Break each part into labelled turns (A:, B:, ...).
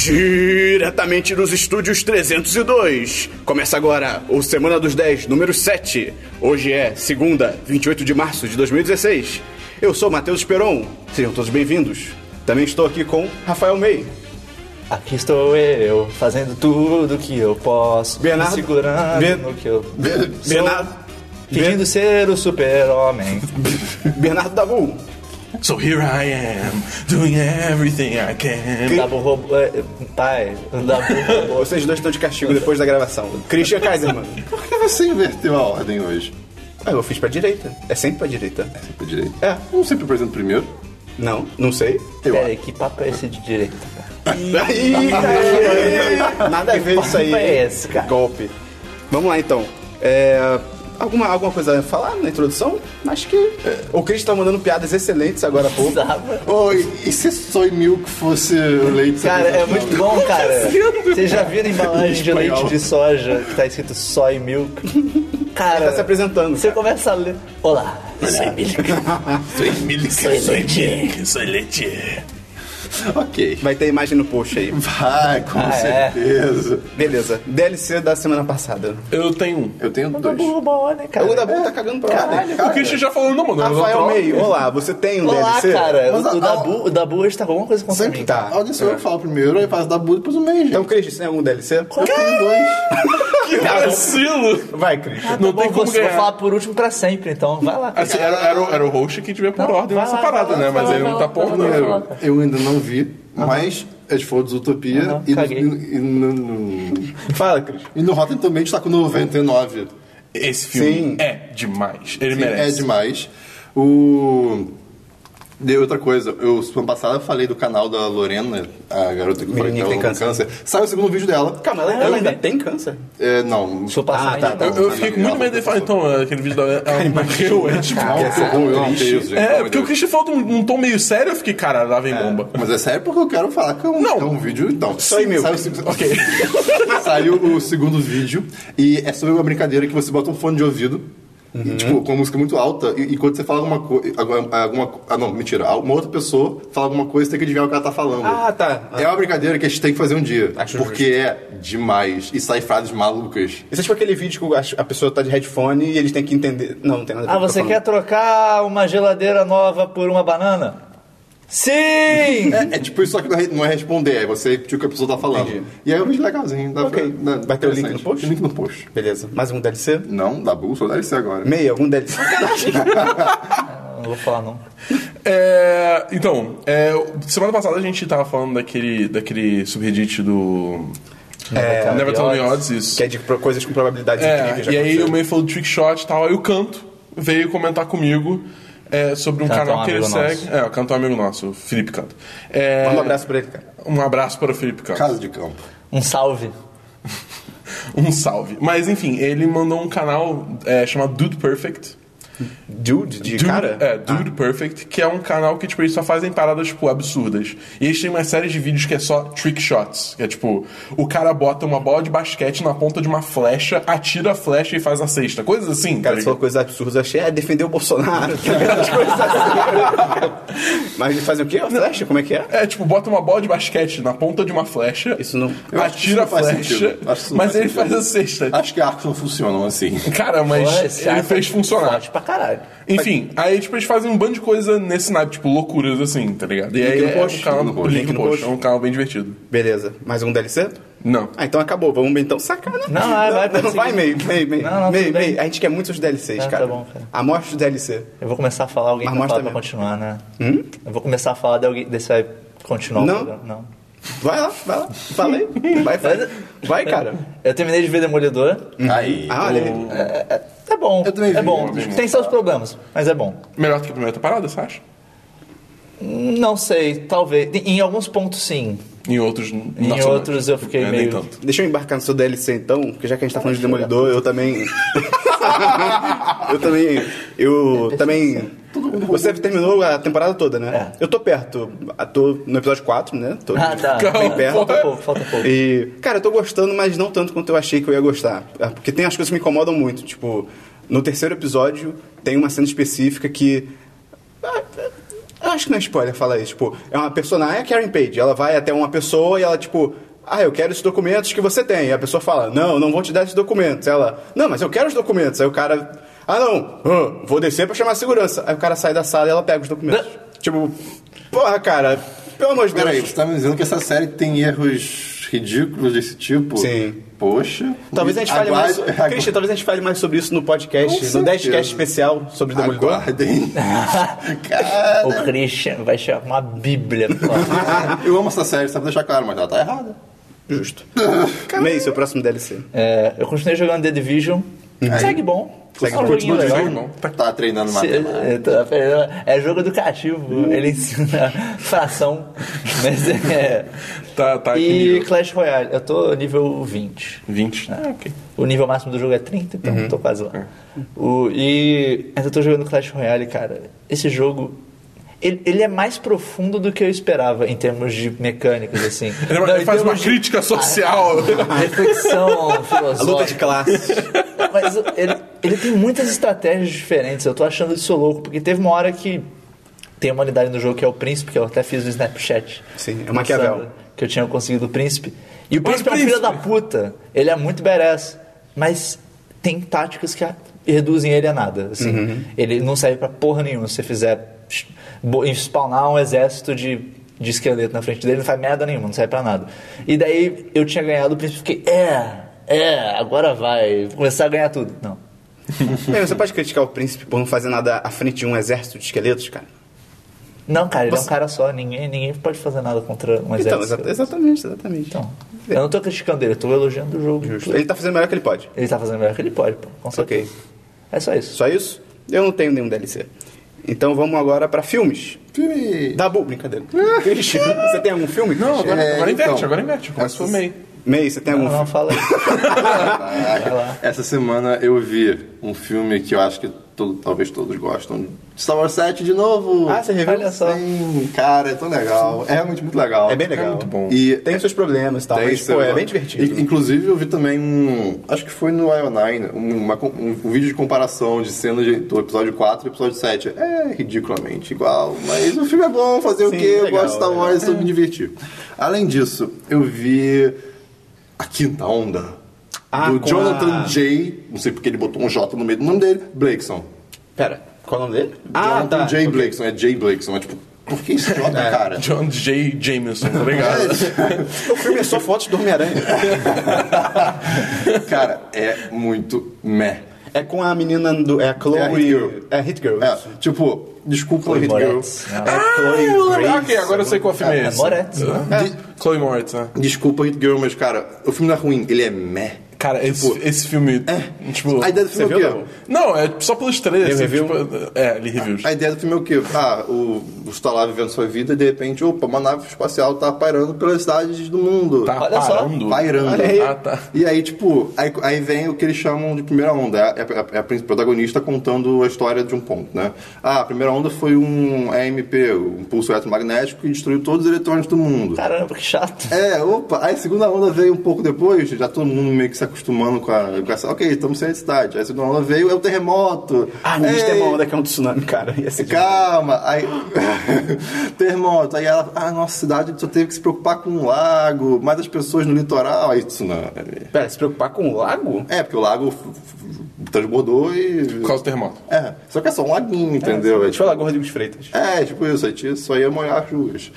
A: Diretamente dos estúdios 302. Começa agora o Semana dos 10, número 7. Hoje é segunda, 28 de março de 2016. Eu sou Matheus Peron. Sejam todos bem-vindos. Também estou aqui com Rafael May.
B: Aqui estou eu, fazendo tudo que eu posso. me
A: Bernardo-
B: segurando
A: Ben-
B: no que eu. sou,
A: Bernardo-
B: Fingindo ser o super-homem.
A: Bernardo Dabu.
C: So here I am, doing everything I can.
B: Dabu robô. é, Pai, Dabu robô.
A: Vocês dois estão de castigo depois da gravação. Christian Kaiserman.
D: Por que você inverteu a ordem hoje?
A: Ah, eu fiz pra direita. É sempre pra direita.
D: Pra direita?
A: É.
D: Não sempre apresento primeiro.
A: Não, não sei.
D: Eu
B: Peraí, que papo é esse de direita?
A: Ih, Nada a ver isso aí.
B: papo é esse, cara?
A: Golpe. Vamos lá então. É, alguma, alguma coisa a falar na introdução? Acho que. O Chris tá mandando piadas excelentes agora há pouco.
B: Dava.
D: acho. Oi, e se soy milk fosse o leite
B: Cara, é
D: sensacional?
B: muito bom, cara. Vocês já viram a embalagem de leite de soja que tá escrito soy milk? Cara,
A: Tá se apresentando,
B: Você
A: cara.
B: começa a ler. Olá, soy milk.
C: Soy milk,
B: Soy
C: soy
B: leche.
C: milk, soy leche.
D: Ok.
A: Vai ter imagem no post aí.
D: Vai, com
B: Ah, é?
D: certeza.
A: Beleza. DLC da semana passada.
C: Eu tenho um.
D: Eu tenho dois.
B: Dabu robô, né, cara?
A: O Dabu tá cagando pra lá. né?
C: O Christian já falou, não, mano. eu
A: Rafael
C: troco.
A: May, olá, você tem um
B: Olá,
A: DLC?
B: cara.
D: Mas
B: o,
D: a-
B: o Dabu, o Dabu hoje tá com alguma coisa contra
D: Sempre
B: mim.
D: tá. A ordem sou eu que falo primeiro, aí faço da Buda e depois o meio, gente.
A: Então, Cris, você tem algum DLC?
B: Então,
D: eu tenho dois.
C: Que vacilo!
A: Tá Vai, Cris.
C: Não
B: Bom,
C: tem como
B: você vai falar
C: ganhar.
B: por último pra sempre, então vai lá.
C: Assim, era, era, o- era o host que tiver por ordem
B: vai
C: nessa
B: lá,
C: parada,
B: vai lá,
C: né? Mas
B: vai
C: ele
B: lá,
C: não
B: vai
C: tá
B: lá,
C: por
B: vai
C: ordem.
B: lá, vai
C: né?
B: lá.
D: Eu ainda não vi, mas as fotos Utopia
B: Aham,
D: e, no,
B: caguei.
D: e, no, no,
A: Fala, Cris.
D: e no Rotten Tomatoes tá com 99.
C: Esse filme
A: Sim.
C: é demais. Ele
D: Sim,
C: merece.
D: É demais. O. De outra coisa, eu semana passada eu falei do canal da Lorena, a garota que eu falei que
A: Menininha que tem
D: ela com câncer. Saiu o segundo vídeo dela.
A: Calma, ela,
B: Ah,
A: ela
B: ela
A: ainda
B: tem.
A: tem câncer?
D: É, não.
B: Sou passagem.
A: Ah, tá, tá.
D: é
C: Eu, eu fiquei com muito medo de falar, então, aquele vídeo da. Ela morreu, é tipo.
D: Ah, que horror, eu não tenho, gente.
C: É,
D: pelo
C: porque o
D: amor de Deus.
C: Christian falou de um, um tom meio sério, eu fiquei, cara, lá vem bomba.
D: Mas é sério porque eu quero falar que é um,
C: Não.
D: é um vídeo. Não,
A: Só e-mail.
D: Saiu, o seg- ok. Saiu o segundo vídeo e é sobre uma brincadeira que você bota um fone de ouvido.
A: Uhum.
D: e, tipo, com música muito alta, e, e quando você fala alguma coisa. Alguma, co- ah, não, mentira. Uma outra pessoa fala alguma coisa você tem que adivinhar o que ela tá falando.
A: Ah, tá. Ah.
D: É uma brincadeira que a gente tem que fazer um dia.
A: Acho
D: porque é demais. E sai frases malucas.
A: Isso é tipo aquele vídeo que a- a pessoa tá de headphone e eles têm que entender. Não, não tem nada a ver
B: Ah,
A: com o que
B: você
A: eu tô
B: quer
A: Tá falando.
B: trocar uma geladeira nova por uma banana? Sim!
D: É, é tipo isso, só que não é, não é responder, é você repetir o que a pessoa tá falando.
A: Entendi.
D: E aí é um vídeo legalzinho. Dá
A: Ok.
D: pra, dá-
A: Vai ter o link
D: interessante.
A: no post?
D: Link no post.
A: Beleza. Mais um DLC?
D: Não, da bolsa, deve ser agora.
A: Meio, algum DLC?
B: Não vou falar, não.
C: É, então, é, semana passada a gente tava falando daquele, daquele subreddit do.
B: É,
C: Never Tell Me Odds, isso.
A: que é de pro- coisas com probabilidades incríveis. de
C: É, e aí
A: acontecer.
C: o meio falou do trick shot e tal, aí o canto veio comentar comigo é, sobre um
B: Canto é um
C: canal que ele
B: amigo
C: segue. É, o canto é um amigo nosso, o Felipe Canto. É,
A: Manda um abraço pra ele, cara.
C: um abraço para o Felipe Canto.
D: Casa de campo.
B: Um salve.
C: Um salve. Mas enfim, ele mandou um canal é, chamado Dude Perfect.
A: Dude, de
C: Dude,
A: cara?
C: É,
B: tá
C: Dude Perfect, que é um canal que, tipo, eles só fazem paradas, tipo, absurdas. E eles têm uma série de vídeos que é só trick shots. Que é, tipo, o cara bota uma bola de basquete na ponta de uma flecha, atira a flecha e faz a cesta. Coisas assim,
A: Cara,
C: tá
A: você
C: ligado?
A: falou coisas absurdas. Eu achei, é, defender o Bolsonaro. tá ligado? As coisas assim. Mas eles fazem o quê? Ó, Flecha? Como é que é?
C: É, tipo, bota uma bola de basquete na ponta de uma flecha.
A: Isso não-
D: Eu acho que isso
C: Atira
D: não
C: a
D: faz
C: flecha,
D: sentido. Acho que isso não
C: mas
D: faz
C: ele
D: sentido. Ah,
C: faz a cesta.
D: Acho que arcos não funcionam assim.
C: Cara, mas
B: Porra, esse
C: ele
B: arco
C: fez
B: é
C: funcionar.
B: Forte pra caralho.
C: Enfim, aí, tipo, eles fazem um bando de coisa nesse naipe, tipo, loucuras assim, tá ligado? E
A: Link
C: aí
A: no
C: é
A: post,
C: um canal,
D: link no post.
C: link no post, é um canal bem divertido.
A: Beleza. Mais um DLC?
C: Não.
A: Ah, então acabou. Vamos então. Sacana.
B: Não, vai, vai,
A: Não,
B: vai,
A: vai, meio, meio, meio.
B: Não, não,
A: meio,
B: tudo bem.
A: meio. A gente quer muitos DLCs,
B: Ah, tá
A: cara.
B: bom, cara.
A: Amostra os DLC.
B: Eu vou começar a falar alguém
A: Mas
B: que vai
A: mostra
B: falar pra
A: mesmo.
B: continuar, né? Eu vou começar a falar de alguém desse vai continuar. o
A: Não?
B: programa. Não.
A: Vai lá, vai lá. Fala aí. Vai, vai. Vai, cara.
B: Eu terminei de ver Demolidor.
D: Aí.
A: Ah, olha aí.
B: É bom.
D: Eu também
B: é
D: vi,
B: bom.
D: eu vi.
B: Tem seus problemas, mas é bom.
C: Melhor do que a primeira temporada, você acha?
B: Não sei, talvez. Em alguns pontos sim.
C: Em outros.
B: Em outros eu fiquei
C: É, nem
B: meio.
C: tanto.
A: Deixa eu embarcar no seu DLC então, porque já que a gente tá falando de Demolidor, eu também. eu também.
B: É,
A: Eu também. Você terminou a temporada toda, né? Eu tô perto. Ah, Tô no episódio 4, né? Tô
B: É. Ah, tá.
A: bem
C: Calma,
A: perto.
B: Falta pouco, falta pouco.
A: E, cara, eu tô gostando, mas não tanto quanto eu achei que eu ia gostar. É, Porque tem as coisas que me incomodam muito. Tipo, no terceiro episódio tem uma cena específica que. ah, ah, Eu acho que não é spoiler falar isso. Tipo, é uma personagem, é a Karen Page. Ela vai até uma pessoa e ela, tipo, ah, eu quero esses documentos que você tem. E a pessoa fala, não, não vou te dar esses documentos. Ela, não, mas eu quero os documentos. Aí o cara, ah, não, ah, vou descer pra chamar a segurança. Aí o cara sai da sala e ela pega os documentos. Tipo, porra, cara, pelo amor de Deus.
D: Peraí, você tá me dizendo que essa série tem erros ridículos desse tipo?
A: Sim.
D: Poxa.
A: Talvez a gente fale mais.
D: Aguarde-
A: so- Christian, talvez a gente fale mais sobre isso no
D: Com
A: podcast, no
D: certeza.
A: 10cast especial sobre Demolidor.
D: Aguardem. Cara,
B: O Christian vai chamar uma bíblia. pô.
D: eu amo essa série, só pra deixar claro, mas ela tá errada.
A: Justo. Meio, seu próximo DLC.
B: É, eu continuei jogando The Division. Segue bom.
D: Segue
B: é um
D: bom.
B: joguinho
D: Continua
B: legal.
C: jogando. Irmão.
D: Tá treinando
B: Se-
D: matemática.
B: é, tá, é, É jogo educativo, ele ensina fração, mas é.
C: Tá, tá aqui.
B: E
C: nível.
B: Clash Royale, eu tô nível 20.
C: 20. Ah, ok.
B: O nível máximo do jogo é 30, então tô quase lá. O, e ainda tô jogando Clash Royale, cara. Esse jogo. Ele, ele é mais profundo do que eu esperava em termos de mecânicas, assim.
C: Ele,
B: Não, Ah.
C: ele
B: em
C: faz uma
B: termos de
C: crítica social.
B: reflexão
A: A luta de
B: filosófica.
A: classes.
B: Mas ele, ele tem muitas estratégias diferentes. Eu tô achando isso louco, porque teve uma hora que tem uma unidade no jogo que é o príncipe, que eu até fiz no Snapchat.
A: Sim, é o Maquiavel.
B: Sabe? Que eu tinha conseguido o príncipe. E o
C: Olha o
B: príncipe é um filho
C: príncipe.
B: da puta. Ele é muito badass. Mas tem táticas que a- reduzem ele a nada. Assim. Ele não serve pra porra nenhuma. Se você fizer sh- bo- spawnar um exército de, de esqueleto na frente dele, não faz merda nenhuma, não serve pra nada. E daí eu tinha ganhado o príncipe e fiquei, é, é, agora vai. Vou começar a ganhar tudo. Não.
A: Meio, É, você pode criticar o príncipe por não fazer nada à frente de um exército de esqueletos, cara?
B: Não, cara, ele é um
A: Você-
B: cara só, ninguém, ninguém pode fazer nada contra
A: Então,
B: um exército.
A: exa- exatamente, exatamente.
B: Então, eu não tô criticando ele, eu tô elogiando o jogo.
A: Justo. Então, Ele tá fazendo o melhor que ele pode.
B: Ele tá fazendo melhor que ele pode, pô. Com certeza.
A: Ok.
B: É só isso.
A: Só isso? Eu não tenho nenhum DLC. Então vamos agora pra filmes.
D: Filme.
A: Dabu, brincadeira. Christian, você tem algum filme?
C: Não,
A: Christian?
C: agora,
D: É,
C: agora
D: então.
C: inverte, agora inverte. Começa por meio.
A: Meio, você tem algum
B: Não, não,
A: filme?
B: fala aí. Vai lá.
D: Essa semana eu vi um filme que eu acho que to- talvez todos gostam. Star Wars 7 de novo.
A: Ah, você reviu?
B: Olha só.
D: Sim, cara, é tão legal. É realmente muito legal.
A: É bem legal.
C: É muito bom.
D: E
A: Tem seus problemas e tal,
D: Tem
A: mas, pô,
D: seu-
A: é bem divertido.
D: In- Inclusive, eu vi também um. Acho que foi no IO9, um, uma com- um- um vídeo de comparação de cenas de- do episódio 4 e episódio 7. É ridiculamente igual, mas o filme é bom, fazer
A: Sim,
D: o quê? eu
A: legal, é.
D: gosto de Star Wars, eu me divertir. Além disso, eu vi. A Quinta Onda.
A: Ah,
D: do
A: com
D: Jonathan
A: a-
D: J. Não sei porque ele botou um J no meio do nome dele, Blakeson.
A: Pera, qual é o nome dele? Ah,
D: Jonathan
A: tá. É.
D: J. Blakeson, é J. Blakeson. É tipo, por que esse J, cara?
C: John J. Jameson, tá obrigado.
A: O filme é só fotos do Homem-Aranha.
D: cara, é muito meh.
A: É com a menina do. É a Chloe.
D: É a Hit Girl.
A: É a Hit Girl.
D: É, tipo, desculpa, Hit Girl.
B: Moretz.
A: É a Chloe
C: Ah,
A: Grace.
C: ok, agora eu sei qual filme é,
B: É
C: esse.
B: Moretz, né?
D: De-
C: Chloe Moretz, né?
D: Desculpa, Hit Girl, mas, cara, o filme não é ruim, ele é meh.
C: Cara, esse, esse filme. Tipo.
D: A ideia do filme
A: Você
D: é
A: viu,
D: o quê?
C: Não, é só pelos trailers.
A: Ele
C: assim,
A: review?
C: tipo, é, ele reviews.
D: A ideia do filme é o quê? Ah, o, você tá lá vivendo sua vida e de repente, opa, uma nave espacial tá pairando pelas cidades do mundo.
C: Tá
B: Olha só.
C: parando.
D: Pairando.
A: Olha aí.
C: Ah, tá.
D: E aí, tipo, aí, aí vem o que eles chamam de primeira onda. É a, é a- é a princi- protagonista contando a história de um ponto, né? Ah, a primeira onda foi um EMP, um pulso eletromagnético, que destruiu todos os eletrônicos do mundo.
B: Caramba, que chato.
D: É, opa, aí a segunda onda veio um pouco depois, já todo mundo meio que se acostumando com, a, com essa. Ok, estamos sem eletricidade. Aí a segunda onda veio, é o terremoto.
A: Ah, não, isso
D: Ei,
A: tem uma onda que é um tsunami, cara. Ia ser
D: Calma, aí. terremoto. Aí ela, ah, nossa cidade só teve que se preocupar com um lago, mas as pessoas no litoral, aí tsunami.
A: Pera, se preocupar com o lago?
D: É, porque o lago f- f- transbordou e.
C: Por causa do terremoto.
D: É, só que é só um laguinho, entendeu? É,
A: Deixa eu
D: tipo,
A: falar com o Rodrigues Freitas.
D: é, tipo isso, aí tinha- só ia molhar as ruas.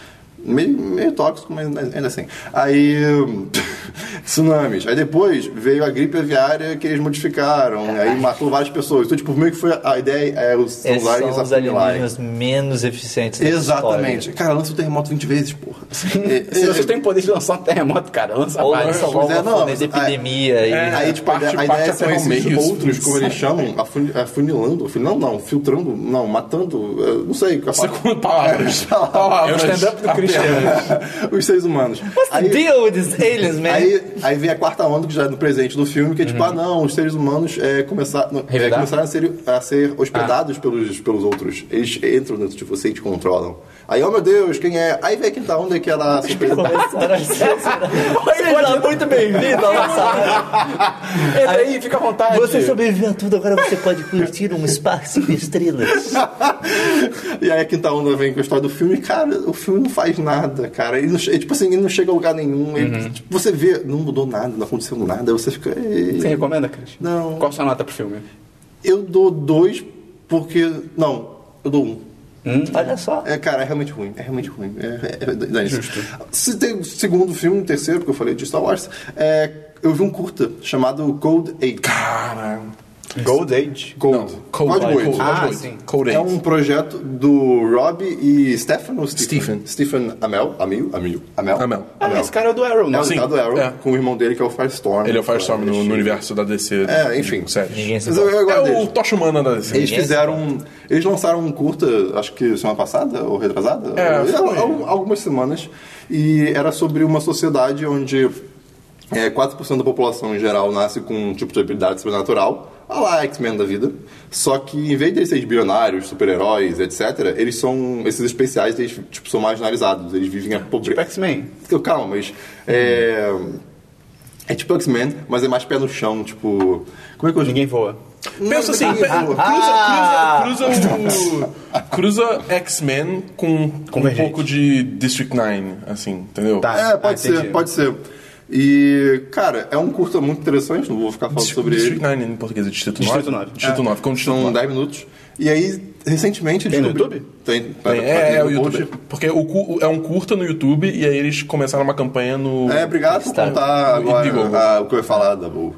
D: Meio, meio tóxico, mas ainda assim. Aí. tsunamis. Aí depois veio a gripe aviária que eles modificaram, né? aí matou várias pessoas. Então, tipo, meio que foi a ideia, é, os
B: Esses
D: celulares
B: são os
D: assimilarem.
B: alienígenas menos eficientes da
D: assim, Exatamente.
B: história.
D: Cara, lança o terremoto 20 vezes, porra. É,
A: Se
D: é,
A: você tem o poder de lançar um terremoto, cara, lança
B: Ou
A: vários.
B: lança
D: pois
B: logo
D: é, não,
B: uma
D: mas-
B: epidemia e...
C: É.
D: Aí, tipo,
C: Parte-
D: a, a
C: parte
D: ideia é
C: até
D: são esses
C: meio, assim,
D: outros, como eles chamam, afun- afunilando, afun- não, não, filtrando, não, matando, eh, não sei.
C: Você com palavras.
D: É, palavras.
A: É o stand-up do
C: Apenas
A: Christian
D: alienígenas. Os seres humanos.
B: What's the deal with these aliens, man?
D: Aí, aí vem a quarta onda, que já é no presente do filme, que é tipo, ah não, os seres humanos é, começar, não, é,
E: Revidar?
D: começaram a ser, a ser hospedados pelos, pelos outros. Eles entram dentro de você e te controlam. Aí, oh meu Deus, quem é? Aí vem a quinta onda que ela surpresa.
B: Começaram a ser- Seja muito bem-vindo à nossa
C: um-
E: Entra aí, fica à vontade.
A: é
B: Você sobreviveu a tudo, agora você pode curtir um espaço de estrelas.
D: e aí a quinta onda vem com a história do filme, e, cara, o filme não faz nada, cara. Ele não, che- tipo assim, ele não chega a lugar nenhum. Ele- tipo, você vê, não mudou nada, não aconteceu nada, aí você fica. "Ei".
A: Você recomenda, Cris?
D: Não.
A: Qual sua nota pro filme?
D: Eu dou dois, porque. Não, eu dou um.
B: Olha só.
D: É, cara, é realmente ruim. É realmente ruim. É, é, é, dane-se. Se tem o segundo filme, o terceiro, porque eu falei de Star Wars, é, eu vi um curta chamado Cold Eight.
C: Caralho.
A: Gold Age.
D: Cold. Código
C: Cold,
D: 8.
C: Cold,
A: Ah,
C: Cold.
A: sim.
C: Cold
D: É
C: Eight.
D: um projeto do Rob e Stephen ou Stephen?
C: Stephen.
D: Stephen Amel. Amil? Amil. Amel.
C: Amel.
A: Ah, esse cara é do Arrow,
D: É
A: né?
D: o
C: Sim,
D: cara do Arrow,
C: é.
D: com o irmão dele que é o Firestorm.
C: Ele é o Firestorm no, no universo da DC.
D: É, enfim.
C: Sério.
B: Ninguém se
D: Mas eu, eu
C: É
D: gosto
C: o
D: deles.
C: Tocha Humana da DC.
D: Eles fizeram. um- Eles lançaram um curta, acho que semana passada, ou retrasada?
C: É,
D: Ou-
C: foi.
D: al- algumas semanas. E era sobre uma sociedade onde é, 4% da população em geral nasce com um tipo de habilidade sobrenatural. A lá, X-Men da vida. Só que em vez de serem bilionários, super-heróis, etc., eles são. Esses especiais, eles tipo, são marginalizados. Eles vivem a
A: Tipo
D: pobreza.
A: X-Men.
D: Calma, mas. É, é tipo X-Men, mas é mais pé no chão, tipo. Como é que eu
A: Ninguém voa.
C: Pensa assim,
D: Ninguém
C: pe- cruza,
D: voa.
C: cruza, cruza, o- cruza X-Men com, com um
A: Convergente.
C: pouco de District 9, assim, entendeu?
A: Tá.
D: É, pode
A: Ah,
D: ser,
A: entendi.
D: pode ser. E, cara, é um curta muito interessante, não vou ficar falando
C: Dist-
D: sobre ele.
C: District 9 em português é Distrito 9.
A: Distrito nove.
C: Distrito 9, como Distrito
D: São
C: 9.
D: 10 minutos. E aí, recentemente.
A: Tem no
D: descobri-
A: YouTube?
D: Tem.
C: É, é, é, o
D: no post.
C: YouTube. Porque o, cu- é um curta no YouTube e aí eles começaram uma campanha no.
D: É, obrigado por
B: Está-
D: contar
C: no Indiegogo.
D: agora ah, o que eu ia falar da Bull.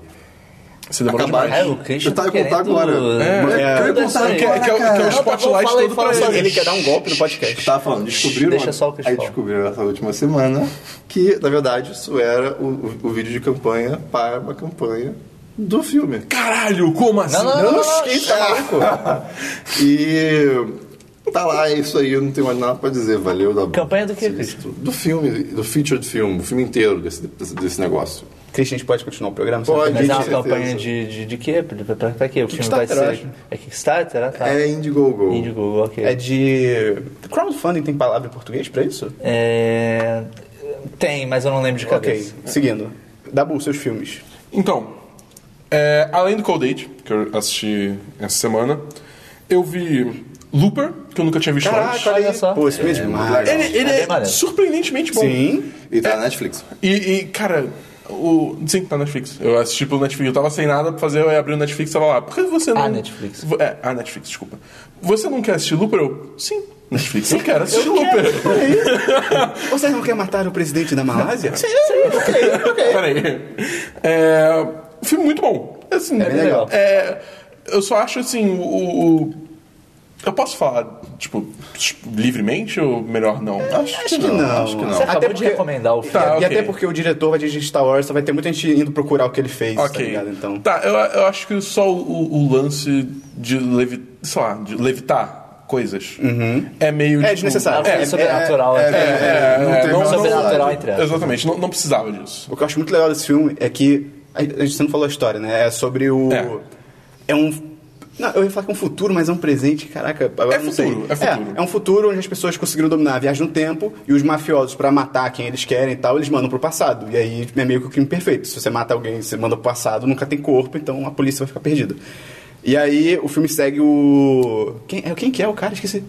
C: Se demorou
D: Acabaram.
C: demais.
B: É, o Christian
D: Eu tava
B: querendo-
D: contar agora.
B: É,
D: Eu- eu ia
B: tudo
D: contar
B: isso aí.
C: Que, é- que é o- que é o spotlight
E: fala aí,
C: todo
E: fala
C: pra
E: aí.
C: ele.
A: Ele quer dar um golpe no podcast.
D: Tava Tá falando, descobriram.
B: Deixa só o Chris
D: Aí
B: falar.
D: descobriram essa última semana que, na verdade, isso era o, o- o vídeo de campanha para uma campanha do filme.
C: Caralho, como assim?
B: não, não, não, não.
D: É. E tá lá, é isso aí, eu não tenho mais nada pra dizer. Valeu, da
B: Campanha do quê, Cris?
D: Do filme, do featured filme, o filme inteiro desse, desse, desse negócio.
A: Christian, a gente pode continuar o programa?
D: Pode.
B: Mas é uma
D: Gente, certeza.
B: campanha de, de, de quê? Pra, pra, pra quê? O filme vai
A: Kickstarter, eu
B: ser.
A: acho.
B: É Kickstarter? Ah, tá.
D: É Indiegogo.
B: Indiegogo, ok.
A: É de. Crowdfunding tem palavra em português pra isso?
B: É, Tem, mas eu não lembro de
A: Ok,
B: cabeça.
A: seguindo. Dabu, seus filmes.
C: Então, é, além do Cold Date, que eu assisti essa semana, eu vi Looper, que eu nunca tinha visto antes.
B: olha só.
A: Pô, esse mesmo.
D: legal.
C: Ele, ele
B: É bem
C: é,
B: maneiro.
C: surpreendentemente bom.
A: Sim.
D: E tá na Netflix.
C: E, e, cara, o. Sim, tá na Netflix. Eu assisti pelo Netflix. Eu tava sem nada pra fazer, eu abri o Netflix e tava lá. Por que você não.
B: A Netflix.
C: Vo- É, a Netflix, desculpa. Você não quer assistir Looper? Eu. Sim, Netflix. Eu quero assistir Looper.
A: Vocês não querem matar o presidente da Malásia?
C: Peraí. É. Um filme muito bom. Assim, é
B: bem legal.
C: é, eu só acho assim, o. o- o- eu posso falar, tipo, livremente ou melhor não?
D: Acho,
A: acho que não.
D: Acho que não.
B: Você acabou
A: Até
B: de
A: porque-
B: recomendar o filme.
C: Tá.
A: e
C: ok.
A: até porque o diretor vai dirigir Star Wars, só vai ter muita gente indo procurar o que ele fez, tá
C: Ok.
A: ligado? Então.
C: Tá, eu, eu acho que só o, o- o lance de, levi, sei lá, de levitar coisas é meio.
A: É
C: tipo,
A: desnecessário.
B: É,
C: É,
B: sobrenatural.
D: é,
B: né?
D: é, não tem
C: não-
D: mais
C: não-
B: Sobrenatural, entre aspas.
C: é, Exatamente, não, não precisava disso.
A: O que eu acho muito legal desse filme é que. A a gente não falou a história, né? É sobre o.
C: É.
A: É, um. Não, eu ia falar que é um futuro, mas é um presente, caraca. Agora
C: É
A: eu não
C: futuro,
A: sei.
C: é futuro.
A: É, um futuro onde as pessoas conseguiram dominar a viagem no tempo e os mafiosos, pra matar quem eles querem e tal, eles mandam pro passado. E aí é meio que o crime perfeito. Se você mata alguém, você manda pro passado, nunca tem corpo, então a polícia vai ficar perdida. E aí o filme segue o. Quem, é- quem que é o cara? Esqueci.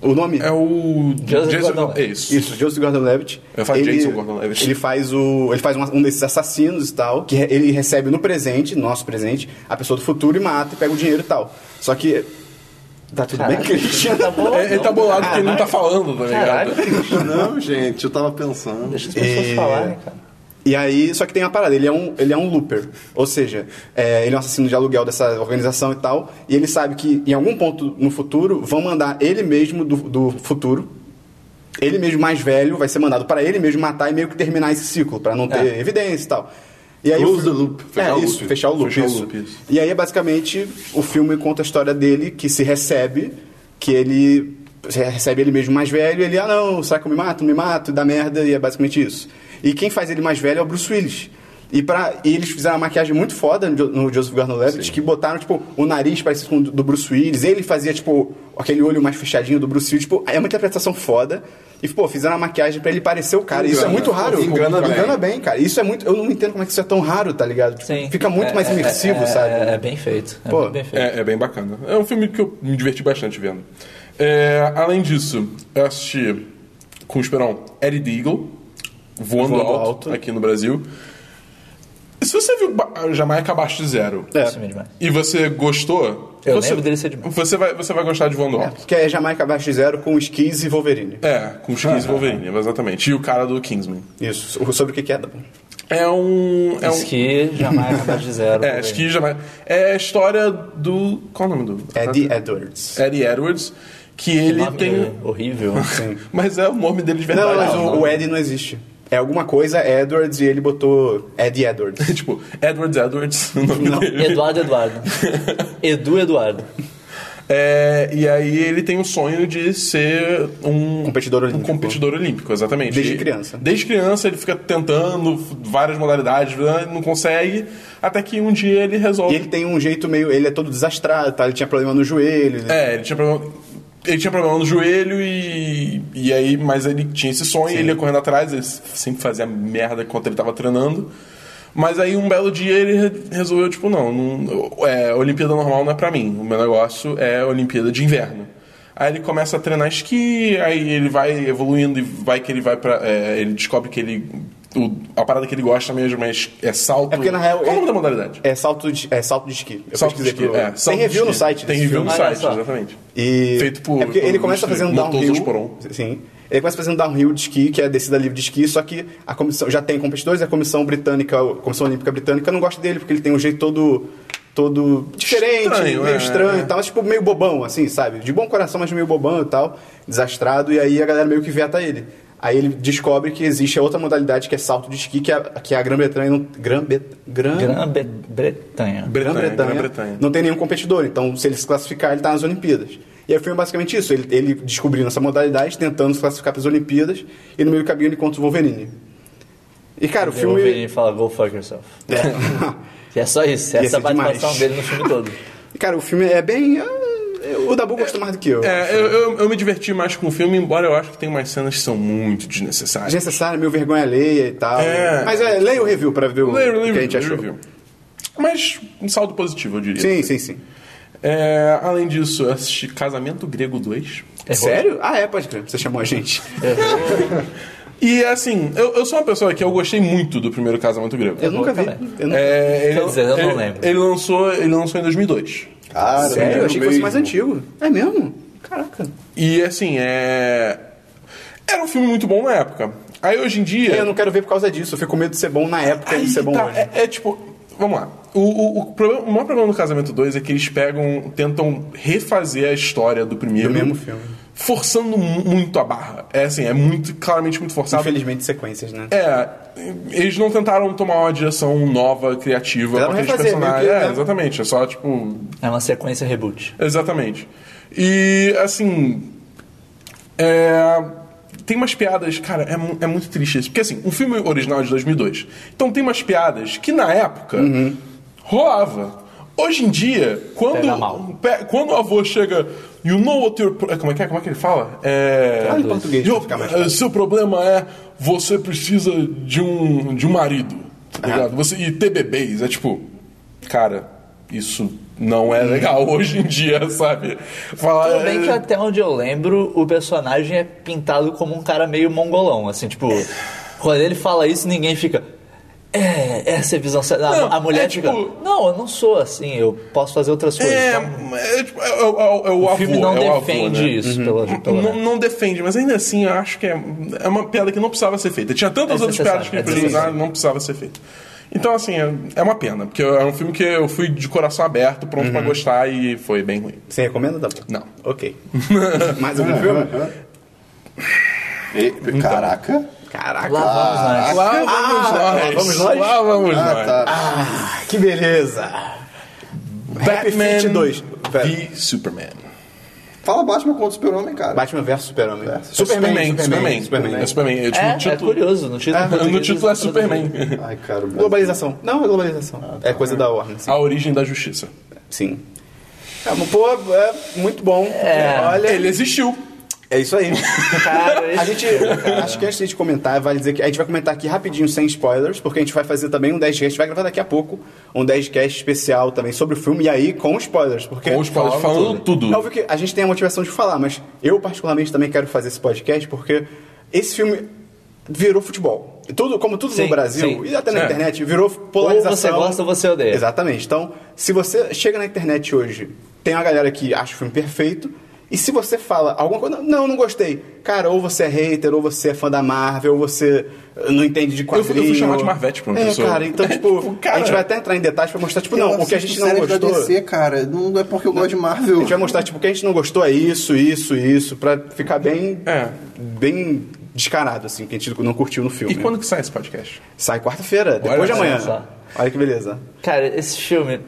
A: O nome?
C: É o.
B: Joseph
C: É
B: Gordon-Levitt.
C: isso.
A: Isso, Joseph Gordon-Levitt.
C: Eu falo
A: Ele-
C: Jason Gordon-Levitt.
A: Ele faz o, ele faz um, um desses assassinos e tal, que re- ele recebe no presente, nosso presente, a pessoa do futuro e mata e pega o dinheiro e tal. Só que tá tudo
B: Caralho,
A: bem, Christian.
B: Tá bom?
C: É, ele tá bolado porque ele não tá falando, tá
B: Caralho,
C: ligado?
D: Não, gente, eu tava pensando.
B: deixa as pessoas
A: E-
B: falarem, cara.
A: E aí, só que tem uma parada, ele é um, ele é um looper. Ou seja, é, ele é um assassino de aluguel dessa organização e tal. E ele sabe que em algum ponto no futuro vão mandar ele mesmo do, do futuro. Ele mesmo mais velho vai ser mandado para ele mesmo matar e meio que terminar esse ciclo, para não ter evidência e tal. E aí,
D: Close
A: o fi-
D: the É. loop,
A: É,
D: fechar o
A: isso,
D: loop.
A: fechar o loop.
C: Fechar o
A: isso. é
C: loop, isso.
A: E aí, basicamente, o filme conta a história dele que se recebe, que ele Você recebe ele mesmo mais velho, ele, ah não, será que eu me mato? Me mato, dá merda, e é basicamente isso. E quem faz ele mais velho é o Bruce Willis. E, pra, e eles fizeram uma maquiagem muito foda no, Jo- no Joseph Gordon-Levitt, que botaram, tipo, o nariz parecido com o do do Bruce Willis. Ele fazia, tipo, aquele olho mais fechadinho do Bruce Willis. Tipo, é uma interpretação foda. E, pô, fizeram uma maquiagem pra ele parecer o cara. Isso é
D: Engana.
A: muito raro.
D: Engana bem.
A: Engana bem, cara. Isso é muito... Eu não entendo como é que isso é tão raro, tá ligado? Tipo,
B: Sim.
A: Fica muito
B: É-
A: mais
B: é-
A: imersivo,
B: é- é-
A: sabe?
B: É, bem feito. É
A: Pô,
B: muito bem feito.
C: É, é bem bacana. É um filme que eu me diverti bastante vendo. É, além disso, eu assisti com o Esperão Eddie Deagle, voando,
A: Voando
C: alto,
A: Alto.
C: aqui no Brasil. E se você viu Ba- Jamaica abaixo de zero
A: É.
B: Isso mesmo, demais.
C: e você gostou,
B: Eu
C: você,
B: lembro dele ser demais.
C: você, vai, você vai gostar de voando alto.
A: Que é Jamaica abaixo de zero com skis e Wolverine.
C: É, com os 15 Wolverine, exatamente. E o cara do Kingsman.
A: Isso. So- Sobre o que que é, Dabu?
C: É um. É um
B: Esqui, jamais abaixo de zero.
C: é, acho que jamais. É a história do. Qual é o nome do.
A: Eddie Edwards.
C: Eddie Edwards, que ele
B: Nome
C: tem.
B: Horrível.
A: Sim.
C: Mas é o nome dele de
A: Não,
C: verdade.
A: mas o, o Eddie não existe. É alguma coisa Edwards e ele botou Eddie Edwards.
C: tipo, Edwards Edwards, o nome dele.
B: Eduardo Eduardo. Edu Eduardo.
C: É, e aí ele tem o sonho de ser um
A: Competidor
C: um
A: olímpico.
C: competidor olímpico, exatamente.
A: Desde
C: E-
A: criança.
C: Desde criança ele fica tentando várias modalidades, né, não consegue, até que um dia ele resolve.
A: E ele tem um jeito meio. Ele é todo desastrado, tá? Ele tinha problema no joelho. ele-
C: É, ele tinha problema. Ele tinha problema no joelho e. E aí, mas ele tinha esse sonho, ele ia correndo atrás, ele sempre fazia merda enquanto ele tava treinando. Mas aí um belo dia ele re- resolveu, tipo, não, não é, Olimpíada normal não é pra mim. O meu negócio é Olimpíada de inverno. Aí ele começa a treinar esqui, aí ele vai evoluindo e vai que ele vai pra. é, ele descobre que ele. o- a parada que ele gosta mesmo é, es- é salto.
A: É porque, na real,
C: Qual é o nome
A: ele-
C: da modalidade?
A: É salto de, é salto de esqui. Eu
C: salto de
A: pesquisei
C: esqui.
A: pro-
C: é,
A: tem
C: salto de
A: review no
C: esqui.
A: site.
C: Tem
A: desse
C: review no
A: filme.
B: Olha
C: site,
B: só.
C: exatamente.
A: E...
C: Feito por- um
A: É porque ele
C: por
A: começa
C: Luiz
A: fazendo
C: Felipe,
A: downhill.
C: Matoso Esporon.
A: Sim. Ele começa fazendo downhill de esqui, que é descida livre de esqui, só que a comissão já tem competidores, a comissão britânica, a comissão olímpica britânica não gosta dele porque ele tem um jeito todo todo diferente,
C: Estranho,
A: meio
C: é,
A: estranho
C: é.
A: e tal, mas tipo meio bobão assim, sabe? De bom coração, mas meio bobão e tal, desastrado e aí a galera meio que veta ele. Aí ele descobre que existe a outra modalidade que é salto de esqui, que a, que é a Grã-Bretanha não Grã-Bet- Grã-
B: Grã-Bretanha.
C: Bretanha,
A: Grã-Bretanha
C: Grã-Bretanha.
A: não tem nenhum competidor, então se ele se classificar, ele tá nas Olimpíadas. E aí o filme é basicamente isso, ele, ele descobrindo essa modalidade, tentando se classificar para as Olimpíadas, e no meio do caminho ele encontra o Wolverine. E cara, o
B: Eu ouvi
A: filme...
B: ele falar, go fuck yourself.
A: É.
B: E é só isso.
A: Ia
B: Essa
A: ser
B: é a participação
A: demais.
B: dele no filme todo.
A: E, cara, o filme é bem... ah, O Dabu gosta mais do que eu.
C: É, eu, eu, eu me diverti mais com o filme, embora eu acho que tem umas cenas que são muito desnecessárias.
A: Desnecessário, meio vergonha alheia e tal.
C: É.
A: Mas é, leia o review para ver o,
C: Leio,
A: o
C: leio,
A: que a gente
C: leio,
A: achou.
C: leio. Mas um saldo positivo, eu diria.
A: Sim, sim, sim.
C: É, além disso, eu assisti Casamento Grego 2.
B: Errou.
A: Sério? Ah, é, pode crer. Você chamou a gente.
C: E assim, eu, eu sou uma pessoa que eu gostei muito do primeiro Casamento Grego.
A: Eu nunca vi.
B: também.
A: Eu nunca...
C: É, ele,
B: Quer dizer, eu não
C: ele-
B: lembro.
C: Ele lançou, ele lançou em 2002.
D: Cara,
A: Sério? Eu achei que fosse
D: mesmo.
A: mais antigo. É mesmo? Caraca.
C: E assim, é. Era um filme muito bom na época. Aí hoje em dia.
A: É, Eu não quero ver por causa disso. Eu fico com medo de ser bom na época e
C: Aí
A: de ser bom
C: tá,
A: hoje.
C: é, é tipo, vamos lá. O, o, o problema- o maior problema do Casamento 2 é que eles pegam, tentam refazer a história do primeiro.
A: Do mesmo filme.
C: Forçando mu- muito a barra. É assim, é muito, claramente muito forçado.
A: Infelizmente, sequências, né?
C: É, eles não tentaram tomar uma direção nova, criativa
A: Tentaram
C: com aqueles
A: refazer, meio que,
C: personagens. É,
A: né?
C: exatamente. É só, tipo,
B: É uma sequência reboot.
C: Exatamente. E, assim. É. Tem umas piadas, cara, é, mu- é muito triste isso. Porque, assim, o filme original é de 2002. Então tem umas piadas que na época
A: Uhum.
C: rolava. Hoje em dia, quando. um
B: Pega mal.
C: pe- quando o avô chega. You know what your. pro-" Como é que é? Como é que ele fala? É.
A: Fala em português pra
C: "Your-
A: ficar mais
C: eh, seu problema é você precisa de um, de um marido,
B: Ah.
C: tá ligado? Você, e ter bebês. É tipo, cara, isso não é legal hoje em dia, sabe? Falar,
B: Tudo bem que
C: é,
B: até onde eu lembro, o personagem é pintado como um cara meio mongolão, assim, tipo, quando ele fala isso, ninguém fica. É, essa é a visão. certa." A,
C: Não,
B: a mulher
C: é
B: fica.
C: tipo-
B: Não, eu não sou assim, eu posso fazer outras coisas.
C: é,
B: Então,
C: é, tipo, é, é, o- é o
B: o
C: avô,
B: filme não
C: é o
B: defende
C: avô, né?
B: isso, pelo, pelo
C: Não,
B: menos.
C: não defende, mas ainda assim eu acho que é, é uma piada que não precisava ser feita. Tinha tantas
B: É
C: outras piadas que
B: desnecessário, é
C: ele podia usar não precisava ser feita. Então, assim, é, é uma pena, porque é um filme que eu fui de coração aberto, pronto
B: Uhum.
C: pra gostar, e foi bem ruim.
A: Você recomenda, Dabu?
C: Não.
A: Ok. mais algum filme?
B: Então.
D: E- Caraca.
A: Caraca.
B: Lá né? vamos nós.
C: Lá vamos nós.
A: vamos nós?
C: Lá vamos
B: é.
D: Ah,
C: nós.
D: tá.
A: Ah, Que beleza. Happy Feet 2. Pera.
C: v Superman.
D: Fala Batman contra o Super-Homem, cara.
A: Batman versus Super-Homem.
D: É.
C: Superman, Superman, Superman. É Superman. É, tipo,
B: É,
C: no
B: é
C: título,
B: curioso, no título.
C: no
B: português
C: título é
B: tá tudo bem.
C: Superman.
D: Ai, cara. o Brasil.
A: Globalização. Não, é globalização.
C: Ah,
A: É
C: tá.
A: coisa da Warner. Sim.
C: A origem da justiça.
A: sim. É, mas, pô, é muito bom. Olha,
C: Ele existiu.
A: é isso aí.
B: Cara,
A: A gente, acho que antes de a gente comentar, vale dizer que a gente vai comentar aqui rapidinho, sem spoilers, porque a gente vai fazer também um 10 cast, vai gravar daqui a pouco, um 10 cast especial também sobre o filme, e aí com spoilers, porque...
C: Com os spoilers falando tudo.
A: É óbvio que a gente tem a motivação de falar, mas eu particularmente também quero fazer esse podcast, porque esse filme virou futebol. Tudo, como tudo no
B: Sim,
A: Brasil,
B: sim.
A: e até na
C: É.
A: internet, virou
B: ou
A: polarização.
B: você gosta ou você odeia.
A: Exatamente. Então, se você chega na internet hoje, tem uma galera que acha o filme perfeito, e se você fala alguma coisa, não, não gostei. Cara, ou você é hater, ou você é fã da Marvel, ou você eh, não entende de
C: fui- eu
A: quadrinho.
C: fui chamado de Marvete pra uma
A: é,
C: pessoa.
A: Cara, então, tipo, a gente vai até entrar em detalhes pra mostrar, tipo, não, o que a gente não gostou.
D: Da DC, cara. Não não é porque eu gosto de Marvel.
A: A gente vai mostrar, tipo, o que a gente não gostou é isso, isso, isso, pra ficar bem.
C: É.
A: bem descarado, assim, o que a gente não curtiu no filme.
C: E quando que sai esse podcast?
A: Sai quarta-feira, depois
C: Olha
A: de amanhã.
B: só.
A: Olha que beleza.
B: Cara, esse filme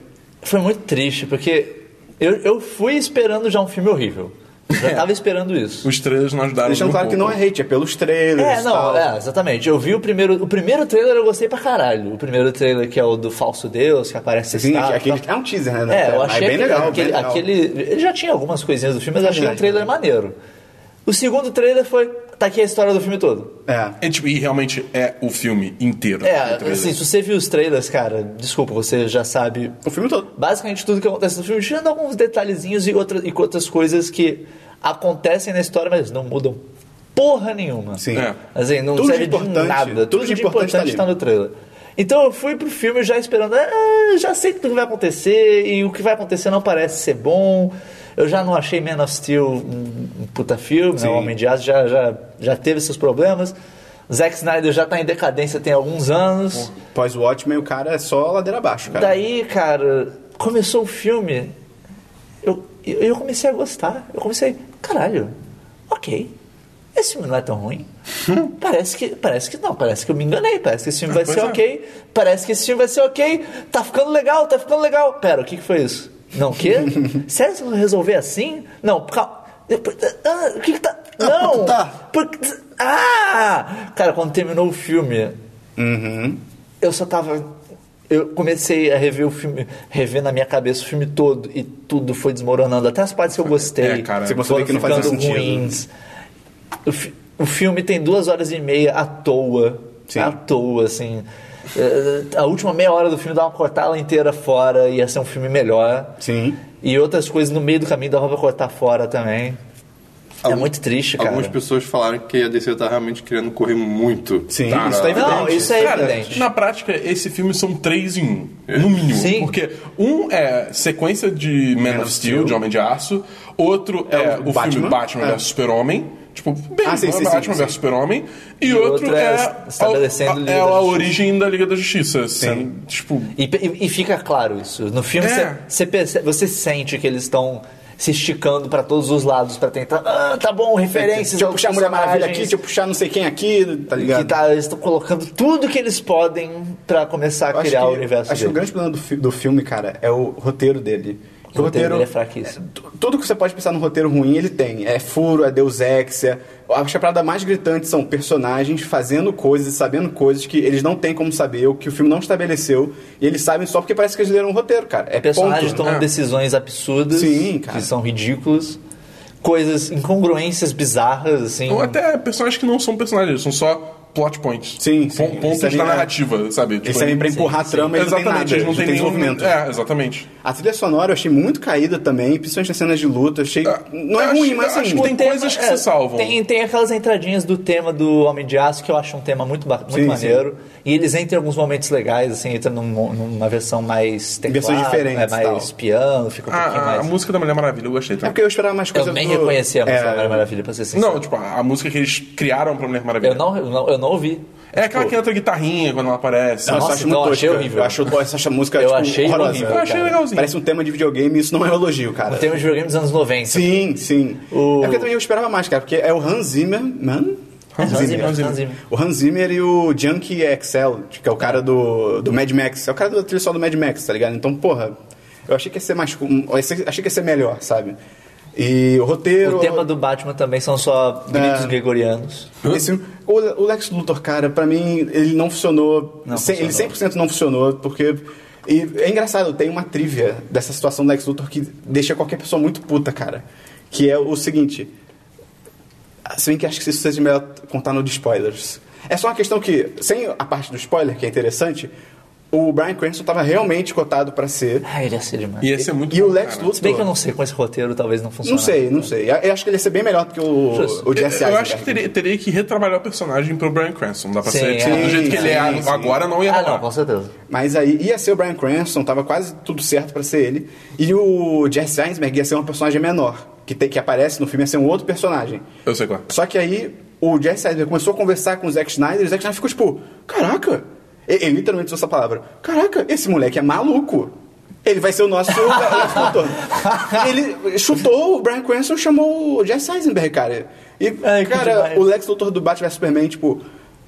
B: foi muito triste, porque eu, eu fui esperando já um filme horrível.
C: É.
B: Já tava esperando isso.
C: Os trailers não ajudaram
A: Deixando
C: nem um
A: claro que não
C: pouco.
A: é hate, é pelos trailers.
B: É, não,
A: tal.
B: é, exatamente. Eu vi o primeiro. O primeiro trailer eu gostei pra caralho. O primeiro trailer que é o do Falso Deus, que aparece
A: Sim,
B: estátua e
A: aquele-
B: tal.
A: é um teaser, né?
B: Tá, É, eu
A: Mas
B: achei
A: bem
B: aquele,
A: legal,
B: aquele,
A: bem legal. Tá né?
B: aquele- Ele já tinha algumas coisinhas do filme, mas eu achei um
A: verdade,
B: trailer maneiro. O segundo trailer foi. Tá aqui a história do filme todo.
A: É.
C: É, tipo, e realmente é o filme inteiro.
A: Tá
B: É,
C: O trailer.
B: assim, se você viu os trailers, cara, desculpa, você já sabe
A: O filme todo.
B: basicamente tudo que acontece no filme, tirando alguns detalhezinhos e, outra, e outras coisas que acontecem na história, mas não mudam porra nenhuma.
A: Sim.
C: É.
B: Assim, não
A: Tudo de
B: serve de,
A: importante, tá
B: nada. Tudo, de importante,
A: ali.
B: está no trailer. Então eu fui pro filme já esperando, ah, já sei tudo que vai acontecer e o que vai acontecer não parece ser bom. Eu já não achei Man of Steel um um puta filme, né? o Homem de Aço já, já, já teve seus problemas. Zack Snyder já tá em decadência tem alguns anos.
A: Pós o Watchmen, o cara é só ladeira abaixo, cara.
B: Daí, cara, começou o filme, eu, eu, eu comecei a gostar. Eu comecei, caralho, ok. Esse filme não é tão ruim. parece que. Parece que não, parece que eu me enganei. Parece que esse filme vai
C: pois
B: ser
C: é.
B: ok. Parece que esse filme vai ser ok. Tá ficando legal, tá ficando legal. Pera, o que, que foi isso? Não, o quê? Sério que eu vou resolver assim? Não, calma. Ah, o que, que tá. Não!
D: tá.
B: Porque- Ah! Cara, quando terminou o filme, eu só tava. Eu comecei a rever o filme, rever na minha cabeça o filme todo e tudo foi desmoronando. Até as partes que eu gostei.
C: É, cara. Você
A: percebeu
B: foram
A: que não fazia
B: ficando
A: sentido.
B: ruins. O, fi- o filme tem duas horas e meia à toa.
A: Sim.
B: À toa, assim. Eh, A última meia hora do filme dava pra cortar ela inteira fora, ia ser um filme melhor.
A: Sim.
B: E outras coisas no meio do caminho dava pra cortar fora também. é
D: Algum-
B: muito triste, cara.
D: Algumas pessoas falaram que a DC tá realmente querendo correr muito.
A: Sim,
D: Tá.
A: isso tá evidente.
B: Não, isso é
C: Cara,
B: evidente.
C: na prática, esse filme são três em um, no mínimo.
B: Sim.
C: Porque um é sequência de Man, of Steel, de Homem de Aço, outro é, o,
A: Batman.
C: filme Batman
A: É.
C: vs Super-Homem. Tipo, bem,
A: Ah, sim, sim, sim,
C: Batman
A: sim.
C: vs Super-Homem. E, outro,
B: outro é
C: é,
B: estabelecendo
C: a,
B: Liga
C: a, é
B: da
C: a
B: Justiça.
C: origem da Liga da Justiça. sendo, tipo,
B: E, e- e fica claro isso. No filme,
C: É.
B: você você percebe- você sente que eles estão se esticando pra todos os lados pra tentar. Ah, tá bom, referências.
A: Deixa eu puxar a Mulher Maravilha aqui,
B: personagens",
A: deixa eu puxar não sei quem aqui, tá ligado?
B: que tá, eles estão colocando tudo que eles podem pra começar
A: Eu
B: a
A: acho
B: criar
A: que-
B: o universo
A: Acho que o
B: dele.
A: grande problema do, fi- do filme, cara, é o roteiro dele.
B: O roteiro dele é fraquíssimo.
A: é, tu- tudo que você pode pensar num roteiro ruim, ele tem. É furo, é deus ex, é- Acho que a parada mais gritante são personagens fazendo coisas, e sabendo coisas que eles não têm como saber, o que o filme não estabeleceu, e eles sabem só porque parece que eles leram um roteiro, cara. É
B: Personagens
A: ponto.
B: tomam
C: É.
B: decisões absurdas
A: Sim, cara.
B: que são ridículas. Coisas, incongruências bizarras, assim.
C: ou até personagens que não são personagens, são só plot points.
A: Sim, sim.
C: Pon- Pontos
A: Isso é bem- é
C: da narrativa, sabe? Tipo,
A: Eles sabem pra empurrar a trama, eles não têm
C: Exatamente,
A: nada,
C: eles não têm nenhum-
A: desenvolvimento. Um
C: É, exatamente.
A: A trilha sonora eu achei muito caída também, principalmente nas cenas de luta. eu Achei. não é
C: Ah, acho-
A: ruim, mas
C: acho
A: assim.
C: que tem coisas que se salvam.
B: é, Tem, tem aquelas entradinhas do tema do Homem de Aço que eu acho um tema muito, ba- muito
A: Sim,
B: maneiro. E eles entram em alguns momentos legais, assim, entram num mo- numa versão mais teclado,
A: Versões diferentes,
B: né, mais
A: tal.
B: piano, fica um
C: Ah,
B: pouquinho
C: a, a
B: mais.
C: música da Mulher Maravilha, eu gostei
A: É
C: também.
A: porque eu esperava mais coisas
B: eu nem
A: do-
B: reconheci a música da
A: É,
B: Mulher Maravilha, pra ser sincero.
C: Não, tipo, a, a música que eles criaram pra Mulher Maravilha.
B: eu não, eu não, eu não ouvi.
C: É aquela que entra guitarrinha quando ela aparece.
A: Nossa,
B: Nossa,
A: eu acho muito
B: não, achei
A: tosca.
B: horrível.
A: Eu acho, eu acho essa música
B: Eu
A: tipo,
B: achei
A: horrorosa.
B: horrível,
C: eu achei
B: cara.
C: legalzinho.
A: Parece um tema de videogame, isso não é um elogio, cara.
B: Tem um videogame dos anos 90.
A: Sim, sim.
B: O-
A: É porque também eu esperava mais, cara, porque é o Hans Zimmer, man?
B: Hans Zimmer,
C: Hans Zimmer.
B: Hans Zimmer.
A: O Hans Zimmer e o Junkie Excel, que é o cara do, do Mad Max. É o cara da trilha um, só do Mad Max, tá ligado? Então, porra, eu achei que ia ser mais. cu- Achei que ia ser melhor, sabe? E o roteiro.
B: O tema do Batman também são só gritos gregorianos.
A: Esse- o, o Lex Luthor, cara, pra mim, ele não funcionou.
B: Não
A: Cem-
B: funcionou.
A: Ele 100% não funcionou, porque. E é engraçado, tem uma trivia dessa situação do Lex Luthor que deixa qualquer pessoa muito puta, cara. Que é o seguinte. Se bem que acho que isso seja melhor contar no de spoilers. É só uma questão que, sem a parte do spoiler, que é interessante, o Brian Cranston tava realmente cotado pra ser.
B: Ah, ele ia ser demais.
C: Ia ser é muito
A: e
C: bom,
A: o Lex
C: cara.
A: Luthor.
B: Se bem que eu não sei, com esse roteiro talvez não funcione.
A: Não sei, não sei. Eu acho que ele ia ser bem melhor do que o,
B: Justo.
A: o Jesse
C: Eu acho
A: Eisenberg.
C: que teria, teria que retrabalhar o personagem pro Brian Cranston. Dá pra
B: Sim,
C: ser
B: é.
C: tipo, do jeito que
A: Sim,
C: ele é
A: sim.
C: agora, não ia
B: Ah, não,
C: rolar.
B: com certeza.
A: Mas aí ia ser o Brian Cranston, tava quase tudo certo pra ser ele. E o Jesse Eisenberg ia ser um personagem menor, que, tem, que aparece no filme, ia ser um outro personagem.
C: eu sei qual. é.
A: Só que aí o Jesse Eisenberg começou a conversar com o Zack Snyder e o Zack Snyder ficou tipo: Caraca! Ele, ele literalmente usou essa palavra: Caraca, esse moleque é maluco! Ele vai ser o nosso escultor. ele chutou o Brian Cranston e chamou o Jesse Eisenberg, cara. E,
B: Ai, que
A: cara,
B: demais.
A: o Lex Luthor do Batman vs Superman, tipo,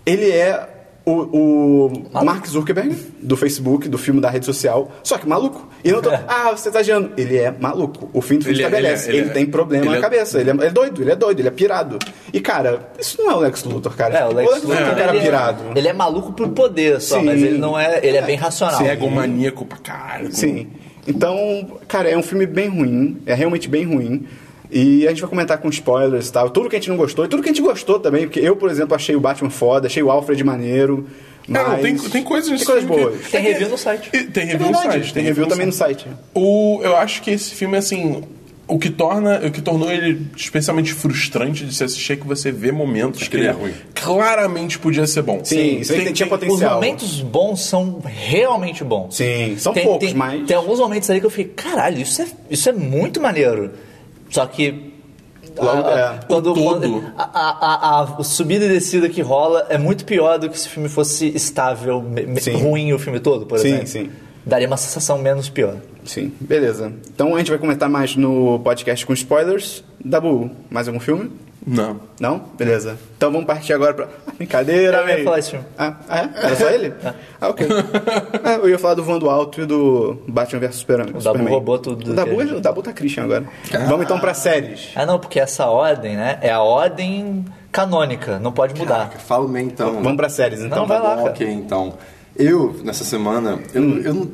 A: ele é o, o Mark Zuckerberg do Facebook, do filme da rede social, só que maluco. E não tô,
B: É.
A: ah, você tá exagerando. Ele é maluco. O fim do filme
C: Ele é-
A: estabelece.
C: ele
A: Ele,
C: é- ele é-
A: tem problema
C: ele
A: na
C: é-
A: cabeça. Ele é, ele é doido, ele é doido, ele é pirado. E, cara, isso não é o Lex Luthor, cara.
B: É, o Lex, Luthor,
A: é um cara
B: ele, é-
A: pirado.
B: ele é maluco por poder só,
A: Sim.
B: mas ele não é. Ele é bem racional.
C: Cego, maníaco pra caralho.
A: Sim. Então, cara, é um filme bem ruim. É realmente bem ruim. E a gente vai comentar com spoilers e tal. Tudo que a gente não gostou. E tudo que a gente gostou também. Porque eu, por exemplo, achei o Batman foda. Achei o Alfred maneiro. Mas...
C: É, não, tem, tem coisas
A: Tem coisas
C: filme que-
A: boas.
B: Tem
C: é que-
B: review no site.
C: e- Tem
A: É
C: review no
A: verdade.
C: site.
A: Tem review também no site.
C: O, eu acho que esse filme, assim, o que torna, o que tornou ele especialmente frustrante de se assistir é que você vê momentos que
D: ele
C: ele
D: é ruim.
C: claramente podia ser bom.
A: Sim, isso aí tem- tinha
B: Os
A: potencial.
B: momentos bons são realmente bons.
A: Sim, são poucos,
B: tem,
A: mas-
B: Tem alguns momentos ali que eu fiquei, caralho, isso é, isso é muito maneiro. Só que.
A: Logo,
B: a-
A: é,
B: quando,
C: o todo.
B: quando- a, a, a, a subida e descida que rola é muito pior do que se o filme fosse estável, me- me-
A: Sim.
B: ruim o filme todo, por
A: Sim,
B: exemplo.
A: sim.
B: Daria uma sensação menos pior.
A: Sim, beleza. Então a gente vai comentar mais no podcast com spoilers. Dabu, mais algum filme?
C: Não.
A: Não? Beleza. Então vamos partir agora pra. Ah, Brincadeira,
B: Eu ia
A: véi.
B: falar esse filme.
A: Ah, ah, é? Era só ele? ah, ok. É, eu ia falar do Voando Alto e do Batman vs Superman. O
B: roubou tudo
A: O Dabu,
B: que a gente-
A: o Dabu tá Christian agora. Vamos então pra séries.
B: Ah, não, porque essa ordem, né? É a ordem canônica, não pode mudar.
D: Fala bem então.
A: Vamos pra séries então.
B: Não, vai lá,
D: Bom,
B: cara.
D: Ok, então. Eu, nessa semana, eu,
A: Hum.
D: eu não.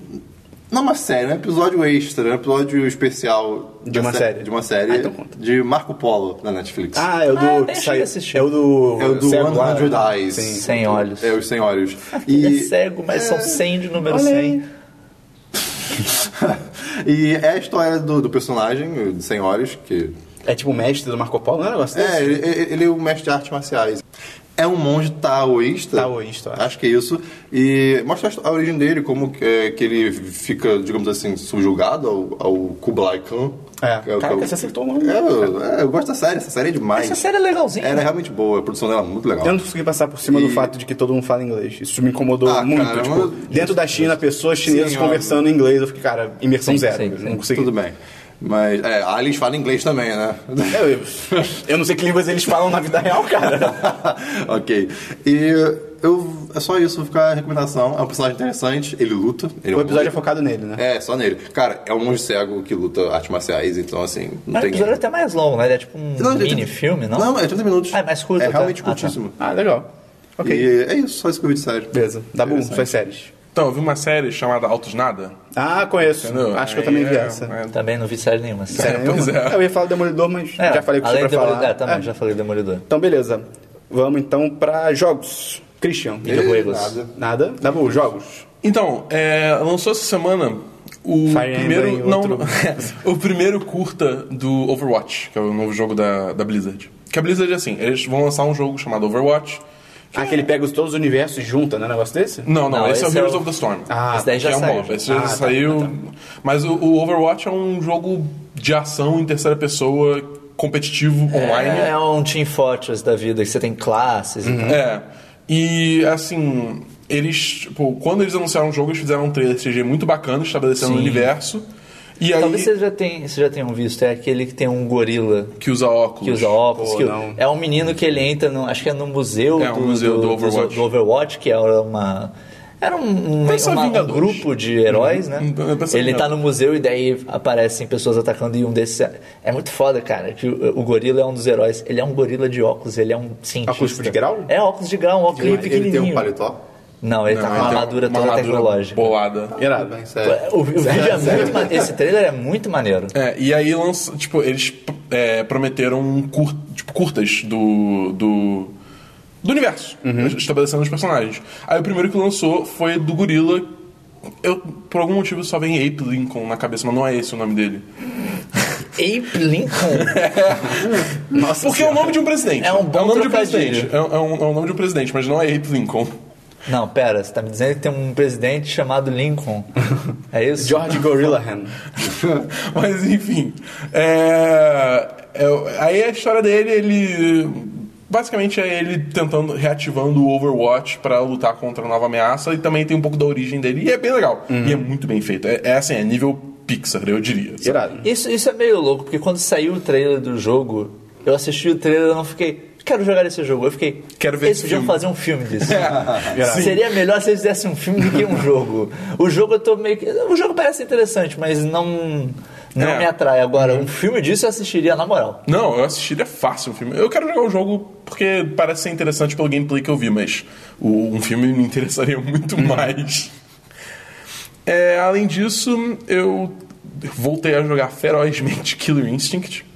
D: Não é uma série, é um episódio extra, é um episódio especial
A: De
D: da
A: uma
D: sé-
A: série.
D: De uma série
A: Ah, então conta.
D: de Marco Polo na Netflix.
A: Ah, é o do.
B: Ah, eu
A: que
B: cheguei
A: saiu-
B: a assistir.
A: É o do.
D: é o do
A: Cego lá,
D: 100
A: né?
D: Eyes.
A: Sim.
B: Sem olhos.
D: É, os 100 olhos.
B: Ele é
D: E,
B: cego, mas são 100 de número
A: Olha
B: 100.
A: aí.
D: e é a história do, do personagem, de 100 olhos, que
A: É tipo o mestre do Marco Polo, não é um negócio desse?
D: É, ele, ele- ele é um mestre de artes marciais. É um monge taoísta.
A: Taoísta, acho.
D: acho. que é isso. E mostra a origem dele, como que, é, que ele fica, digamos assim, subjugado ao, ao Kublai Khan.
A: É.
D: Que o-
A: Caraca,
D: que o-
A: você acertou o nome.
D: É, eu, é, eu gosto da série, essa série é demais.
B: Essa série é legalzinha.
D: Ela é realmente boa, a produção dela é muito legal.
A: Eu não consegui passar por cima do
D: E-
A: fato de que todo mundo fala inglês. Isso me incomodou
D: Ah,
A: muito.
D: cara,
A: tipo,
D: mas-
A: dentro da China, pessoas chinesas
D: Sim,
A: conversando em inglês. Eu fiquei, cara, imersão
B: Sim,
A: zero.
B: sim,
A: Eu
B: sim.
A: Não consegui.
D: Tudo bem. Mas, é, Alice fala inglês também, né?
A: É, Eu, eu- eu não sei que línguas eles falam na vida real, cara.
D: ok. E eu, é só isso, vou ficar a recomendação. É um personagem interessante, ele luta. Ele é
A: O
D: um
A: episódio é
D: monge.
A: focado nele, né?
D: É, só nele. Cara, é um monge cego que luta artes marciais, então assim, não
B: Mas o
D: tem.
B: episódio é até mais longo, né? Ele é tipo um
D: Não, ele é
B: mini
D: 30
B: filme, não?
D: Não, é 30 minutos.
B: Ah, é mais curto
D: É
B: até.
D: realmente
B: Ah, tá.
D: curtíssimo.
A: Ah, legal. Ok.
D: E é isso, só isso que eu vi de série.
A: Beleza. Dá bom,
D: Interessante.
A: suas séries.
C: Então, eu vi uma série chamada Altos Nada.
A: Ah, conheço.
C: entendeu?
A: Acho que eu também
C: Aí
A: vi
C: é-
A: essa.
C: é-
B: Também não vi série nenhuma. assim.
A: Sério nenhuma?
C: pois é.
A: Eu ia falar do Demolidor, mas
B: É,
A: já falei com você
B: além
A: pra
B: do Demolidor,
A: falar.
B: É, também,
A: É.
B: já falei do Demolidor.
A: Então, beleza. Vamos então pra jogos. Christian.
B: Videojuegos.
D: nada.
A: Nada? Dá bom, jogos.
C: Então, é, lançou essa semana o
A: Fire
C: primeiro.
A: Emblem,
C: não, é,
A: outro.
C: o primeiro curta do Overwatch, que é o novo jogo da, da Blizzard. Que a Blizzard é assim, eles vão lançar um jogo chamado Overwatch.
A: Ah, que ele pega os- todos os universos e junta, né? Um negócio desse?
C: Não, não,
B: Não, esse
C: esse, é
B: é
C: o Heroes
B: o-
C: of the Storm.
A: Ah,
B: Esse daí já
C: que é um
B: saiu.
C: MOBA, Esse
A: Ah,
C: já
A: tá,
C: saiu.
A: tá,
C: Mas o, o Overwatch é um jogo de ação em terceira pessoa, competitivo, online.
B: É, é um Team Fortress da vida, que você tem classes e tal.
C: É. E assim, eles. Tipo, quando eles anunciaram o jogo, eles fizeram um trailer CG muito bacana, estabelecendo o universo. E aí.
B: Talvez você já, tenha, você já tenha visto, é aquele que tem um gorila
C: Que usa óculos.
B: que usa óculos.
A: Pô,
B: que o-
A: não.
B: é um menino que ele entra, no, acho que é no museu,
C: É, um museu do Overwatch.
B: do Overwatch, que era uma. Era um, um-
C: Pensa
B: uma- um
C: Vingadores.
B: grupo de heróis, né?
C: Uhum. Pensa
B: Ele tá
C: Vingadores.
B: no museu e daí aparecem pessoas atacando e um desses... É, é muito foda, cara, que o, o gorila é um dos heróis. Ele é um gorila de óculos, ele é um cientista.
A: Óculos de grau?
B: É, óculos de grau, um óculos
D: Ele
B: pequenininho.
D: tem um paletó.
B: Não, ele tá
C: Né,
B: com uma armadura toda tecnológica.
C: Bolada.
A: Irado.
D: Sério.
B: O, o vídeo é muito ma- Esse trailer é muito maneiro.
C: É, e aí lança, tipo, eles é, prometeram um cur, tipo, curtas do. do. do universo,
B: Uhum.
C: estabelecendo os personagens. Aí o primeiro que lançou foi do gorila. Eu, por algum motivo só vem Ape Lincoln na cabeça, mas não é esse o nome dele.
B: Ape Lincoln?
A: Nossa
C: Porque é o nome de um presidente.
B: É um bom
C: o nome de um
B: trocadilho.
C: presidente. É, um- é um, é um nome de um presidente, mas não é Ape Lincoln.
B: Não, pera, você tá me dizendo que tem um presidente chamado Lincoln. É isso?
A: George Gorillahan.
C: Mas enfim. é- é- aí a história dele, ele. Basicamente é ele tentando, reativando o Overwatch pra lutar contra a nova ameaça e também tem um pouco da origem dele. E é bem legal.
B: Uhum.
C: E é muito bem feito. É, é assim, é nível Pixar, eu diria. sabe?
A: Irado.
B: Isso, isso é meio louco, porque quando saiu o trailer do jogo, eu assisti o trailer e não fiquei. Quero jogar esse jogo. Eu fiquei.
C: Quero ver
B: Eles
C: esse
B: podiam
C: filme." É,
B: fazer um filme disso. Seria melhor se eles fizessem um filme do que um jogo. O jogo eu tô meio que. O jogo parece interessante, mas não. Não
C: É.
B: me atrai. Agora, um filme disso eu assistiria na moral.
C: Não, eu assistiria fácil o filme. Eu quero jogar o jogo porque parece ser interessante pelo gameplay que eu vi, mas o- um filme me interessaria muito
B: Uhum.
C: mais. É, além disso, eu voltei a jogar ferozmente Killer Instinct.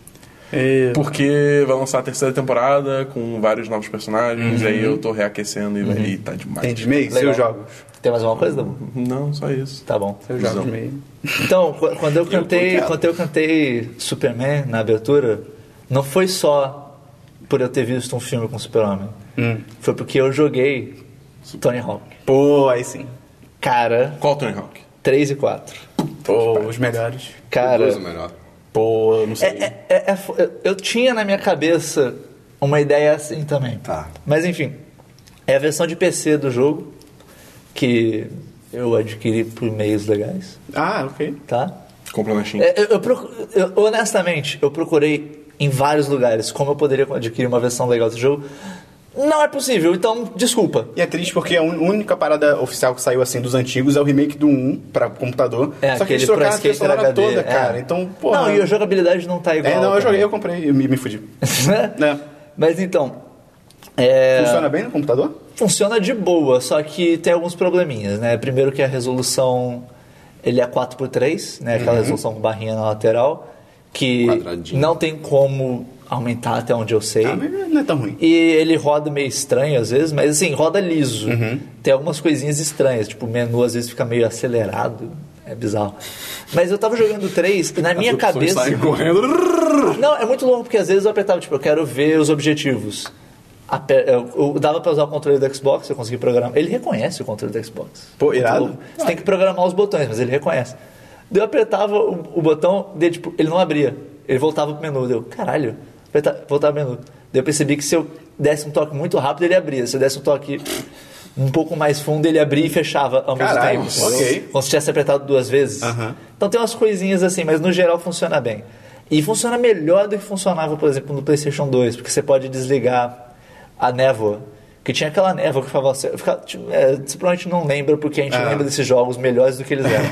C: Porque vai lançar a terceira temporada com vários novos personagens, e aí
B: Uhum.
C: eu tô reaquecendo e, e tá demais.
A: Tem de mês?
B: Legal.
A: Eu jogo.
B: Tem mais alguma coisa, Dabu?
C: Não, só isso.
B: Tá bom.
A: Eu jogo de meio.
B: Então, qu- quando eu cantei, quando eu cantei Superman na abertura, não foi só por eu ter visto um filme com Super-Homem. Foi porque eu joguei Tony Hawk.
A: Pô, aí sim.
B: Cara,
C: Qual Tony Hawk?
B: 3 e 4.
A: Pô,
B: Tipo,
A: os melhores.
B: Cara,
D: Coisa melhor.
A: Pô, eu não
B: é,
A: sei.
B: é, é- é fo- eu- eu tinha na minha cabeça uma ideia assim também.
D: Tá.
B: Mas enfim, é a versão de PC do jogo que eu adquiri por meios legais,
A: Ah, ok.
B: tá?
C: Comprou na Steam.
B: É, Eu, eu procu- eu- honestamente, eu procurei em vários lugares como eu poderia adquirir uma versão legal do jogo. Não é possível, então desculpa.
A: E é triste porque a un- única parada oficial que saiu assim dos antigos é o remake do 1 pra computador.
B: É,
A: Só que eles
B: aquele
A: trocaram a
B: Pro
A: trilha
B: Skater
A: sonora
B: HD,
A: toda,
B: é.
A: cara. Então, pô.
B: Não, e a jogabilidade não tá igual.
A: É, não, eu
B: também.
A: joguei, eu comprei e me, me fudi.
B: Né?
A: É.
B: Mas então. é,
A: Funciona bem no computador?
B: Funciona de boa, só que tem alguns probleminhas, né? Primeiro que a resolução ele é 4x3, né?
A: Uhum.
B: Aquela resolução com barrinha na lateral, que
D: Quadradinho.
B: não tem como aumentar até onde eu sei.
A: Ah, mas não é tão ruim.
B: E ele roda meio estranho às vezes, mas assim, roda liso. Tem algumas coisinhas estranhas, tipo, o menu às vezes fica meio acelerado. É bizarro. Mas eu tava jogando 3 e na minha
D: Pessoas
B: cabeça.
D: saem correndo.
B: Não, é muito louco, porque às vezes eu apertava, tipo, eu quero ver os objetivos. Ape- Eu, eu dava pra usar o controle do Xbox, eu consegui programar. Ele reconhece o controle do Xbox.
A: Pô,
B: Muito
A: irado.
B: louco. Você tem que programar os botões, mas ele reconhece. Daí eu apertava o, o botão, daí, tipo, ele não abria. Ele voltava pro menu. Deu, caralho, aperta- voltava pro menu. Daí eu percebi que se eu desse um toque muito rápido, ele abria. Se eu desse um toque um pouco mais fundo, ele abria e fechava ambos os
A: Caralho,
B: tempos.
A: ok.
B: Como se tivesse apertado duas vezes.
A: Aham.
B: Então tem umas coisinhas assim, mas no geral funciona bem. E funciona melhor do que funcionava, por exemplo, no PlayStation 2, porque você pode desligar a névoa. Que tinha aquela névoa que ficava. assim, ficava tipo, é, você provavelmente não lembra, porque a
A: É.
B: gente lembra desses jogos melhores do que eles eram.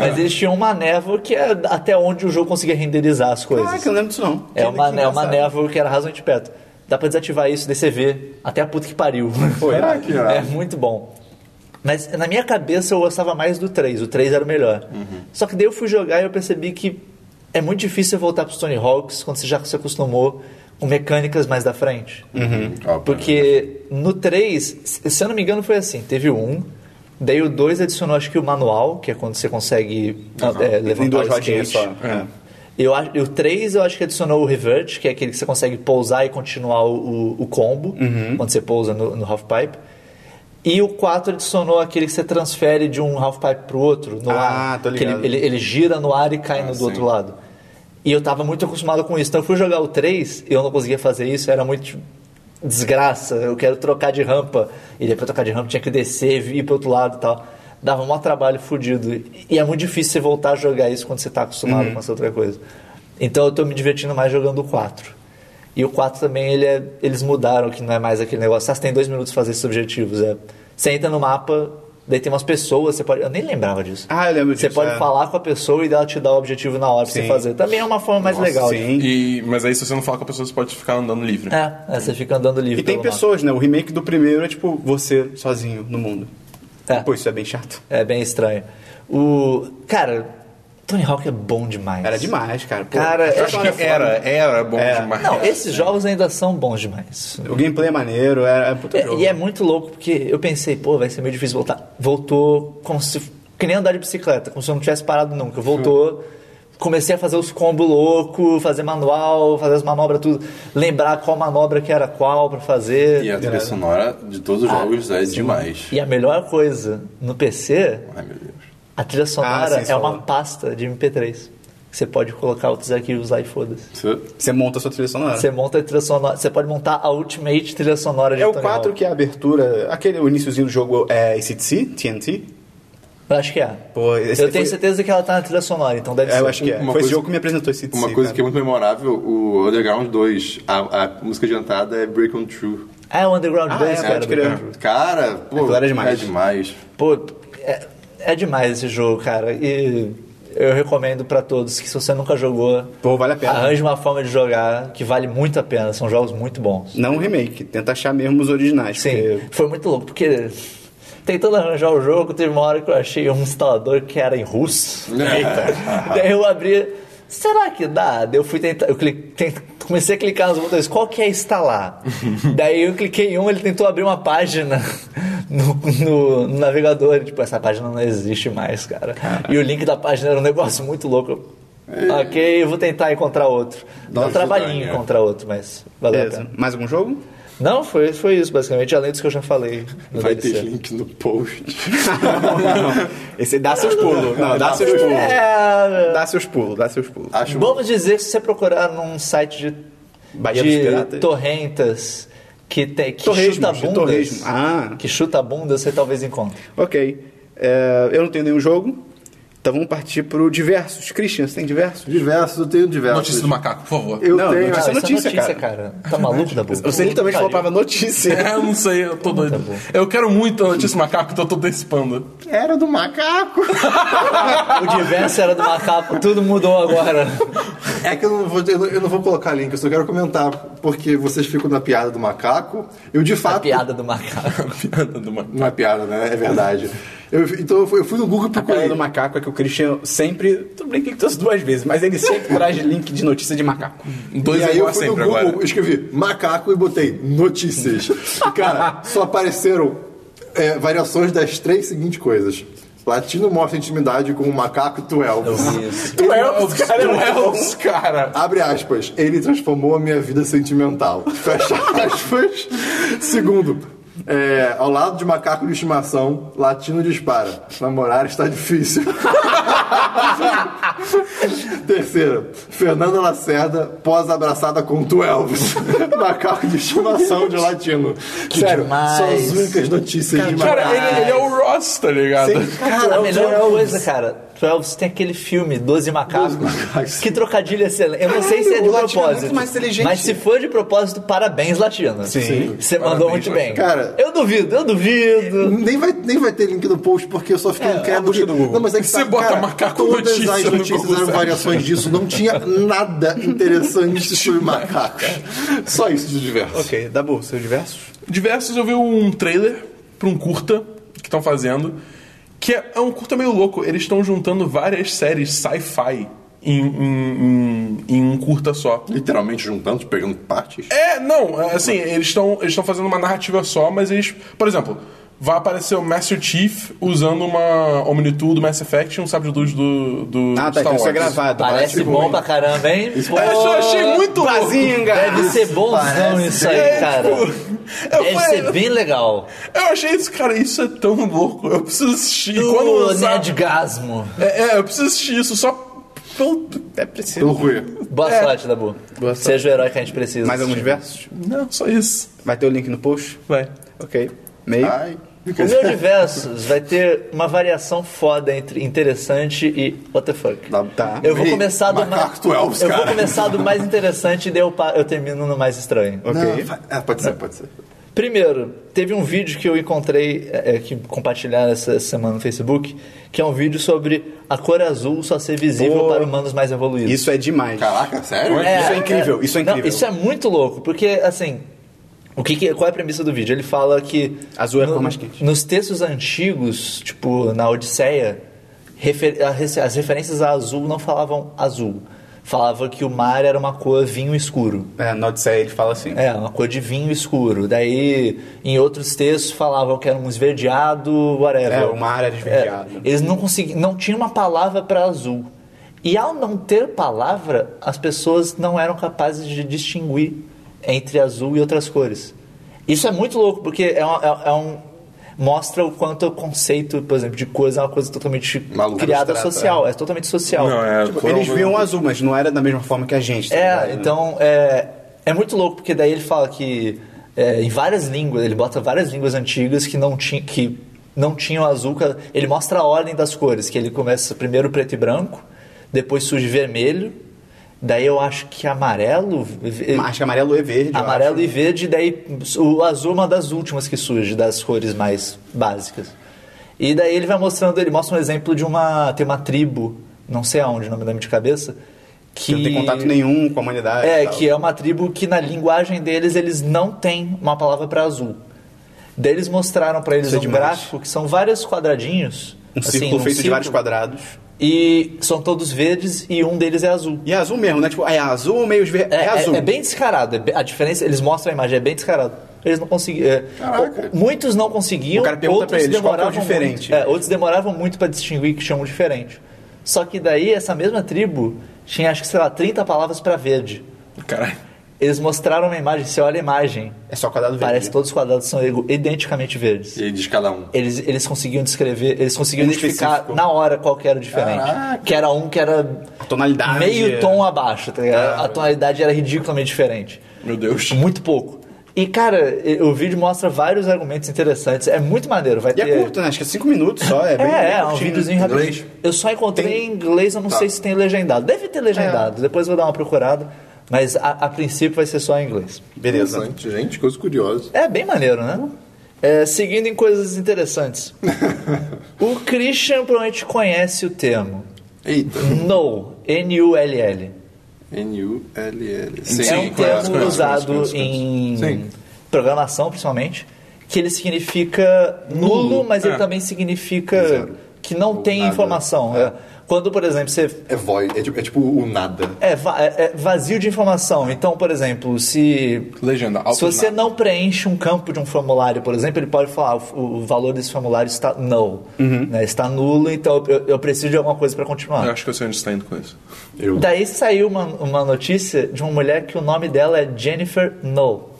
B: Mas eles tinham uma névoa que é até onde o jogo conseguia renderizar as coisas.
A: Caraca, Ah, eu não lembro disso não.
B: É uma,
A: Que
B: é uma
A: engraçado.
B: névoa que era razoavelmente perto. Dá pra desativar isso, daí você vê até a puta que pariu.
D: Caraca, irado.
B: é muito bom. Mas na minha cabeça eu gostava mais do 3, o 3 era o melhor.
A: Uhum.
B: Só que daí eu fui jogar e eu percebi que é muito difícil você voltar pros Tony Hawks quando você já se acostumou com mecânicas mais da frente.
A: Uhum.
D: Ó,
B: Porque no 3, se se eu não me engano, foi assim: teve o 1, daí o 2 adicionou acho que o manual, que é quando você consegue é,
A: Tem
B: levantar
A: duas
B: o skate.
A: rodinhas só. né?
C: É.
B: Eu, acho- o 3 eu acho que adicionou o revert, que é aquele que você consegue pousar e continuar o, o combo
A: Uhum.
B: quando você pousa no, no halfpipe. E o 4 adicionou aquele que você transfere de um halfpipe pro outro no
A: Ah,
B: ar.
A: tô ligado.
B: Que ele, ele- ele gira no ar e cai no do
D: sim.
B: outro lado. E eu tava muito acostumado com isso. Então eu fui jogar o 3 e eu não conseguia fazer isso, era muito tipo, desgraça. Eu quero trocar de rampa. E depois trocar de rampa tinha que descer, ir pro outro lado e tal. Dava um maior trabalho fudido. E é muito difícil você voltar a jogar isso quando você tá acostumado com essa outra coisa. Então eu tô me divertindo mais jogando o 4. E o 4 também, ele é- eles mudaram, que não é mais aquele negócio. Ah, você tem dois minutos pra fazer esses objetivos. É, você entra no mapa, Daí tem umas pessoas, você pode. Eu nem lembrava disso.
A: Ah, eu lembro
B: Você
A: disso,
B: pode
A: é.
B: falar com a pessoa e ela te dá o objetivo na hora pra
A: Sim.
B: você fazer. Também é uma forma mais
A: Nossa,
B: legal. de-
A: Sim.
C: E, mas aí se você não falar com a pessoa, você pode ficar andando livre.
B: É, é, você fica andando livre.
A: E tem
B: pelo mapa.
A: pessoas, né? O remake do primeiro é tipo você sozinho no mundo.
B: É.
A: Pô, isso é bem chato.
B: É bem estranho. O. Cara, Tony Hawk é bom demais.
A: Era demais, cara. Pô,
B: Cara,
A: até
C: Eu
B: é-
A: agora
C: acho que
A: é
C: era,
A: foda.
C: era bom
A: É.
C: demais.
B: Não, esses jogos ainda são bons demais.
A: O gameplay é maneiro, era é puta
B: É,
A: jogo.
B: e é muito louco porque eu pensei, pô, vai ser meio difícil voltar. Voltou como se. Que nem andar de bicicleta, como se eu não tivesse parado nunca. Voltou. Comecei a fazer os combos loucos, fazer manual, fazer as manobras, tudo. Lembrar qual manobra que era qual pra fazer.
F: E a trilha sonora de todos os
D: Ah,
F: jogos é demais.
B: E a melhor coisa, no PC,
F: Ai, meu Deus.
B: a trilha sonora
A: Ah, sim,
B: é uma
A: só-
B: pasta de MP3. Você pode colocar outros arquivos lá e foda-se.
A: Você monta a sua trilha sonora.
B: Você monta a trilha sonora, você pode montar a Ultimate trilha sonora de
A: É o
B: Tony
A: 4
B: Hawk.
A: que é a abertura, aquele, o iníciozinho do jogo é ACDC, TNT?
B: Eu acho que é.
A: Pô,
B: eu
A: esse
B: tenho
A: foi-
B: certeza que ela tá na trilha sonora, então deve
A: É,
B: ser.
A: eu acho que é.
F: Uma
A: Foi esse
F: coisa-
A: jogo que me apresentou esse
F: Uma coisa que é muito memorável, o Underground 2, a, a música adiantada é Break On True.
B: Ah, o Underground
A: Ah,
B: 2,
A: é,
B: cara.
A: pode crer.
B: Underground True.
F: Cara, pô,
A: Aquilo era demais.
F: é demais.
B: Pô, é, é demais esse jogo, cara. E eu recomendo pra todos que se você nunca jogou,
A: Pô, vale a pena.
B: arranje uma forma de jogar que vale muito a pena. São jogos muito bons.
A: Não um remake, tenta achar mesmo os originais.
B: Sim,
A: porque-
B: foi muito louco, porque tentando arranjar o jogo, teve uma hora que eu achei um instalador que era em russo. Eita. Daí eu abri, será que dá? Daí eu fui tentar, eu cliquei, tent- comecei a clicar nos botões, qual que é instalar? Daí eu cliquei em um, ele tentou abrir uma página no, no- no navegador, e, tipo, essa página não existe mais, cara. E o link da página era um negócio muito louco. Eu, Ok, eu vou tentar encontrar outro. Dá um
F: ajuda,
B: trabalhinho
F: né?
B: encontrar outro, mas valeu a
A: Beleza.
B: pena.
A: Mais algum jogo?
B: Não, foi, foi isso, basicamente, além dos que eu já falei. no
F: Vai
B: DLC.
F: ter link no post.
A: Esse dá seus pulos. Não, dá seus pulos.
B: É,
A: Dá seus pulos, dá seus pulos.
F: Acho
B: vamos dizer que se você procurar num site de,
A: Bahia
B: de
A: dos Piratas.
B: torrentas que, tem que
A: Torresmo,
B: chuta
A: de
B: bundas,
A: torresmo. Ah.
B: que chuta bundas, você talvez encontre.
A: Ok. É, eu não tenho nenhum jogo, então vamos partir pro diversos. Christian, você tem diversos?
D: Diversos, eu tenho diversos.
C: Notícia do macaco, por favor.
D: Eu
A: Não,
D: tenho.
A: notícia-
B: Ah,
A: é notícia,
B: cara. Tá maluco da boca.
A: Você literalmente flopava notícia.
C: É, Eu não sei, eu tô
D: Tá
C: doido.
B: bom.
C: Eu quero muito a notícia do macaco, então eu tô antecipando.
D: Era do macaco.
B: O diverso era do macaco, tudo mudou agora.
D: É que eu não, vou, eu, não, eu não vou colocar link, eu só quero comentar, porque vocês ficam na piada do macaco. Eu de fato.
B: A piada do macaco.
C: Tá Piada do macaco.
D: Não é piada, né? É verdade. Eu- então eu fui, eu fui no Google
A: A
D: e procurei.
A: parada do macaco é que o Christian sempre. Tudo bem que ele trouxe duas vezes, mas ele sempre traz link de notícia de macaco.
C: Um Dois é
D: e aí
C: igual
D: eu
C: a
D: fui no
C: sempre
D: Google,
C: agora.
D: escrevi macaco e botei notícias. E, cara, só apareceram é, variações das três seguintes coisas. Latino mostra intimidade com o macaco
B: Eu
D: Twelve.
B: vi isso.
C: Twelves, é cara. Twelves, cara.
D: Abre aspas. Ele transformou a minha vida sentimental. Fecha aspas. Segundo. é, ao lado de macaco de estimação, latino dispara. Namorar está difícil. Terceira, Fernanda Lacerda pós abraçada com tu Elvis. macaco de estimação de latino. Sério, são as
B: demais.
D: únicas notícias de macaco.
C: Cara, ele, ele é o Ross, tá ligado?
B: Cara, a melhor coisa, cara, 12 tem aquele filme, 12 Macacos. Que trocadilho excelente. Eu não sei se é de
A: o latino é
B: propósito.
A: muito mais inteligente.
B: Mas se for de propósito, parabéns, Latino.
A: Sim.
B: Você mandou muito bem.
D: Cara- Hum,
B: eu duvido, eu duvido.
D: Nem vai, nem vai ter link no post porque eu só fiquei incrédulo.
A: busca do Google.
D: Não, mas é que
C: Você bota macaco
D: todas
C: notícia
D: as
C: no
D: notícias
C: Google
D: eram
C: Search.
D: variações disso. Não tinha nada interessante sobre macacos. Só isso de diverso.
A: Ok, Dabu, seus diversos?
C: Diversos, eu vi um trailer pra um curta que estão fazendo, que é, é um curta meio louco. Eles estão juntando várias séries sci-fi em, em- em- em um curta só.
F: Literalmente juntando, pegando partes.
C: É, não, é, assim, eles estão eles estão fazendo uma narrativa só, mas eles. Por exemplo, vai aparecer o Master Chief usando uma Omnitool do Mass Effect e um sabre de luz do, do
A: Ah, tá,
C: Star
A: então
C: Wars.
A: isso é gravado.
B: Parece bom pra caramba, hein? Pô,
C: Eu achei- achei muito louco.
A: Brasinga!
B: Deve ser bonzão isso aí, cara.
C: Eu
B: Deve
C: falei-
B: ser é bem legal.
C: Eu achei isso, cara, isso é tão louco. Eu preciso assistir. Quando
B: O
C: lançar,
B: Nedgasmo.
C: é, é, eu preciso assistir isso só pelo.
A: É preciso.
D: Então, Rui,
B: Boa sorte, Dabu.
A: Boa sorte.
B: Seja o herói que a gente precisa.
A: Mais alguns diversos?
C: Não, só isso.
A: Vai ter o link no post?
C: Vai.
A: Ok. Meio.
D: ai,
B: O meu diversos vai ter uma variação foda entre interessante e what the fuck.
D: dá- tá.
B: Eu vou
D: Ei,
B: começar do mais.
D: macaco tu Elvis,
B: eu
D: cara.
B: vou começar do mais interessante e daí eu, pa- eu termino no mais estranho.
A: Ok.
D: Não, fa- é, pode ser, pode ser.
B: Primeiro, teve um vídeo que eu encontrei, é, é, que compartilharam essa semana no Facebook, que é um vídeo sobre a cor azul só ser visível
A: Pô.
B: para humanos mais evoluídos.
A: Isso é demais.
F: Caraca, sério?
A: isso é incrível, isso é
B: Não,
A: incrível.
B: isso é muito louco, porque assim. O que que- qual é a premissa do vídeo? Ele fala que.
A: Azul é a cor mais quente.
B: Nos textos antigos, tipo na Odisseia, refer- a rece- as referências a azul não falavam azul. Falava que o mar era uma cor vinho escuro.
A: É, na Odisseia ele fala assim.
B: É, uma cor de vinho escuro. Daí, em outros textos, falavam que era um esverdeado, whatever.
A: É, uma área de esverdeado.
B: É, eles não conseguiam, não tinha uma palavra para azul. E ao não ter palavra, as pessoas não eram capazes de distinguir entre azul e outras cores. Isso é muito louco, porque é um, é- é um- mostra o quanto o conceito, por exemplo, de cores é uma coisa totalmente
F: Maluco,
B: criada
F: abstrata,
B: social. É. totalmente social.
C: Não, é.
A: Tipo,
C: foi
A: eles
C: uma-
A: viam o azul, mas não era da mesma forma que a gente. tá ligado?
B: É, então é, é muito louco, porque daí ele fala que é, em várias línguas, ele bota várias línguas antigas que não, ti, que não tinham azul. ca- Ele mostra a ordem das cores, que ele começa primeiro preto e branco, depois surge vermelho, daí eu acho que amarelo. ve-
A: Acho que amarelo é verde. eu
B: Amarelo
A: acho.
B: e verde, daí o azul é uma das últimas que surge, das cores mais básicas. E daí ele vai mostrando, ele mostra um exemplo de uma. Tem uma tribo, não sei aonde, não me lembro de cabeça. Que
A: Não tem um contato nenhum com a humanidade.
B: é,
A: e tal.
B: que é uma tribo que na linguagem deles eles não têm uma palavra para azul. Daí eles mostraram para eles
A: Isso é
B: um
A: demais.
B: gráfico que são vários quadradinhos.
A: Um
B: assim,
A: círculo
B: num
A: feito de
B: círculo,
A: vários quadrados.
B: E são todos verdes e um deles é azul.
A: E é azul mesmo, né? Tipo, é azul, meio verde.
B: É,
A: É,
B: é-
A: azul.
B: é bem descarado. é bem- a diferença, eles mostram a imagem, é bem descarado. Eles não conseguiam. é,
F: Caraca.
B: o- muitos não conseguiam.
A: O cara pergunta
B: outros
A: pra eles, qual que é o
B: demoravam
A: diferente?
B: muito- é, outros demoravam muito para distinguir que chamam diferente. Só que daí essa mesma tribo tinha, acho que, sei lá, 30 palavras para verde.
C: Caralho.
B: Eles mostraram uma imagem, você olha a imagem,
A: É só quadrado verde.
B: parece que todos os quadrados são igu- identicamente verdes.
F: E aí diz cada um.
B: Eles, eles conseguiam descrever, eles conseguiam
A: Um
B: identificar
A: específico.
B: na hora qual que era o diferente. Que era um que era
A: A tonalidade. É.
B: meio tom abaixo, tá ligado? A tonalidade era ridiculamente diferente.
C: Meu Deus.
B: Muito pouco. E, cara, e- o vídeo mostra vários argumentos interessantes. É muito maneiro, vai
A: E
B: ter...
A: é curto, né? Acho que é 5 minutos só. É,
B: É,
A: bem,
B: é,
A: bem
B: um
A: curtinho. Tá.
B: videozinho rapidinho.
F: Inglês?
B: Eu só encontrei em inglês, eu não sei se tem legendado. Deve ter
A: É.
B: legendado, depois eu vou dar uma procurada. Mas a, a princípio vai ser só em inglês.
A: Beleza.
F: Interessante, gente, coisa curiosa.
B: É bem maneiro, né? É, seguindo em coisas interessantes. o Christian provavelmente conhece o termo.
F: Eita,
B: No, N-U-L-L.
F: N-U-L-L.
B: é um
F: Sim,
B: termo
F: conheço, conheço,
B: usado
F: conheço, conheço.
B: em
F: Sim.
B: programação, principalmente, que ele significa nulo, mas ele
C: é.
B: também significa que não tem
F: nada.
B: informação. É. Quando, por exemplo, você
D: É void, é tipo, é tipo o nada.
B: É, va- é- é vazio de informação. Então, por exemplo, se.
C: Legenda, alto
B: Se você
C: nada.
B: não preenche um campo de um formulário, por exemplo, ele pode falar: "Ah, "O- o, valor desse formulário está null. né? Está nulo, então eu, eu preciso de alguma coisa para continuar.
C: Uhum. Eu acho que eu sei onde você tá indo com isso.
B: Daí saiu uma, uma notícia de uma mulher que o nome dela é Jennifer Null.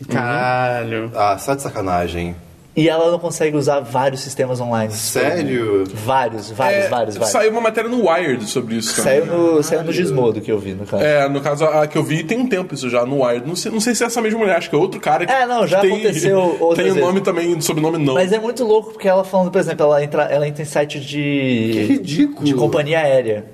B: Uhum.
A: Caralho.
D: Ah, sai de sacanagem.
B: E ela não consegue usar vários sistemas online.
D: Sério?
B: Vários, vários,
C: É,
B: vários, vários.
C: Saiu uma matéria no Wired sobre isso. também.
B: Saiu no, saiu no Gizmodo que eu vi, no caso.
C: É, no caso, a que eu vi tem um tempo isso já, no Wired. Não sei, não sei se é essa mesma mulher, acho que é outro cara que.
B: É, não, já
C: tem,
B: aconteceu outras
C: Tem o
B: vezes.
C: nome também, um sobrenome não.
B: Mas é muito louco porque ela falando, por exemplo, ela entra, ela entra em site de.
F: Que ridículo.
B: De companhia aérea.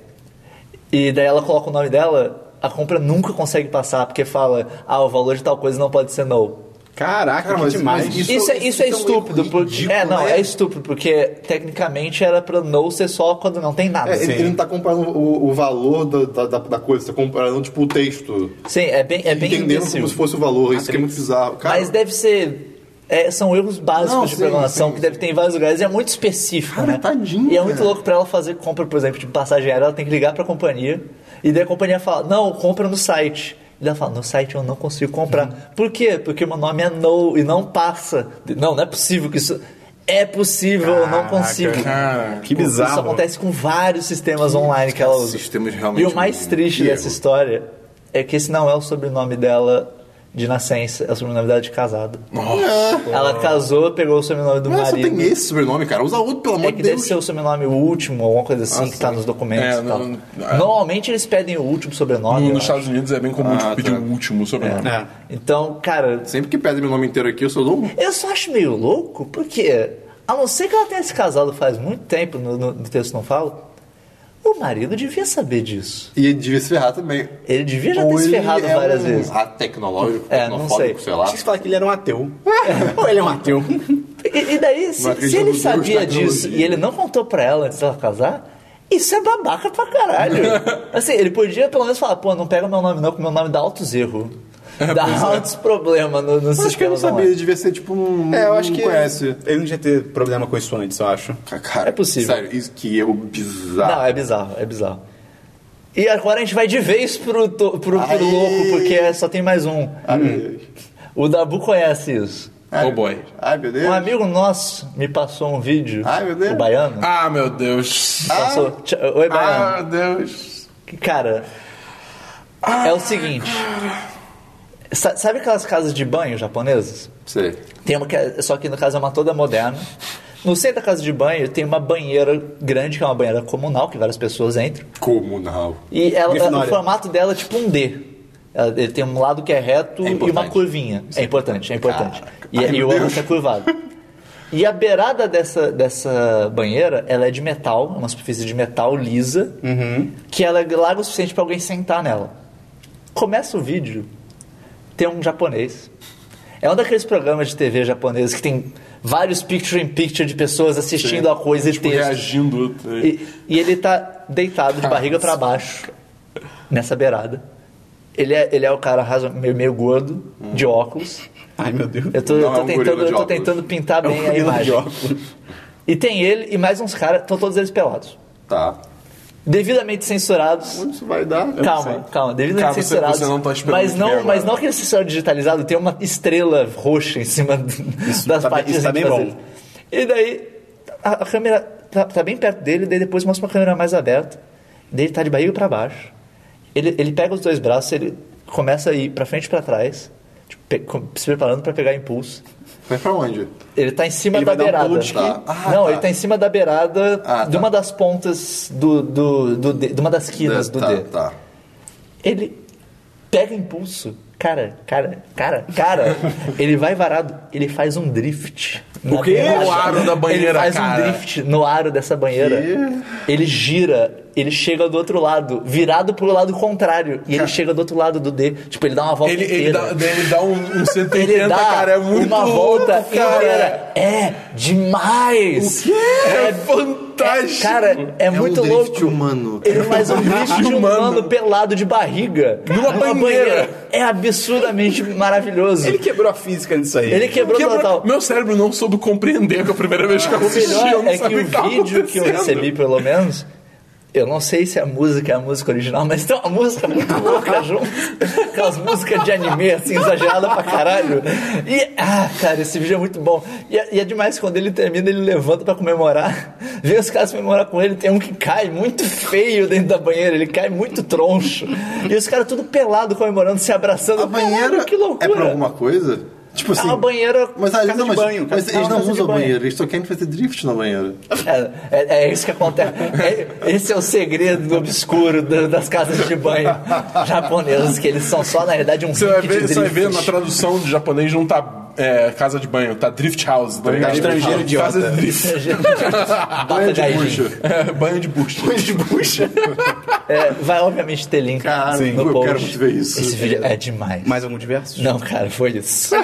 B: E daí ela coloca o nome dela, a compra nunca consegue passar, porque fala, ah, o valor de tal coisa não pode ser no.
A: Caraca,
F: Cara,
A: que
F: mas-
A: demais.
F: mas
B: Isso,
F: Isso-
B: é, isso é
F: isso é um
B: estúpido,
F: erro
B: porque.
F: ridículo,
B: É, não,
F: né?
B: é estúpido, porque tecnicamente era pra no ser só quando não tem nada. assim.
D: É, ele,
A: Sim.
D: ele não tá comparando o, o valor da, da, da- da coisa, tá comparando tipo o texto.
B: Sim, é bem, é bem
D: entendendo
B: imbecil.
D: como se fosse o valor, isso que é muito bizarro. Cara,
B: Mas deve ser. é, são erros básicos
F: Não,
B: de
F: sim,
B: programação
F: sim,
B: que deve ter em vários lugares e é muito específico,
F: Cara,
B: né?
F: tadinho,
B: e é muito
F: cara.
B: louco pra ela fazer compra, por exemplo, de passagem aérea, ela tem que ligar pra companhia e daí a companhia fala: Não, compra no site. E ela fala: No site eu não consigo comprar.
F: Uhum.
B: Por quê? Porque meu nome é No e não passa. Não, não é possível que isso. É possível, eu não
A: Caraca,
B: consigo.
C: cara,
A: que
B: Tipo, Isso
A: bizarro.
B: acontece com vários sistemas online que ela usa.
F: sistemas realmente
B: E o mais
F: um
B: triste
F: erro.
B: dessa história é que esse não é o sobrenome dela de nascença, é o sobrenome dela de casado.
F: Nossa.
B: Ela casou, pegou o sobrenome do
F: É, Mas só
B: marido.
F: tem esse sobrenome, cara. Usa outro, pelo
B: É
F: amor
B: que
F: de
B: deve
F: Deus.
B: ser o sobrenome último, alguma coisa assim que tá nos documentos
C: É,
B: e tal.
C: não- é.
B: Normalmente eles pedem o último sobrenome.
C: No-
B: um eu
C: nos
B: acho.
C: Estados Unidos é bem comum
F: Ah,
C: tipo, pedir
F: tá.
C: o último sobrenome.
A: É.
B: Então, cara,
F: Sempre que pedem meu nome inteiro aqui, eu só dou um.
B: eu só acho meio louco, porque a não ser que ela tenha se casado faz muito tempo, no, no- no texto não fala, O marido devia saber disso.
F: E ele devia se ferrar também.
B: Ele devia já
F: Ou
B: ter se
F: ele
B: ferrado
F: é
B: várias
F: um
B: vezes.
F: a- tecnológico,
B: É, não
F: tecnofóbico,
B: sei.
F: sei lá.
A: Tinha que falar que ele era um ateu. Ou ele é um ateu.
B: E, e daí, se,
F: acredita
B: se ele
F: no Deus da
B: sabia disso
F: tecnologia.
B: e ele não contou pra ela antes dela casar, isso é babaca pra caralho. assim, ele podia pelo menos falar, pô, não pega meu nome não, porque meu nome dá altos erros.
F: É,
B: Dá altos problemas no, no
F: Mas acho que ele não sabia, ele devia ser tipo um.
A: É, eu acho que.
F: Não conhece.
A: Ele não devia ter problema com isso antes, eu acho.
F: Cara,
B: É possível.
F: Sério, isso que erro bizarro.
B: Não, é bizarro, é bizarro. E agora a gente vai de vez pro, to- pro, pro
F: Aí.
B: louco, porque é- só tem mais um.
F: Ai, meu Deus.
B: O Dabu conhece isso.
F: Ai,
C: Oh, boy.
F: Ai, meu Deus.
B: Um amigo nosso me passou um vídeo.
F: Ai, meu Deus.
B: O baiano.
C: Ah, meu Deus.
B: Passou. Tch- Oi, baiano.
C: Ah, meu Deus.
B: Cara, é o seguinte. Sa- Sabe aquelas casas de banho japonesas?
F: Sei.
B: Tem uma que é, só que no caso é uma toda moderna. No centro da casa de banho tem uma banheira grande, que é uma banheira comunal, que várias pessoas entram.
F: Comunal.
B: E ela-
A: Grifinória.
B: o formato dela é tipo um D. Ela- Ele tem um lado que é reto
F: É
B: e uma
F: importante.
B: curvinha. É importante, é importante.
F: Caraca.
B: E,
F: Ai,
B: e
F: meu
B: o
F: Deus.
B: outro é curvado. E a beirada dessa, dessa banheira, ela é de metal, é uma superfície de metal lisa,
F: Uhum.
B: que ela é larga o suficiente pra alguém sentar nela. Começa o vídeo, tem um japonês. É um daqueles programas de TV japoneses que tem vários picture-in-picture de pessoas assistindo a coisa e
C: Tipo,
B: texto.
C: reagindo.
B: E, e ele tá deitado
F: Ah,
B: de barriga pra baixo, nessa beirada. Ele é, ele é o cara razo- meio, meio gordo, de óculos.
A: Ai, meu Deus.
B: Eu tô, eu
F: Hum. Não,
B: tô
F: é um gorila
B: tentando,
F: de
B: eu tô
F: óculos. É um
B: tentando pintar bem a
A: gorila de
B: imagem. E tem ele e mais uns caras, estão todos eles pelados.
F: Tá.
B: Devidamente censurados.
F: Isso vai dar.
B: Calma, calma, devidamente
C: Cara, você-
B: censurados.
C: você não tá esperando
B: assim. mas
C: ver
B: não,
C: agora.
B: mas não aquele censurado digitalizado, tem uma estrela roxa em cima do- das
A: tá bem-
B: partes
A: isso tá
B: de
A: bem
B: fazer.
A: bom.
B: E daí, a, a câmera tá, tá bem perto dele, daí depois mostra uma câmera mais aberta. Daí ele tá de barriga pra baixo. Ele, ele pega os dois braços, ele começa a ir pra frente e pra trás, tipo, pe- com- se preparando pra pegar impulso.
F: Vai pra onde?
B: Ele tá em cima
A: Ele
B: da
A: vai dar um
B: beirada.
A: pulo de
F: Tá. quê? Ah,
B: não,
F: tá.
B: ele tá em cima da beirada
F: Ah,
B: de
F: tá.
B: uma das pontas do, do, do D- de uma das quinas do
F: tá,
B: dedo.
F: tá.
B: Ele pega impulso. Cara, cara, cara, cara. ele vai varado. Ele faz um drift. O
C: quê? No aro da banheira,
B: Ele faz
C: cara.
B: um drift no aro dessa banheira. Ele gira. Ele chega do outro lado, virado pro lado contrário. E ele chega do outro lado do D. Tipo, ele dá uma volta
C: Ele,
B: inteira.
C: ele, dá, ele dá um, um 180,
B: Ele dá
C: cara. É muito
B: uma
C: louco,
B: volta
C: cara.
B: inteira. É demais.
C: É,
B: É
C: fantástico.
B: Cara, é, muito
F: um drift
B: louco.
F: humano.
B: Ele faz um drift de
C: Humano.
B: humano pelado de barriga.
C: Numa banheira.
B: É absurdamente maravilhoso.
A: Ele
B: Ele,
A: quebrou a física nisso aí.
B: quebrou
C: Quebrou-
B: total.
C: Meu cérebro não soube compreender com a primeira vez que eu
B: O
C: assisti. eu
B: tá. melhor
C: não
B: é que
C: sabia
B: o
C: que tava
B: vídeo que eu
C: acontecendo.
B: recebi, pelo menos, eu não sei se a música é a música original, mas tem uma música muito louca junto. Aquelas músicas de anime, assim, exagerada pra caralho. E, ah, cara, esse vídeo é muito bom. E é, e é demais quando ele termina, ele levanta pra comemorar. Vem os caras comemorar com ele, tem um que cai muito feio dentro da banheira, ele cai muito troncho. E os caras tudo pelado comemorando, se abraçando.
F: A banheira
B: Caralho, que loucura. É
F: é pra alguma coisa? Tipo assim.
B: uma banheira-
F: Mas, ah,
A: casa de
F: não, mas,
A: banho,
F: mas
A: casa-
F: eles
B: é uma
F: não
B: casa de
F: usam
B: banho.
F: banheiro, eles só querem fazer drift na banheira.
B: É, é, é isso que acontece. É- esse é o segredo obscuro da- das casas de banho japonesas, que eles são só, na verdade, um
C: Você vai,
B: rink de
C: ver, você vai ver na
B: drift.
C: tradução de japonês não tá é, casa de banho, tá drift house. Tá ligado?
A: Estrangeiro idiota.
C: Casa de drift.
B: Bata
F: Banho
B: de
F: de
B: gaijin.
F: bucha.
C: É, banho de bucha. Banho de bucha.
B: É, vai, obviamente, ter link
F: Cara,
B: Sim, no
F: eu
B: post.
F: quero muito ver isso.
B: Esse vídeo é demais.
A: Mais algum diverso?
B: Não, cara, foi isso.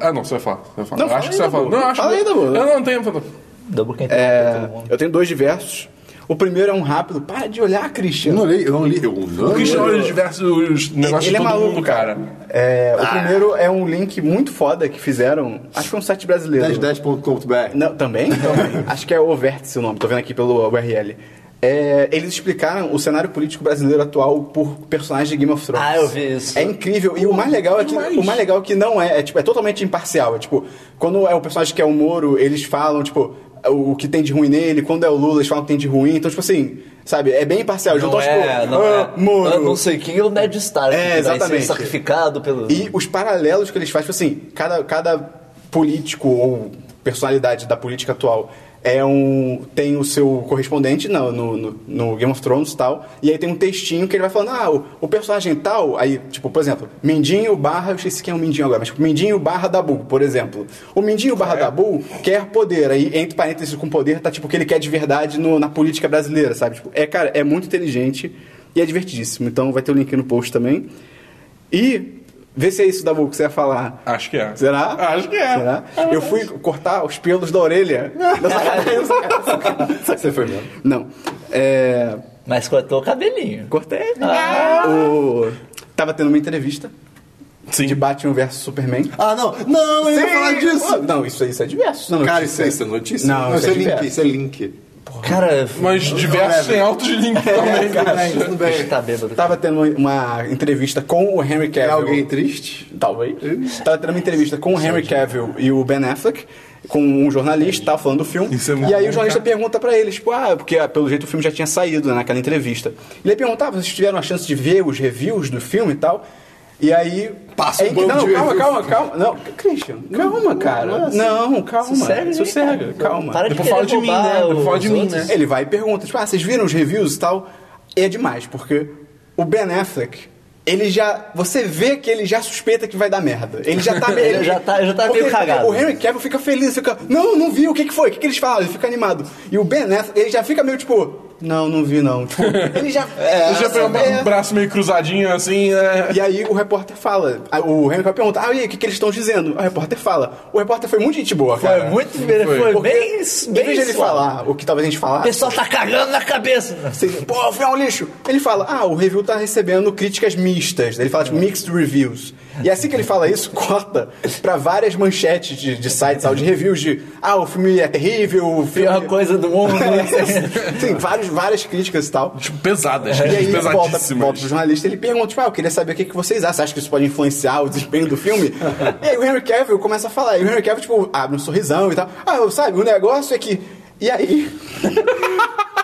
C: Ah, não, você vai falar. Você vai falar.
A: Não,
C: Eu
A: fala
C: acho que
A: aí,
C: você vai falar.
A: Dabu.
C: Não, eu acho
A: Fala
C: que...
A: aí, Dabu.
C: Eu não tenho. Não,
B: Double quem
A: É,
B: todo mundo.
A: eu tenho dois diversos. O primeiro é um rápido. Para de olhar,
F: Eu
A: Christian.
F: não li, eu não li. Eu não
C: o Christian
F: li.
C: olha diversos negócios
A: Ele
C: de
A: é
C: todo
A: maluco,
C: mundo, cara.
A: É,
B: Ah.
A: O primeiro é um link muito foda que fizeram. Acho que é um site brasileiro.
F: 1010.com.br.
A: É, Não, também? Também. Acho que é o Vértice o nome, tô vendo aqui pelo URL. É, eles explicaram o cenário político brasileiro atual por personagens de Game of Thrones.
B: Ah, eu vi isso.
A: É incrível. E o mais legal é que
C: demais.
A: o mais legal é que não é, é, tipo, é totalmente imparcial. É, tipo, quando é um personagem que é o Moro, eles falam, tipo, o o que tem de ruim nele, quando é o Lula, eles falam o que tem de ruim. Então, tipo assim, sabe, é bem imparcial. Eles
B: Não
A: não estão,
B: é,
A: tipo,
B: não
A: "Ah,
B: é.
A: Moro.
B: Eu não sei quem é o Ned Stark
A: É,
B: que vai ser
A: exatamente.
B: sacrificado pelo...
A: E os paralelos que eles fazem, tipo assim, cada, cada político ou personalidade da política atual é um tem o seu correspondente no, no, no- no Game of Thrones e tal, e aí tem um textinho que ele vai falando, ah, o, o personagem tal, aí, tipo, por exemplo, Mindinho barra, eu esqueci quem é o Mindinho agora, mas tipo, Mindinho barra Dabu, por exemplo. O Mindinho barra Dabu quer poder, aí entre parênteses com poder tá tipo o que ele quer de verdade no- na política brasileira, sabe? Tipo, é, cara, é muito inteligente e é divertidíssimo, então vai ter o link aí no post também. E vê se é isso, Dabu, que você ia falar.
C: Acho que é.
A: Será?
C: Acho que é.
A: Será? eu fui cortar os pelos da orelha. Não, sacanagem, sacanagem.
D: Você foi mesmo.
A: Não. É,
B: Mas cortou o cabelinho.
A: Cortei. O... Tava tendo uma entrevista
C: Sim.
A: de Batman vs Superman.
D: Ah, não! Não, eu ia falar disso!
A: Não, isso, isso é diverso. Não,
D: Cara, isso
A: notícia.
D: é, isso é notícia?
A: Não,
D: isso é link,
A: diverso.
D: isso é link.
B: Cara,
C: Mas diversos tem altos links
A: É,
C: também.
D: Tudo bem.
B: tá bêbado.
A: Tava tendo uma uma entrevista com o Henry
D: É
A: Cavill.
D: alguém triste?
A: Talvez. Tava tendo uma entrevista com o Henry Cavill e o Ben Affleck, com um jornalista, tava falando do filme.
C: Isso é muito
A: e aí
C: bom,
A: o jornalista
C: cara.
A: pergunta pra eles, tipo, ah, porque ah, pelo jeito o filme já tinha saído né, naquela entrevista. E ele perguntava, vocês tiveram a chance de ver os reviews do filme e tal? E aí.
D: Passa um
A: é inc-
D: bando
A: Não,
D: de
A: calma,
D: review.
A: calma, calma. Não, Christian, calma, cara. Não, calma.
B: Sossega aí,
A: Sossega,
B: cara.
A: calma.
B: Para de
C: Depois fala de
B: querer
C: mim, né?
B: roubar
C: Depois fala
B: os
C: de mim,
B: outros.
C: né?
A: Ele vai e pergunta, tipo, ah, vocês viram os reviews e tal? E é demais, porque o Ben Affleck, ele já. Você vê que ele já suspeita que vai dar merda. Ele já tá meio.
B: Ele já tá- já tá meio
A: Porque
B: cagado.
A: O Henry Cavill fica feliz, fica. Não, não vi, o que, que foi? O que, que eles falaram? Ele fica animado. E o Ben Affleck, ele já fica meio tipo. Não, não vi, não. Tipo, ele já.
C: Ele já pegou
A: é.
C: um braço meio cruzadinho assim, né?
A: E aí o repórter fala, a- o Henry Cavill pergunta, ah, e aí, o que, que eles estão dizendo? O repórter fala. O repórter foi muito gente boa, cara.
B: Foi muito. Foi,
C: Foi.
A: Em
B: bem. bem
A: vez de ele
B: suave.
A: falar o que talvez a gente
B: O
A: falasse,
B: pessoal tá cagando na cabeça.
A: Você, Pô, foi um lixo. Ele fala, ah, o review tá recebendo críticas mistas. Ele fala, tipo, mixed reviews. E assim que ele fala isso, corta pra várias manchetes de, de sites, sabe, de reviews de, ah, o filme é terrível, o filme...
B: Pior coisa do mundo.
A: Tem vários, várias críticas e tal.
C: Tipo, pesadas,
A: É, E aí volta,
C: pesadíssimas.
A: volta pro jornalista ele pergunta, tipo, ah, eu queria saber o que, que vocês acham. Você acha que isso pode influenciar o desempenho do filme? e aí o Henry Cavill começa a falar. E o Henry Cavill, tipo, abre um sorrisão e tal. Ah, eu- sabe, o negócio é que... E aí,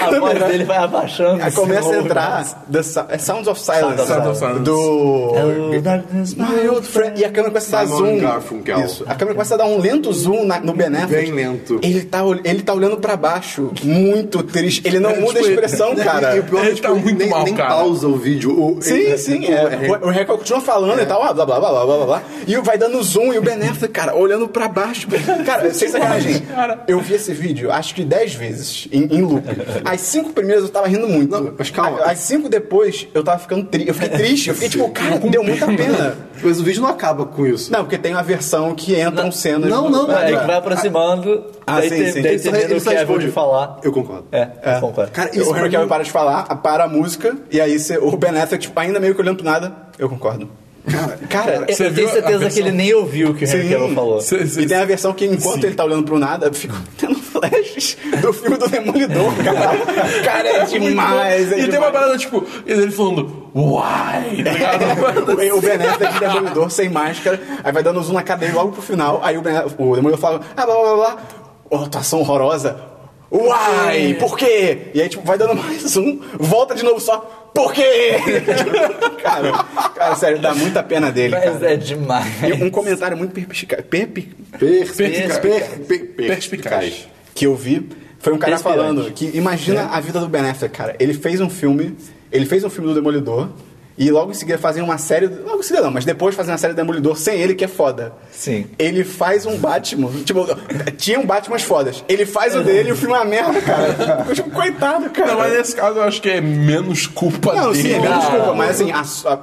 B: A voz dele vai abaixando.
A: Aí começa a
B: assim,
A: entrar The Sa- é Sounds of Silence
C: Sound of Silence.
A: do
B: Hello, darkness,
A: My old friend. E a câmera começa a dar
D: Simon
A: zoom.
D: Garfunkel.
A: Isso. A câmera começa a dar um lento zoom na- no Ben Affleck.
D: Bem lento.
A: Ele tá, ol- ele tá olhando pra baixo, muito triste. Ele não
C: É,
A: muda
C: tipo,
A: a expressão, cara.
D: E o pior é
C: Ele
D: que
C: tá
D: tipo,
C: muito
D: nem,
C: mal,
D: nem
C: cara.
D: pausa o vídeo. O,
A: Sim, sim, é. O- O Record continua falando e tal, ah, blá, blá, blá, blá, blá, blá, blá. E vai dando zoom e o Ben Affleck, cara, olhando pra baixo. Cara, sem sacanagem, eu vi esse vídeo acho que 10 vezes em, em loop. As cinco primeiras eu tava rindo muito.
D: Não, mas calma.
A: A- As cinco depois eu tava ficando triste. Eu fiquei triste, eu fiquei tipo, cara, deu muita pena.
D: Mas o vídeo não acaba com isso.
A: Não, porque tem uma versão que entram cenas.
D: Não, não, não.
A: É,
B: Aí que vai aproximando.
A: Ah,
B: daí
A: sim,
B: tem-
A: sim.
B: Daí
A: Ele só-
B: termina
D: ele
B: o
D: só
B: Kevin
D: responde.
B: de falar.
D: Eu concordo.
B: É, eu concordo.
D: Cara,
A: o
D: isso
A: Henry Cavill para de falar, para a música, e aí você- o Ben Affleck, tipo, ainda meio que olhando pro nada. Eu concordo. É, cara,
B: Eu-
C: Você
B: eu
C: viu
B: tenho
C: a
B: certeza que
C: versão?
B: ele nem ouviu o que o Henry
A: Sim.
B: Cavill falou.
C: Cê- cê-
A: E tem a versão que enquanto ele tá olhando pro nada, fica tendo flashes do filme do Demolidor, cara. cara, é demais, é
C: e
A: demais.
C: tem uma parada, tipo, ele falando,
A: É.
C: why? Tá ligado?
A: O- o Ben Affleck de Demolidor sem máscara, aí vai dando zoom na cadeia logo pro final, aí o, ben, o Demolidor fala, ah, blá, blá, blá, blá, Ó, atuação horrorosa,
C: É.
A: uai, por quê? E aí, tipo, vai dando mais um, volta de novo só, por quê? cara, cara, sério, dá muita pena dele,
B: Mas
A: cara.
B: é demais.
A: E um comentário muito perspica- perpi-
D: Perspicaz. Per- per-
C: Perspicaz.
A: que eu vi foi um cara
B: Respirante.
A: falando que imagina a vida do Ben Affleck, cara. Ele fez um filme, ele fez um filme do Demolidor e logo em seguida fazem uma série, logo em seguida não, mas depois fazem uma série do Demolidor sem ele que é foda.
B: Sim.
A: Ele faz um Batman, tipo, tinha um Batman fodas. Ele faz o dele e o filme é uma merda, cara. Eu, tipo, coitado, cara.
C: Não, mas nesse caso eu acho que é menos culpa
A: Não,
C: dele.
A: sim, é menos
B: Não.
A: culpa, mas assim, a, so- a-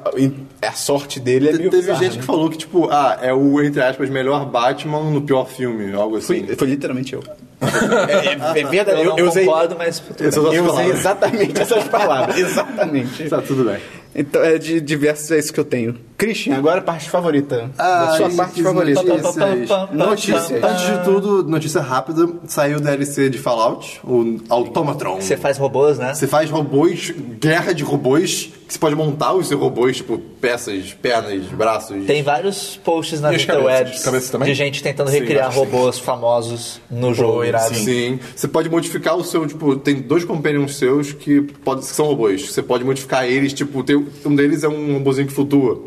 A: a sorte dele é meio
D: Teve
A: bizarra,
D: gente que
A: né?
D: falou que, tipo, ah, é o, entre aspas, melhor Batman no pior filme, algo assim.
A: foi, foi literalmente eu. É, é- é verdade,
B: Eu
A: eu,
B: não
A: eu usei,
B: concordo, mas tudo bem.
D: Essas são as
A: eu usei
D: palavras.
A: exatamente essas palavras. Exatamente.
D: Tá, tudo bem.
A: Então, é de diversos, é isso que eu tenho. Christian, agora a parte favorita.
D: Ah,
A: da sua
D: isso,
A: parte
D: isso,
A: favorita.
D: notícias.
B: Pá, pá, pá, pá,
D: Notícias.
B: pá, pá.
D: Antes de tudo, notícia rápida: saiu o DLC de Fallout, o Automatron.
B: Você faz robôs, né?
D: Você faz robôs, guerra de robôs, que você pode montar os seus robôs, tipo, peças, pernas, braços.
B: Tem vários posts nas
C: E as cabeças?
B: interwebs
C: Cabeças também?
B: de gente tentando recriar robôs famosos no jogo. irado.
D: Sim. Você pode modificar o seu, tipo, tem dois companions seus que, pode, que são robôs. Você pode modificar eles, tipo, tem um deles é um robozinho que flutua.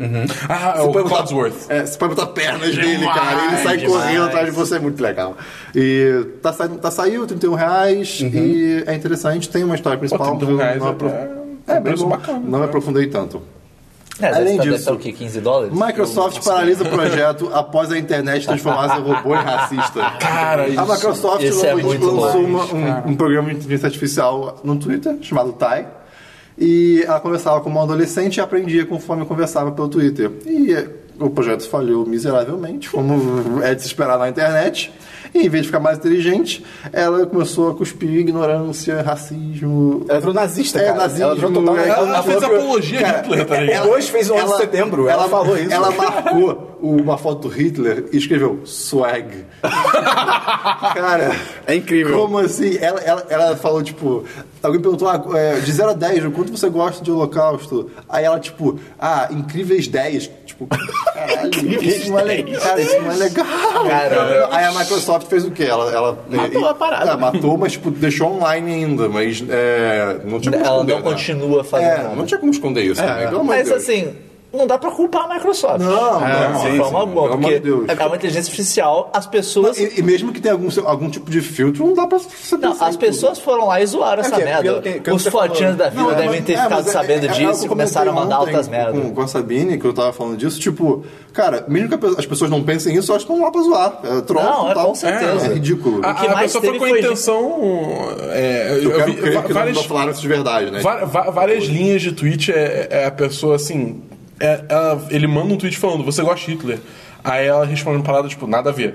C: Ah, é
D: Você
C: o
D: pode botar-
C: Codsworth.
D: É, você pode botar pernas nele,
C: Demais,
D: cara. Ele sai
B: demais.
D: correndo atrás de você, é muito legal. E tá, sa- tá saiu, 31 reais, e é interessante, tem uma história
C: Uhum. Pô,
D: principal.
C: 31
D: mas eu
C: reais
D: não
C: é,
D: apro-
C: é,
D: é bem
C: preço
D: bom,
C: bacana.
D: não me aprofundei tanto.
B: É, deve
D: Além
B: estar- deve
D: disso-
B: estar o quê? 15 dólares?
C: é um
D: Microsoft paralisa o projeto após a internet transformar seu robô em racista.
C: Cara, isso-
D: a Microsoft
B: isso é
D: lançou-
B: muito
D: lançou
B: bom.
D: uma- um, um programa de inteligência artificial no Twitter chamado Tai. E ela conversava com uma adolescente e aprendia conforme conversava pelo Twitter. E eh, o projeto falhou miseravelmente, como é de se esperar na internet. E em vez de ficar mais inteligente, ela começou a cuspir ignorância, racismo.
E: Ela virou nazista,
D: É,
E: cara.
D: nazismo,
E: Ela virou total-
D: é-
C: Ela fez
E: Ela-
C: apologia de Hitler,
A: é
C: tá ligado?
E: Hoje fez o 11 de setembro, ela falou isso.
D: Ela marcou uma foto do Hitler e escreveu swag. Cara,
A: É incrível.
D: como assim? Ela, ela, ela falou, tipo, alguém perguntou, ah, é, de 0 a 10, o quanto você gosta de holocausto? Aí ela, tipo, ah, incríveis 10. Tipo, caralho, isso não é legal. Cara, isso não é legal.
B: Cara.
D: Aí a Microsoft fez o quê? Ela, ela matou
E: a parada.
D: matou, mas tipo, deixou online ainda, mas é, não tinha como
B: Ela
D: esconder,
B: não
D: né?
B: continua fazendo
D: É,
B: nada.
D: não tinha como esconder isso, também, pelo amor de
B: É. Mas
D: Deus.
B: assim, não dá pra culpar a Microsoft.
D: Não,
B: é,
D: não,
B: não.
D: sim,
B: foi
D: sim,
B: uma boa,
D: pelo amor
B: porque
D: de Deus.
B: é uma inteligência artificial, as
D: Não,
B: pessoas.
D: E, é e mesmo que tenha algum, algum tipo de filtro, não dá pra você
B: não,
D: pensar
B: as
D: em tudo.
B: pessoas foram lá e
D: É
B: zoaram essa
E: porque-
B: merda.
E: pelo que- pelo
B: Os
E: que você falou.
B: fotinhos da vida
D: Não, é,
B: devem
D: mas-
B: ter
D: é,
B: ficado
D: mas é-
B: sabendo
D: é- é algo que
B: disso e
D: eu
B: começaram a
D: comentei
B: mandar
D: ontem
B: altas merdas.
D: Com, com a Sabine, que eu tava falando disso, tipo, cara, mesmo que a pe- as pessoas não pensem isso, elas estão lá pra zoar. É, troll,
B: Não, é,
D: tal.
B: com certeza.
D: É, ridículo.
C: A,
B: O que
C: a
B: mais
C: pessoa foi
B: teve
C: com a
B: foi-
C: intenção. é, Ah, eu
D: eu quero
C: vi
D: crer
C: va-
D: que
C: várias-
D: não falaram isso de verdade, né?
C: Va- va- várias linhas de tweet é, é a pessoa assim. é- ela- ele manda um tweet falando, você gosta de Hitler. Aí ela responde uma parada, tipo, nada a ver.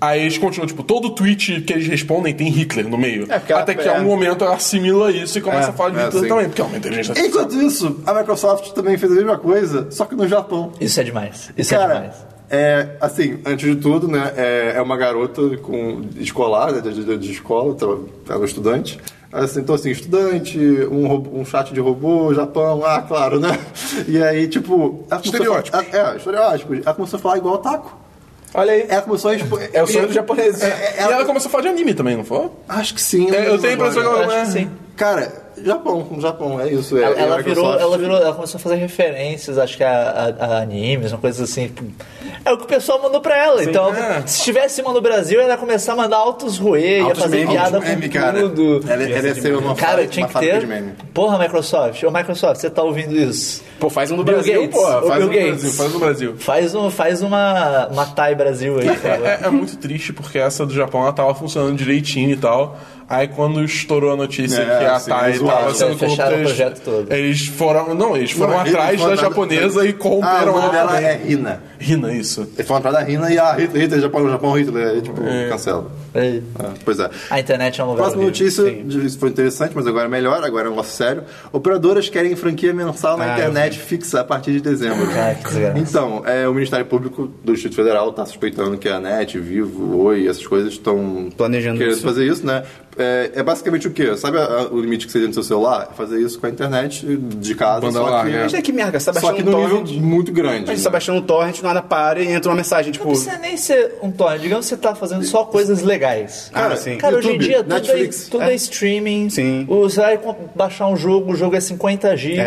C: Aí eles continuam, tipo, todo tweet que eles respondem tem Hitler no meio.
E: É, porque ela-
C: Até que em
E: é.
C: algum momento ela assimila isso e começa
D: É,
C: a falar de
D: é,
C: Hitler
D: sim.
C: também, porque é uma inteligência artificial.
D: Enquanto isso, a Microsoft também fez a mesma coisa, só que no Japão.
B: Isso é demais. Isso é
D: Cara,
B: demais.
D: é, assim, antes de tudo, né, é, é uma garota com, escolar, né, de, de- de escola, tava- ela é estudante. Assim, então, assim, estudante, um, robô- um chat de robô, Japão, ah, claro, né? E aí, tipo... ela começou a-
C: Estereótipos.
D: É, estereótipos. Ela começou a falar igual o taco.
E: Olha aí.
D: Ela começou a... expo-
E: É o sonho do japonês.
D: É,
C: E ela começou a falar de anime também, não foi?
D: Acho que sim.
C: É, eu tenho a
D: pra
C: impressão que
B: Eu
C: ela.
B: acho que sim.
D: Cara, Japão, Japão, é isso. É,
B: Ela,
D: é
B: ela
D: Microsoft.
B: virou, ela virou, ela começou a fazer referências, acho que a, a- a animes, uma coisa assim. tipo, é o que o pessoal mandou pra ela. então,
C: é.
B: se tivesse uma no Brasil, ela ia começar a mandar altos ruê, ia
D: Altos
B: fazer
D: memes,
B: piada
D: altos
B: com
D: memes, cara.
B: tudo.
D: Ela- é, ela ia ser uma
B: cara,
D: fábrica-
B: tinha
D: uma
B: que
D: fábrica de
B: ter.
D: meme.
B: Porra, Microsoft. Ô, Microsoft, você tá ouvindo isso?
A: Pô, faz um do
B: Bill
A: Brasil,
B: Gates.
A: pô. Faz
B: Ô, Bill
A: um do Brasil.
B: Gates.
C: Faz no Brasil.
B: Faz, um, faz uma, uma Thai Brasil aí, por favor.
C: É, é muito triste porque essa do Japão ela tava funcionando direitinho e tal. Aí quando estourou a notícia
D: É,
C: que a
D: sim,
C: Thai
D: zoaram.
C: tava sendo
B: Fecharam
C: corrupta,
B: o
C: eles-
B: projeto todo.
C: Eles foram, não, eles foram
D: Não, eles
C: atrás
D: foram
C: da
D: atrás-
C: japonesa e
D: Ah, o
C: corromperam
D: nome dela
C: ela.
D: é Rina.
C: Rina, isso.
D: Eles falam atrás da Rina e a Hitler, Hitler, Japão, Japão, Hitler, aí, tipo,
C: É.
D: cancela.
B: Ei,
D: Ah, pois é.
B: A internet é um lugar
D: Próxima
B: horrível.
D: notícia, isso foi interessante, mas agora é melhor, agora é um negócio sério. Operadoras querem franquia mensal
C: Ah,
D: na
C: é
D: internet fixa a partir de dezembro.
B: Ah, que desgraça.
D: então, é, o Ministério Público do Distrito Federal está suspeitando que a NET, Vivo, Oi, essas coisas estão
A: Planejando
D: querendo
A: isso.
D: fazer isso, né? É, é basicamente o quê? Sabe a- a- o limite que você tem no seu celular? É fazer isso com a internet de casa,
C: Banda
D: só
C: larga,
D: que,
C: é.
A: Mas é que merda, você tá
D: só
A: baixando um
D: que num nível
A: torrent.
D: muito grande.
A: Mas você
D: né?
A: tá baixando um torrent, do nada para e entra uma mensagem,
B: Não
A: tipo...
D: é
B: precisa nem ser um torrent, digamos que você tá fazendo só coisas legais.
D: Ah,
A: Cara, Ah, sim.
B: Cara, hoje em
D: YouTube,
B: dia tudo,
D: Netflix,
B: é, tudo é streaming.
A: Sim.
B: O- Você vai com- baixar um jogo, o jogo é 50 GB.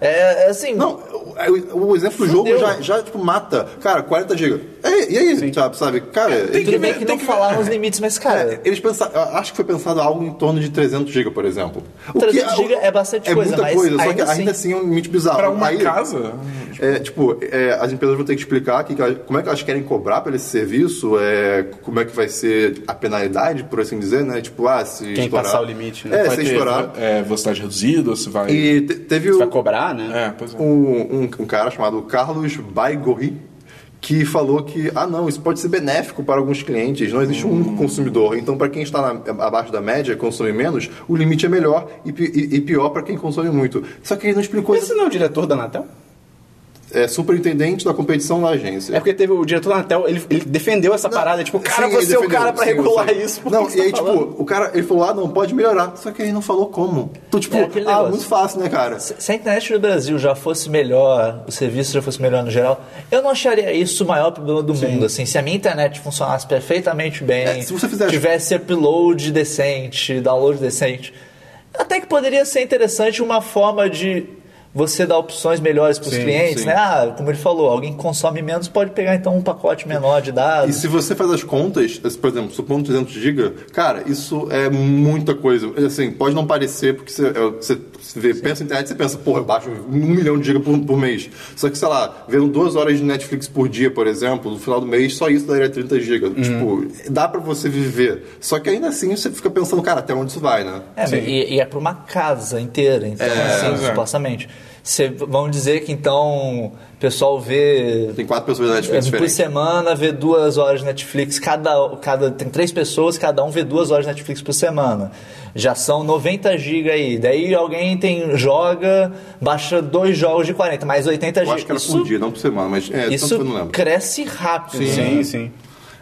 B: É. é assim.
D: Não, o, o- o exemplo do jogo
B: Fudeu.
D: já, já, tipo, mata. Cara, 40 GB. E, e aí, sabe, sabe? Cara,
B: tudo bem É, que não falaram os limites, mas, cara.
D: É, eles pensaram, acho que foi pensado algo em torno de 300 GB, por exemplo. O
B: 300 GB é bastante coisa,
D: muita
B: mas
D: coisa, só
B: ainda
D: que ainda assim é um limite bizarro.
C: Pra uma
D: Aí,
C: casa?
D: é, tipo, é, as empresas vão ter que explicar que, que elas- como é que elas querem cobrar por esse serviço, é, como é que vai ser a penalidade, por assim dizer, né? Tipo, ah, se
A: Quem
D: estourar-
A: passar o limite, né?
D: É,
C: Vai
D: se
C: ter,
D: estourar.
C: É, velocidade reduzida, se vai.
D: E te- teve
A: Vai
D: o,
A: cobrar, né?
C: É, pois é.
D: um, um- um cara chamado Carlos Baigorri que falou que, ah não, isso pode ser benéfico para alguns clientes, não existe um único
A: Hum.
D: consumidor. Então, para quem está na- abaixo da média, consome menos, o limite é melhor e, pi- e- e pior para quem consome muito. Só que ele não explicou
A: Esse não é o diretor da Anatel?
D: É superintendente da competição na agência.
A: É porque teve o diretor da Anatel, ele, ele defendeu essa parada, tipo, cara,
D: Sim, ele
A: você é o
D: defendeu,
A: cara pra
D: sim,
A: regular
D: eu sei.
A: isso. por
D: Não,
A: que
D: e
A: você
D: aí,
A: tá
D: tipo,
A: falando?
D: o cara, ele falou, ah, não, pode melhorar. Só que ele não falou como. Então, tipo,
B: É, aquele
D: ah,
B: negócio.
D: muito fácil, né, cara?
B: Se se a internet do Brasil já fosse melhor, o serviço já fosse melhor no geral, eu não acharia isso o maior problema do mundo. Assim, se a minha internet funcionasse perfeitamente bem,
D: É, se você fizesse-
B: tivesse upload decente, download decente, até que poderia ser interessante uma forma de você dá opções melhores para os
C: Sim,
B: clientes,
C: sim.
B: né? Ah, como ele falou, alguém que consome menos pode pegar então um pacote menor de dados.
D: E se você faz as contas, assim, por exemplo, supondo 300 GB, cara, isso é muita coisa. Assim, pode não parecer, porque você, é, você vê, pensa em internet, você pensa, porra, eu baixo um milhão de GB por, por mês. Só que, sei lá, vendo duas horas de Netflix por dia, por exemplo, no final do mês, só isso daria 30 GB.
B: Uhum.
D: Tipo, dá pra você viver. Só que ainda assim, você fica pensando, cara, até onde isso vai, né?
B: É, e, e é para uma casa inteira, então,
D: É,
B: assim,
C: exato.
B: supostamente. Cê, vamos dizer que então o pessoal vê
D: Tem quatro pessoas na
B: é,
D: Netflix
B: por
D: diferentes.
B: semana vê duas horas de Netflix, cada, cada, tem três pessoas, cada um vê duas horas de Netflix por semana. Já são 90 GB aí. Daí alguém tem, joga, baixa dois jogos de 40, mais 80
D: Eu
B: GB.
D: acho que era
B: é isso
D: por dia, não por semana, mas é, tanto que
B: isso
D: eu não lembro.
B: cresce rápido. né?
A: Sim, sim.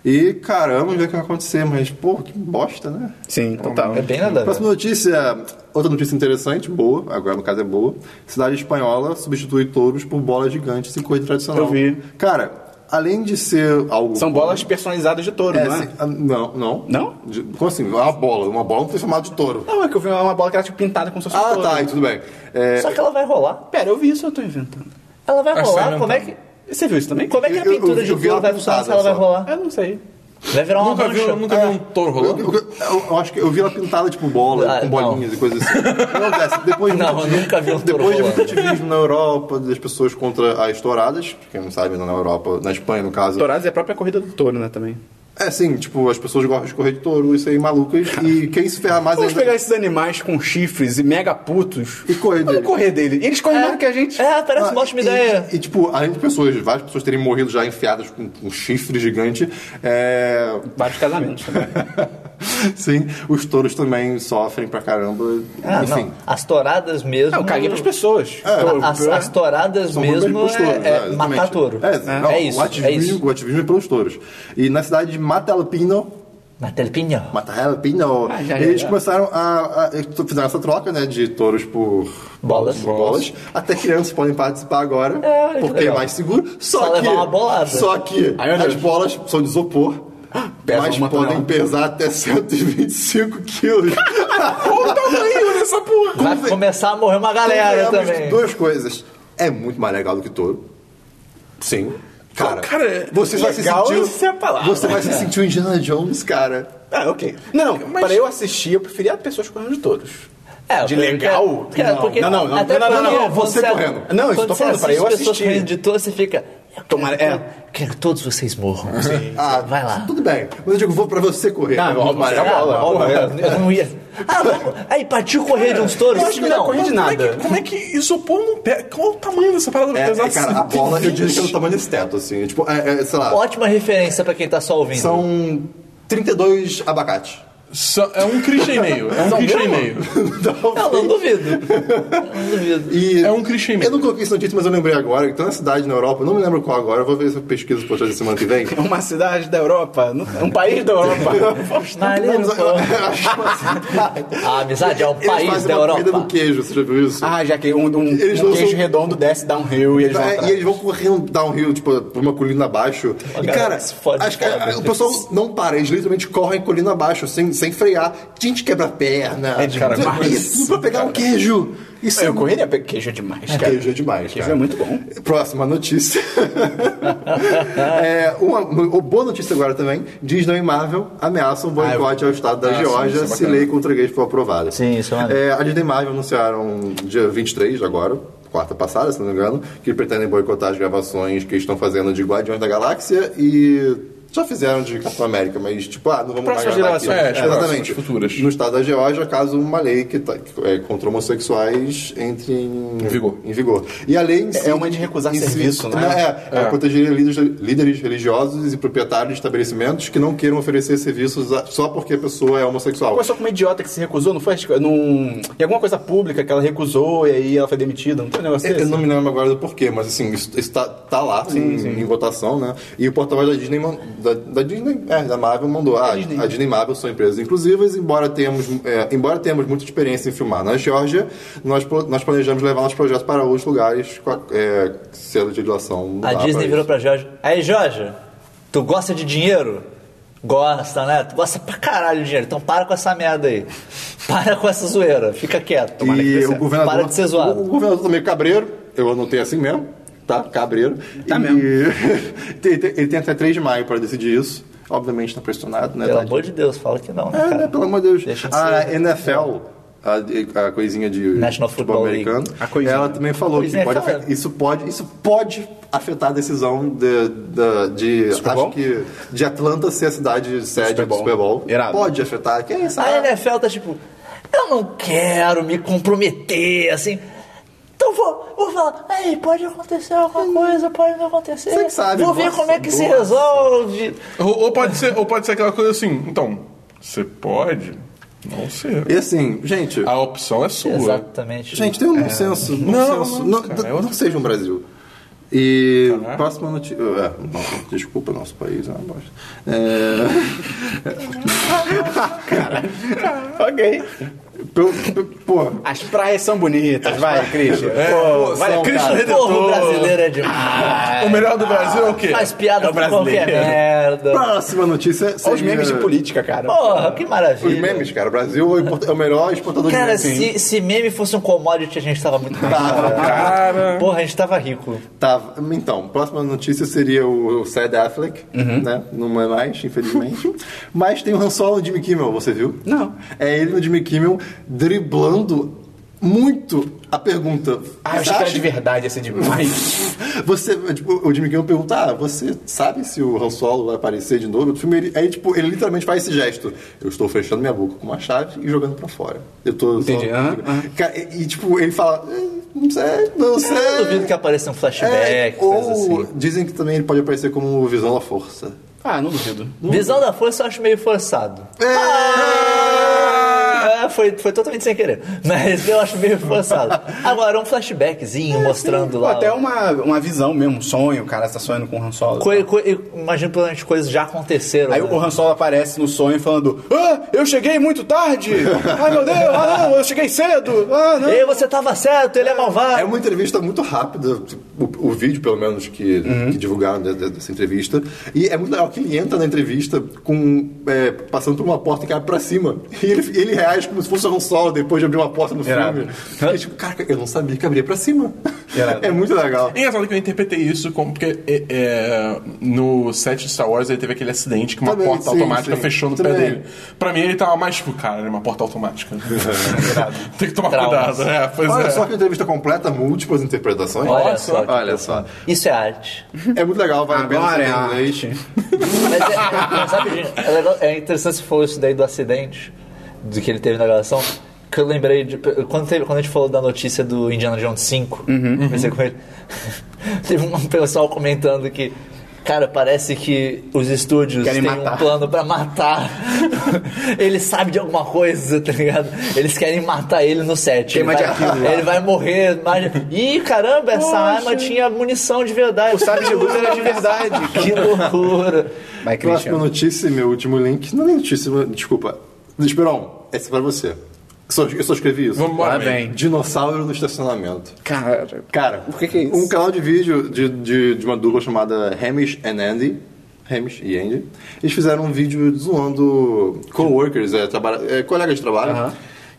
D: E caramba, vamos ver o que vai acontecer, mas, pô, que bosta, né?
A: Sim, total.
B: É bem nada. a ver.
D: Próxima notícia, outra notícia interessante, boa, agora no caso é boa. Cidade espanhola substitui touros por bolas gigantes em corrida tradicional.
A: Eu vi.
D: Cara, além de ser algo.
A: São bolas personalizadas de touro,
D: É,
A: não é?
D: assim, ah, não, não.
A: Não?
D: De- Como assim? Uma bola. Uma bola não tem formato de touro.
A: Não, é que eu vi uma bola que era tipo pintada como se fosse um
D: Ah,
A: touro.
D: tá, e tudo bem. É,
B: Só que ela vai rolar.
A: Pera, eu vi isso, eu tô inventando.
B: Ela vai
C: Acho que tá
B: rolar. Como é que,
C: inventando.
A: Você viu isso também?
B: como é que a
D: Eu- eu-
B: pintura
D: eu vi
B: de couro
D: ela
B: vai funcionar se
D: pintada
B: ela vai
D: só.
B: rolar?
A: Eu não sei.
B: Vai virar uma
C: Nunca vi,
B: mancha.
C: eu nunca vi um touro
D: eu,
C: rolando.
D: eu- eu- eu acho que eu vi ela pintada tipo bola,
B: Ah,
D: com bolinhas e coisas assim. O que acontece? Depois de
B: Não,
D: muito-
B: eu nunca vi um touro
D: Depois de muito
B: rolando.
D: ativismo na Europa, das pessoas contra as touradas, quem não sabe, não na Europa, na Espanha no caso,
A: Dourados é a própria corrida do touro, né, também.
D: É, sim, tipo, as pessoas gostam de correr de touro, isso aí, malucas, e quem se ferra mais
A: Vamos
D: ainda...
A: pegar esses animais com chifres e mega putos
D: E correr
A: Vamos
D: dele.
A: correr dele. E eles correm mais do que a gente.
B: É, parece uma ótima
D: e,
B: ideia.
D: Ah, E, tipo, além de pessoas, várias pessoas terem morrido já enfiadas com com um chifre gigante, é...
A: Vários casamentos também.
D: sim, os touros também sofrem pra caramba,
B: Ah,
D: enfim.
B: não. As toradas mesmo.
A: Não, Ah, eu caguei pras pessoas.
D: É.
B: A-
A: é.
B: As, as toradas
D: São
B: mesmo
D: roupas pelos
B: é,
D: touros,
B: é
D: né,
B: matar
D: exatamente.
B: touro.
D: É, não,
B: É
D: o
B: isso,
D: ativismo,
B: é isso.
D: O ativismo é pelos touros. E na cidade de Matalpino,
B: Matalpinha.
D: Matarela, Pinho.
A: Ah, já, já,
D: eles
A: já.
D: começaram a, a- Fizeram essa troca, né? De touros por.
B: Bolas.
D: por bolas. Até crianças podem participar agora.
B: É, olha que
D: porque
B: legal.
D: é mais seguro. Só,
B: Só
D: que.
B: levar uma bolada.
D: Só que
A: Ai, meu
D: as
A: Deus.
D: bolas são de isopor.
A: Pesa
D: mas
A: uma
D: podem
A: tonelada.
D: pesar até 125 quilos.
B: Vai começar a morrer uma galera
D: Convenhamos
B: também.
D: Duas coisas. É muito mais legal do que touro. Sim. Cara,
A: Cara,
D: você vai se
A: legal,
D: sentir.
A: essa é a palavra.
D: Você vai se sentir o Indiana Jones, cara.
A: Ah, ok. Não, não, para eu assistir, eu preferia pessoas correndo de touros.
B: É,
A: De
B: porque-
A: legal?
B: porque-
A: Não,
B: porque-
A: não, não, não,
B: até
A: não, não, não,
B: porque
A: não,
B: quando
D: você correndo.
A: Não, isso
B: quando
A: tô
B: você
A: falando, para eu
B: assiste pessoas
A: assistir.
B: correndo de touro, você fica. eu quero
A: Tomara- é.
B: todo- Quero que todos vocês morram.
D: Ah,
B: Vai lá. Tá, Ah,
D: Tudo bem. Mas eu digo, vou pra você correr.
A: Não,
D: É muito
A: óbvio,
D: mais
A: é a
D: legal.
A: bola,
D: Porra,
A: óbvio.
D: é.
B: né? Eu não ia. Ah, vamos- aí partiu correr de uns touros?
A: eu acho que eu ia
B: não.
A: correr de
C: Como é que-
A: nada.
C: Como é que isopor não pega? Qual o tamanho dessa parada assim.
D: É,
C: pesada?
D: é, cara, a bola eu diria que é do tamanho desse teto, assim. Tipo, é, é, sei lá,
B: Ótima referência pra quem tá só ouvindo.
D: são 32 abacates.
C: Só- É um Christian e meio. É um Christian e meio.
B: Não, não duvido. Eu não duvido.
D: E
C: É um Christian e meio.
D: Eu não coloquei isso na notícia, mas eu lembrei agora. Então, na cidade na Europa, eu não me lembro qual agora, eu vou ver se eu pesquiso pra trazer semana que vem.
A: É uma cidade da Europa, não- é um país da Europa.
B: Maneiro,
D: Mas eu-
B: pô.
D: eu acho é uma cidade.
B: A amizade é um
D: Eles
B: país
D: fazem
B: da
D: uma corrida
B: Europa.
D: do queijo, você já viu isso?
A: ah, já que um, um, um
D: Eles não
A: queijo
D: são-
A: redondo desce downhill e eles vão
D: É,
A: atrás.
D: e eles vão correndo downhill, tipo, por uma colina abaixo. e,
B: cara,
D: cara,
B: se fode,
D: as ca-
B: cara.
D: o pessoal não para, eles literalmente correm colina abaixo, sem, sem frear. Gente quebra a perna.
A: É demais.
D: Isso, pra pegar um queijo. Isso
A: Eu correria, porque queijo é demais, cara.
D: Queijo é demais,
A: Queijo
D: cara.
A: é muito bom.
D: Próxima notícia. é, uma, uma boa notícia agora também. Disney e Marvel ameaçam boicote ao estado da Geórgia se lei contra gays for aprovada.
B: Sim, isso é maneiro.
D: É, a Disney e Marvel anunciaram dia 23 agora, quarta passada, se não me engano, que pretendem boicotar as gravações que estão fazendo de Guardiões da Galáxia e... Já fizeram de Capitão América, mas tipo, ah, não vamos
A: Próximas
D: mais gravar aqui.
A: gerações,
C: é, as
D: exatamente.
C: próximas, futuras.
D: No estado da Geórgia, é caso uma lei que, tá, que é contra homossexuais entre em,
C: Em vigor.
D: em vigor. E a lei em si-
A: é uma de recusar
D: em si-
A: serviço, né?
D: Não, É, é,
C: É.
D: proteger líderes, líderes religiosos e proprietários de estabelecimentos que não queiram oferecer serviços a- só porque a pessoa é homossexual.
A: Começou com uma idiota que se recusou, não foi? Acho que Num... Em alguma coisa pública que ela recusou e aí ela foi demitida, não tem um negócio
D: Eu
A: desse?
D: eu não me lembro agora do porquê, mas assim, isso está tá lá em, em votação, né? E o porta-voz da Disney, man- da, da Disney, é, da Marvel mandou, ah, a Disney e Marvel são empresas inclusivas, embora tenhamos, é, embora tenhamos muita experiência em filmar na Geórgia, nós, pro- nós planejamos levar nosso projeto para outros lugares com a, é, se a legislação
B: A
D: mudar
B: Disney
D: pra
B: virou
D: isso."
B: pra Jorge. Aí, Jorge, tu gosta de dinheiro? Gosta, né? Tu gosta pra caralho de dinheiro. Então para com essa merda aí. Para com essa zoeira. Fica quieto. Tomara que dê
D: E o
B: certo.
D: governador.
B: Para de ser zoado.
D: O governador também é cabreiro, eu anotei assim mesmo, tá? Cabreiro.
A: Tá
D: E-
A: mesmo.
D: ele, tem, ele tem até 3 de maio pra decidir isso. Obviamente tá pressionado, né?
B: Pelo
D: tadinho?
B: amor de Deus, fala que não, né,
D: É, né?
B: cara?
D: Pelo amor de Deus.
B: Deixa de
D: a
B: ser.
D: NFL, a, a coisinha de
B: National Football League.
D: americano,
A: A coisinha.
D: ela também falou que
B: Coisinha,
D: pode
B: cara.
D: afetar- isso, pode, isso pode afetar a decisão de, da- de,
A: Super Bowl?
D: acho que, de Atlanta ser a cidade sede
A: Super
D: do
A: Bowl.
D: Super Bowl.
A: Irado.
D: Pode afetar. é Quem sabe?
B: A NFL tá tipo, eu não quero me comprometer, assim. Então vou, vou falar, aí pode acontecer alguma coisa, pode não acontecer.
D: Você que sabe,
B: Vou ver
D: nossa,
B: como é que se
D: nossa.
B: resolve.
C: Ou, ou pode ser, ou pode ser aquela coisa assim, então, você pode não ser.
D: E assim, gente,
A: Ah,
C: A opção é sua.
B: Exatamente.
D: gente, tem um
A: é.
D: bom senso. bom
C: Não,
D: senso.
C: não,
D: Não,
C: cara,
D: d-
C: é outra
D: não seja um Brasil. E
C: Caralho.
D: próxima notícia. É, não, desculpa, nosso país é uma bosta. É...
A: Ok.
D: pelo- pelo- Pô,
A: As praias são bonitas, vai, Christian.
C: pô,
A: vai,
D: são,
A: Christian
D: cara.
B: O povo
A: Redentor.
B: brasileiro é demais.
C: O melhor do Brasil é o quê?
B: Ah, Faz piada
A: É o
B: com qualquer
A: brasileiro.
B: merda.
D: próxima notícia.
A: Olha os memes de
D: seria-
A: política, cara.
B: Porra, que maravilha.
D: Os memes, assim. cara. O Brasil é o import- é o melhor exportador
B: Cara,
D: de memes.
B: se, se meme fosse um commodity, a gente tava muito bem.
C: Cara.
B: Porra, a gente tava rico.
D: Tá, então, próxima notícia seria o, o Sad Affleck,
A: Uhum.
D: né? Não é mais, infelizmente. Mas tem o Han Solo no Jimmy Kimmel, você viu?
A: Não.
D: É ele no Jimmy Kimmel driblando muito a pergunta.
A: Ah, eu
D: Você
A: achei que era
D: acha-
A: de verdade esse demais.
D: Você, tipo, o Jimmy Kimmel pergunta, ah, você sabe se o Han Solo vai aparecer de novo no filme? Ele, aí, tipo, ele literalmente faz esse gesto. Eu estou fechando minha boca com uma chave e jogando pra fora. Eu tô...
A: Entendi, aham, aham.
D: Cara, e, e, tipo, ele fala, "Eh, não sei, não sei.
B: É, Eu duvido que apareça um
D: É,
B: flashback, coisa
D: ou
B: assim.
D: dizem que também ele pode aparecer como o Visão da Força.
A: Ah, não duvido.
B: Visão da força eu acho meio forçado. Ah, foi, foi totalmente sem querer. Mas eu acho meio forçado. Agora, um flashbackzinho mostrando
A: Ou
B: lá.
A: até uma, uma visão mesmo, um sonho, o cara tá sonhando com o Han Solo.
B: coi- coi- eu imagino provavelmente coisas já aconteceram.
A: Aí
B: né?
A: o Han Solo aparece no sonho falando: Ah, eu cheguei muito tarde! Ai meu Deus, ah não, eu cheguei cedo! Ah, não!
B: Ei, você tava certo, ele é malvado.
D: É uma entrevista muito rápida, tipo, o, o vídeo, pelo menos, que, que divulgaram de- de- dessa entrevista. E é muito legal que ele entra na entrevista com, é, passando por uma porta e cai pra cima. E ele, ele reage como se fosse um solo depois de abrir uma porta no
A: Irado.
D: filme. Fiquei tipo, caraca, eu não sabia que abria pra cima.
A: Irado.
D: É muito legal.
C: É engraçado que eu interpretei isso como porque é, é, no set de Star Wars ele teve aquele acidente que uma
D: Também,
C: porta
D: sim,
C: automática
D: sim.
C: fechou no pé
D: Também.
C: dele. Pra mim ele tava mais tipo, cara, é uma porta automática. Tem que tomar
B: Traumas.
C: cuidado, é, pois
D: Olha
C: é.
D: só que entrevista completa, múltiplas interpretações.
B: Olha só que
D: Olha só.
B: Isso é arte.
D: É muito legal, vale
A: Agora é
D: a pena.
A: a arte.
D: você ver em inglês.
B: Mas é, mas rapidinho, é, legal- é interessante se for isso daí do acidente do que ele teve na gravação. Que eu lembrei de. Quando, teve- quando a gente falou da notícia do Indiana Jones 5,
A: Uhum,
B: pensei com ele. teve um pessoal comentando que. Cara, parece que os estúdios
A: Querem
B: têm
A: matar.
B: um plano pra matar. ele sabe de alguma coisa, tá ligado? Eles querem matar ele no set. Ele
A: Queima de
B: vai, ele vai morrer. Mas... Ih, caramba, essa arma tinha munição de verdade.
A: O sábio de luz era de verdade.
B: Que loucura.
A: Vai, Christian.
D: Próxima notícia, e meu último link. Não é notícia, mas- desculpa. Esperão, essa é pra você. Eu só, eu só escrevi isso.
C: Vamos embora,
A: Lá
C: bem.
A: vem.
D: Dinossauro no estacionamento.
A: Cara,
D: Cara, o que, é isso? Um canal de vídeo de, de, de uma dupla chamada Hamish and Andy. Hamish e Andy. Eles fizeram um vídeo zoando coworkers, é, traba- é, colegas de trabalho.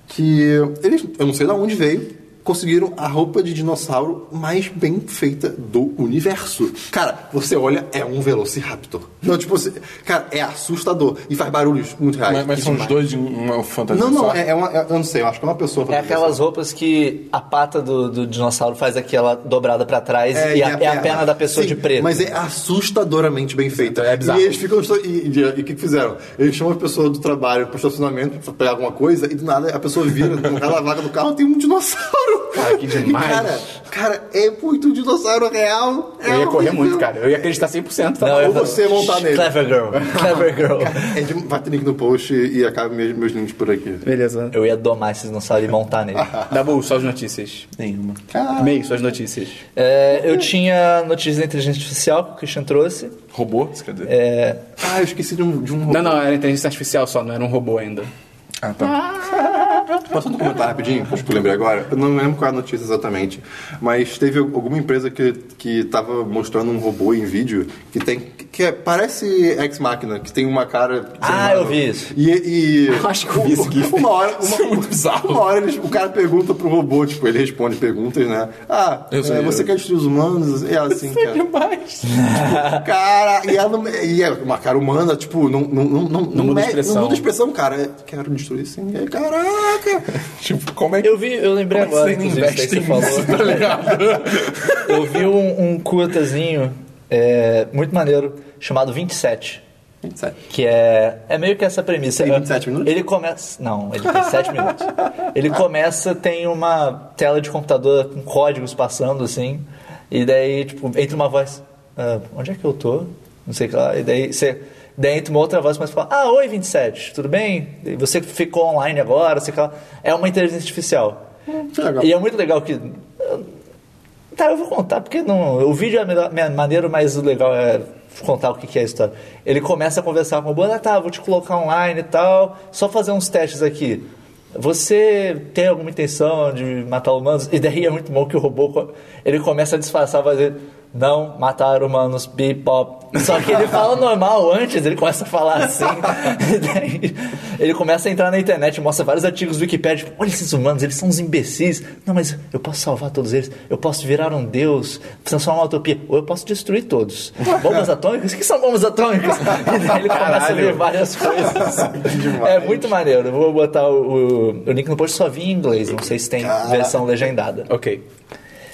D: Que eles, eu não sei de onde veio, conseguiram a roupa de dinossauro mais bem feita do universo. Cara, você olha, é um Velociraptor. Não, tipo, você, cara, é assustador e faz barulhos muito reais.
C: Mas, mas
D: E
C: são os
D: demais.
C: dois de uma fantasia
D: Não, não,
C: só.
D: é, é uma, é- eu não sei, eu acho que é uma pessoa.
B: É aquelas roupas que a pata do, do dinossauro faz aquela dobrada pra trás
D: É,
B: e a, é a perna da pessoa
D: Sim,
B: de preto.
D: Mas é assustadoramente bem feita.
A: é bizarro.
D: E eles ficam. E e- e o que que fizeram? Eles chamam a pessoa do trabalho pro estacionamento pra pegar alguma coisa e do nada a pessoa vira no cara da vaga do carro tem um dinossauro.
A: Cara, que demais.
D: E, Cara, cara, é muito dinossauro real. É
A: eu ia correr
D: horrível.
A: muito, cara. Eu ia acreditar 100%. Tá?
B: Não, eu
D: ou
B: falo,
D: você montar
B: "Shh,
D: nele."
B: Clever girl. Clever girl.
D: É de, vai ter link no post e, e acaba meus, meus links por aqui.
A: Beleza.
B: Eu ia domar esse dinossauro e montar nele.
A: Dabu, suas notícias.
C: Nenhuma.
B: Ah.
A: Meio, suas notícias.
B: É, eu tinha notícias da inteligência artificial que o Christian trouxe.
C: Robô? Você quer dizer?
B: É,
D: Ah, eu esqueci de um. De um
A: Não, não, era inteligência artificial só, não era um robô ainda.
C: Ah, tá.
D: Passando um comentário rapidinho, que eu lembrei agora, eu não lembro qual é a notícia exatamente, mas teve alguma empresa que, que tava mostrando um robô em vídeo que tem. que é- parece ex-máquina, que tem uma cara.
B: Ah, eu vi isso.
D: E. e
G: acho que eu vi esse GIF.
D: Uma hora. Uma,
C: Isso é muito bizarro.
D: Uma hora eles- o cara pergunta pro robô, tipo, ele responde perguntas, né? Ah,
C: Eu sei,
D: é,
C: eu-
D: você quer destruir os humanos? É assim, cara.
C: Demais.
D: Cara, e ela não- e é uma cara humana, tipo, não, não, não, não, não,
G: muda a
D: me-
G: expressão.
D: não muda a expressão, cara. É, Quero destruir sim. É, Caraca!
C: tipo, como é que
B: Eu vi, eu lembrei
C: Como é
B: agora,
C: que você ainda
B: inclusive, isso aí que você
C: investe
B: falou.
C: nisso, tá ligado?
B: Eu vi um, um curtazinho é, muito maneiro chamado 27.
D: Sério.
B: Que é, é meio que essa premissa.
D: Tem 27 minutos?
B: Ele começa. Não, ele tem 7 minutos. Ele começa, tem uma tela de computador com códigos passando assim. E daí, tipo, entra uma voz. "Ah, onde é que eu tô? Não sei o que lá. E daí você. Daí entra uma outra voz mas fala: Ah, oi 27, tudo bem? E Você ficou online agora, sei o que lá. É uma inteligência artificial.
D: legal.
B: E é muito legal que. Tá, eu vou contar, porque não, o vídeo é a melhor- minha maneira, mas o legal é contar o que, que é a história. Ele começa a conversar com o robô, ah, tá, vou te colocar online e tal, só fazer uns testes aqui. Você tem alguma intenção de matar humanos? E daí é muito bom que o robô, co- ele começa a disfarçar, fazer, não matar humanos, bip, pop. Só que ele fala normal antes, ele começa a falar assim. E daí ele começa a entrar na internet, mostra vários artigos do Wikipedia. Tipo, Olha esses humanos, eles são uns imbecis. Não, mas eu posso salvar todos eles. Eu posso virar um deus, transformar uma utopia. Ou eu posso destruir todos. Bombas atômicas? O que são bombas atômicas? E daí ele começa a ver várias coisas. é muito maneiro. Eu vou botar o, o- o link no post, só vi em inglês. Não sei se tem versão legendada.
G: Ok.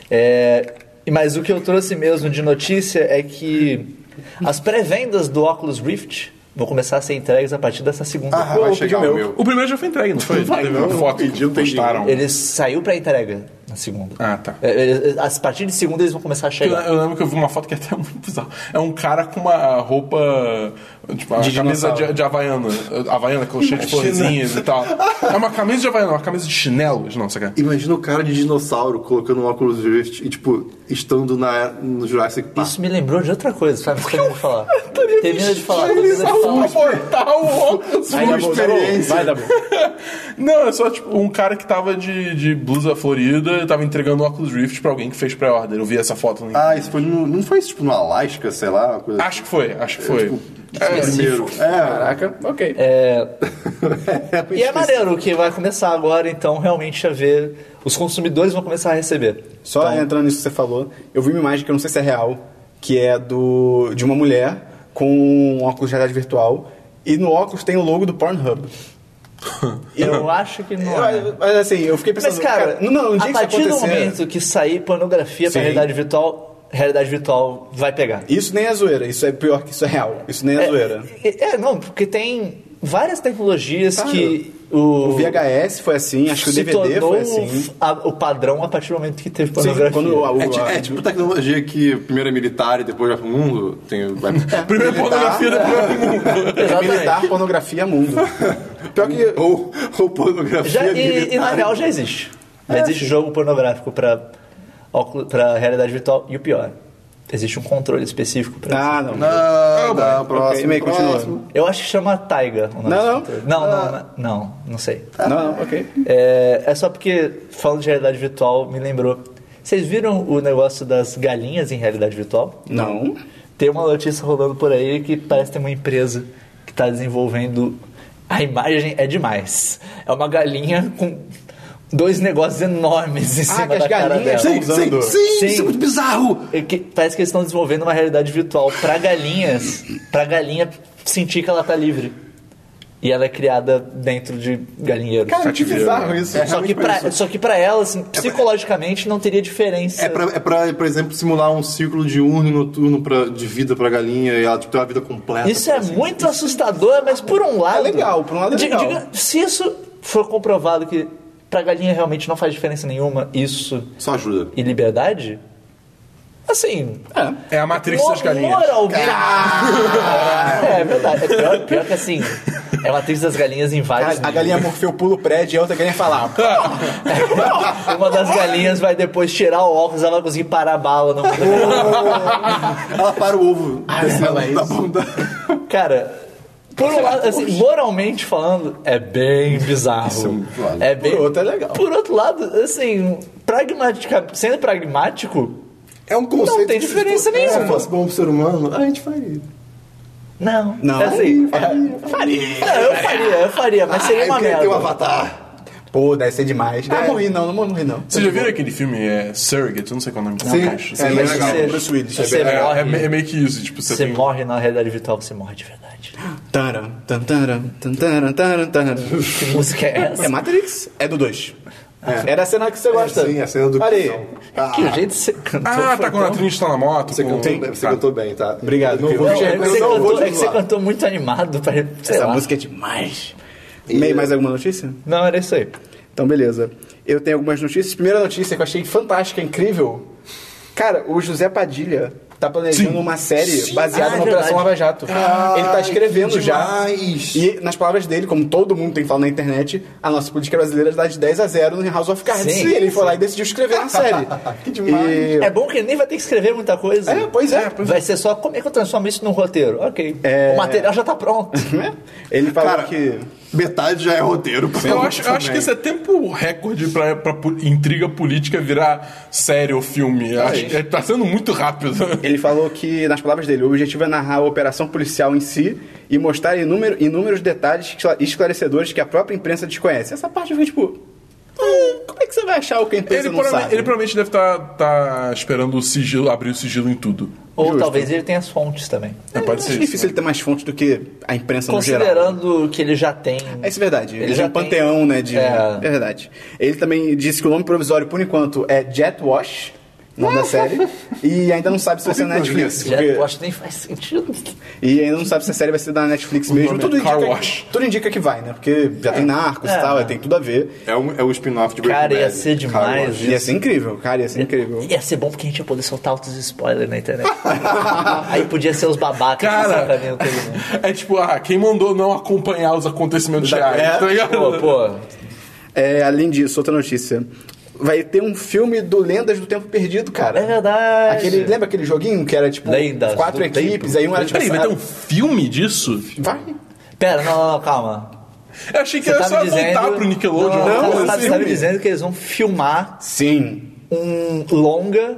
B: É, mas o que eu trouxe mesmo de notícia é que as pré-vendas do Oculus Rift vão começar a ser entregues a partir dessa segunda.
D: Ah, vai chegar o meu.
C: O primeiro já foi entregue, não foi? Teve uma foto que postaram.
B: Ele saiu pra entrega na segunda.
C: Ah, tá.
B: É, é, é, A partir de segunda eles vão começar a
C: Eu,
B: chegar.
C: eu lembro que eu vi uma foto que é até muito bizarra. É um cara com uma roupa. Tipo, uma camisa de, de havaiana. Havaiana, com cheia de florzinhas e tal. É uma camisa de havaiana, uma camisa de chinelos. Não, saca?
D: Imagina o cara de dinossauro colocando um óculos Rift e, tipo, estando na, no Jurassic Park.
B: Isso me lembrou de outra coisa, sabe? Termina de falar. Termina de falar. Termina
D: Tá
B: de
C: Um
B: falar.
C: portal, óculos,
G: Vai,
C: uma
G: Dabu,
C: experiência.
G: Vai, Dabu.
C: Não, é só tipo um cara que tava de, de blusa florida e tava entregando um óculos Rift pra alguém que fez pré-order. Eu vi essa foto. no-
D: Ah, isso foi no, não foi tipo no Alasca, sei lá, uma coisa
C: Acho que foi, acho que foi. É,
D: assim. primeiro. É,
G: Caraca, ok.
B: É, E é maneiro que vai começar agora, então, realmente a ver. Os consumidores vão começar a receber.
A: Só
B: então-
A: entrando nisso que você falou, eu vi uma imagem que eu não sei se é real, que é do de uma mulher com um óculos de realidade virtual e no óculos tem o logo do Pornhub.
B: Eu acho que não. é.
A: Eu- Mas assim, eu fiquei pensando,
B: Mas, cara,
A: não, não, um dia
B: a
A: que isso
B: partir do
A: acontecer,
B: momento que sair pornografia
A: Sim.
B: pra realidade virtual, realidade virtual vai pegar.
A: isso nem é zoeira, isso é pior que isso é real. Isso nem é, zoeira.
B: É, é, não, porque tem várias tecnologias
A: Claro.
B: que o,
A: O VHS foi assim, acho que o
B: se
A: DVD
B: tornou
A: foi assim.
B: a- o padrão a partir do momento que teve
A: Sim,
B: pornografia.
A: quando o- o-
D: É, ti- é tipo tecnologia que primeiro é militar e depois vai pro mundo. Tem, vai,
C: Primeiro
D: Tá?
C: pornografia da
A: é
B: Exatamente.
A: militar, pornografia, mundo. Pior que
D: ou, ou pornografia
B: Já- e,
D: militar.
B: e na real já existe.
A: É.
B: Já existe jogo pornográfico pra, óculo- pra realidade virtual. E o pior, existe um controle específico pra
A: Ah, não.
D: Ah,
C: Ah,
D: tá, próximo,
A: meio, continua.
D: próximo.
B: Eu acho que chama Taiga o
A: Não,
B: nome desse
A: não. Ah.
B: controle. Não, não, não, não, não sei.
D: Tá.
A: Não, não, ok.
B: É, é só porque, falando de realidade virtual, me lembrou. Vocês viram o negócio das galinhas em realidade virtual?
A: Não.
B: Tem uma notícia rolando por aí que parece ter uma empresa que está desenvolvendo. A imagem é demais. É uma galinha com dois negócios enormes em cima
A: Ah, que as
B: da cara dela.
A: galinhas-
D: Sim,
A: Usando.
D: sim, sim,
B: Sim.
D: isso é muito bizarro!
B: É que parece que eles estão desenvolvendo uma realidade virtual para galinhas, para galinha sentir que ela tá livre. E ela é criada dentro de galinheiros.
H: Cara, que bizarro isso.
D: É,
B: Só que, pra, só que pra ela,
A: É
B: assim, psicologicamente, não teria diferença.
D: É pra, é pra, por exemplo, simular um ciclo diurno e noturno pra, de vida pra galinha e ela tipo, ter uma vida completa. assim.
B: Isso é muito assustador, mas por um lado.
A: legal, por um lado é
B: Di-
A: legal.
B: se isso for comprovado que pra galinha realmente não faz diferença nenhuma, isso
D: Só ajuda.
B: e liberdade. Assim.
C: É a Matrix das
B: mo-
C: galinhas.
B: Moralmente. É, é verdade. É pior, pior que assim. É a Matrix das galinhas em vários.
A: A, a galinha morfeu, pula o prédio e a outra galinha fala. "Ah,
B: níveis. Uma das galinhas vai depois tirar o óculos, ela vai conseguir parar a bala. Não...
D: Ela para o ovo. Ah,
A: ela é
D: da bunda.
B: Cara, Por um lado, assim, moralmente falando, é bem bizarro. É bem...
A: Por outro, é legal.
B: Por outro lado, assim, pragmatica... sendo pragmático,
D: É um conceito.
B: Não tem
D: que se
B: diferença
D: fosse-
B: nenhuma.
D: Se fosse bom pro ser humano, a gente faria.
B: não.
I: Não.
B: Assim, é, Não, eu faria, eu faria, mas seria uma
D: eu queria ter um
B: merda.
D: avatar.
A: Pô, deve ser demais.
D: É.
A: Ah, morri não, não morri não.
C: Vocês já viram aquele filme, é Surrogate? Eu não sei qual é o nome.
D: Sim,
C: Não, mas-
D: sim,
B: mas
D: é legal.
B: você-
D: Bruce Willis.
B: você
C: É, é,
B: morre.
C: me- é meio que isso, tipo, você
B: Você
C: tem...
B: morre na realidade virtual, você morre de verdade.
I: Taran, tan, taran, tan, taran, taran, taran.
B: Que música é
I: É
B: essa?
I: Matrix? É do 2.
A: Era a É cena que você gosta.
D: É. Sim, a cena do
A: Olha aí.
B: Que jeito que você cantou
C: Ah,
B: foi
C: tá quando a
B: tão-
C: Trinity tá na moto.
D: Você
C: com-
D: cantou, bem, você cantou bem, tá? Obrigado. Não
A: querido.
D: vou
B: Não,
D: te
B: é que você
D: eu não vou
B: cantou,
D: te
B: é que você
D: zoar.
B: cantou muito animado pra. Sei
I: Essa
B: lá.
I: música é demais. Meio mais alguma notícia?
B: Não, era isso aí.
I: Então, beleza. Eu tenho algumas notícias. Primeiro,
A: Primeira notícia que eu achei fantástica, incrível. Cara, o José Padilha tá planejando uma série baseada
B: Ah,
A: na
B: é verdade.
A: Operação Lava Jato. Ele tá escrevendo
D: que
A: já.
D: demais.
A: E nas palavras dele, como todo mundo tem falado na internet, a nossa política brasileira dá de 10 a 0 no House of Cards.
B: Sim.
A: e ele foi lá e decidiu escrever uma série. que demais.
B: É bom que ele nem vai ter que escrever muita coisa.
A: É, pois é.
B: Vai ser só como é que eu transformo isso num roteiro? Ok.
I: É.
B: O material já tá pronto.
A: Ele falou
D: Cara,
A: que.
D: Metade já é roteiro.
C: Eu acho, eu acho que esse é tempo recorde pra, pra pu- intriga política virar série ou filme. Eu acho que é- tá sendo muito rápido.
I: ele falou que, nas palavras dele, o objetivo é narrar a operação policial em si e mostrar inúmero- inúmeros detalhes escla- esclarecedores que a própria imprensa desconhece. Essa parte eu fiquei tipo. "Hum, como é que você vai achar o que a imprensa
C: Ele,
I: não
C: prova-
I: sabe?
C: ele provavelmente deve estar esperando o sigilo, abrir o sigilo em tudo.
B: Ou talvez ele tenha as fontes também.
C: É, pode
I: Acho
C: ser isso.
I: difícil ele ter mais fontes do que a imprensa no geral.
B: Considerando que ele já tem.
I: É isso é verdade. Ele já é um
B: tem-
I: panteão, né? De...
B: É.
I: É. verdade. Ele também disse que o nome provisório, por enquanto, é Jet Wash, nome da série. E ainda não sabe se vai ser na Netflix.
B: Já,
I: porque-
B: eu acho que nem faz sentido.
I: E ainda não sabe se a série vai ser da Netflix mesmo.
C: nome é
I: Tudo
C: Car
I: indica,
C: Wash.
I: tudo indica que vai, né? Porque já tem narcos
B: É.
I: e tal, tem tudo a ver.
D: É um, é um spin-off de Breaking
B: Cara, ia
D: Bad.
B: ser demais.
I: Ia ser incrível, cara, ia ser incrível.
B: Ia ser bom porque a gente ia poder soltar altos spoilers na internet. Aí podia ser os babacas
C: Cara.
B: que sacaneam todo mundo.
C: É tipo, ah, quem mandou não acompanhar os acontecimentos reais, tá ligado?
B: É? Pô, pô.
I: É, além disso, outra notícia. Vai ter um filme do Lendas do Tempo Perdido, cara.
B: É verdade.
I: Aquele, lembra aquele joguinho que era tipo
B: Lendas
A: Quatro
B: do
A: equipes,
B: tempo.
A: aí um era tipo.
C: Peraí, vai ter um filme disso?
A: Vai.
B: Pera, não, não, não, calma.
C: Eu achei que
B: Você
C: era
B: tá
C: só
B: me dizendo.
C: voltar pro Nickelodeon.
B: Não,
C: uma
I: né?
B: não,
C: coisa
B: você tá,
C: assim.
B: tá me dizendo que eles vão filmar
I: Sim.
B: um longa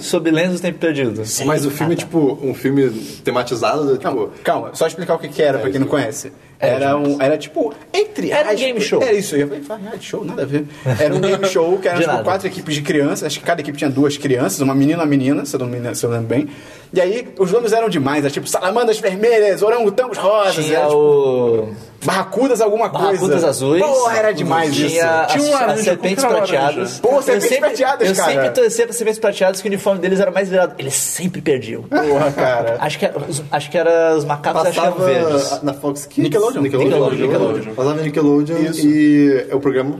B: sobre lendas do tempo perdido.
D: Mas o filme é tipo um filme tematizado, tipo.
A: Calma, só explicar o que, que era pra quem não conhece. Era um. Era tipo. Entre
B: É, Era um
A: aspas,
B: game show.
A: Era isso. Eu falei, "Ah, reality show, nada a ver. Era um game show que eram
B: De
A: tipo,
B: nada.
A: quatro equipes de crianças. Acho que cada equipe tinha duas crianças, uma menina e uma menina, se eu não me lembro, se eu lembro bem. E aí, os nomes eram demais. Era tipo salamandras vermelhas, orangotangos rosas.
B: Tinha
A: Era, tipo,
B: o.
A: barracudas alguma coisa.
B: Barracudas azuis.
A: Porra, era demais
B: tinha
A: isso.
B: As,
C: Tinha um laranja,
B: as serpentes
C: qual que era o
B: prateadas.
C: laranja?
A: Pô,
B: Eu
A: serpentes
B: sempre-
A: prateadas,
B: eu
A: cara.
B: sempre torcia pra serpentes prateadas que o uniforme deles era mais virado. Eles sempre perdiam.
A: Porra, cara.
B: Acho que, era- os- acho que era os macacos acho que eram
D: Passava
B: verdes.
D: na Fox Kids.
A: Nickelodeon.
D: Nickelodeon.
B: Nickelodeon, Nickelodeon.
D: Passava na Nickelodeon e é o programa.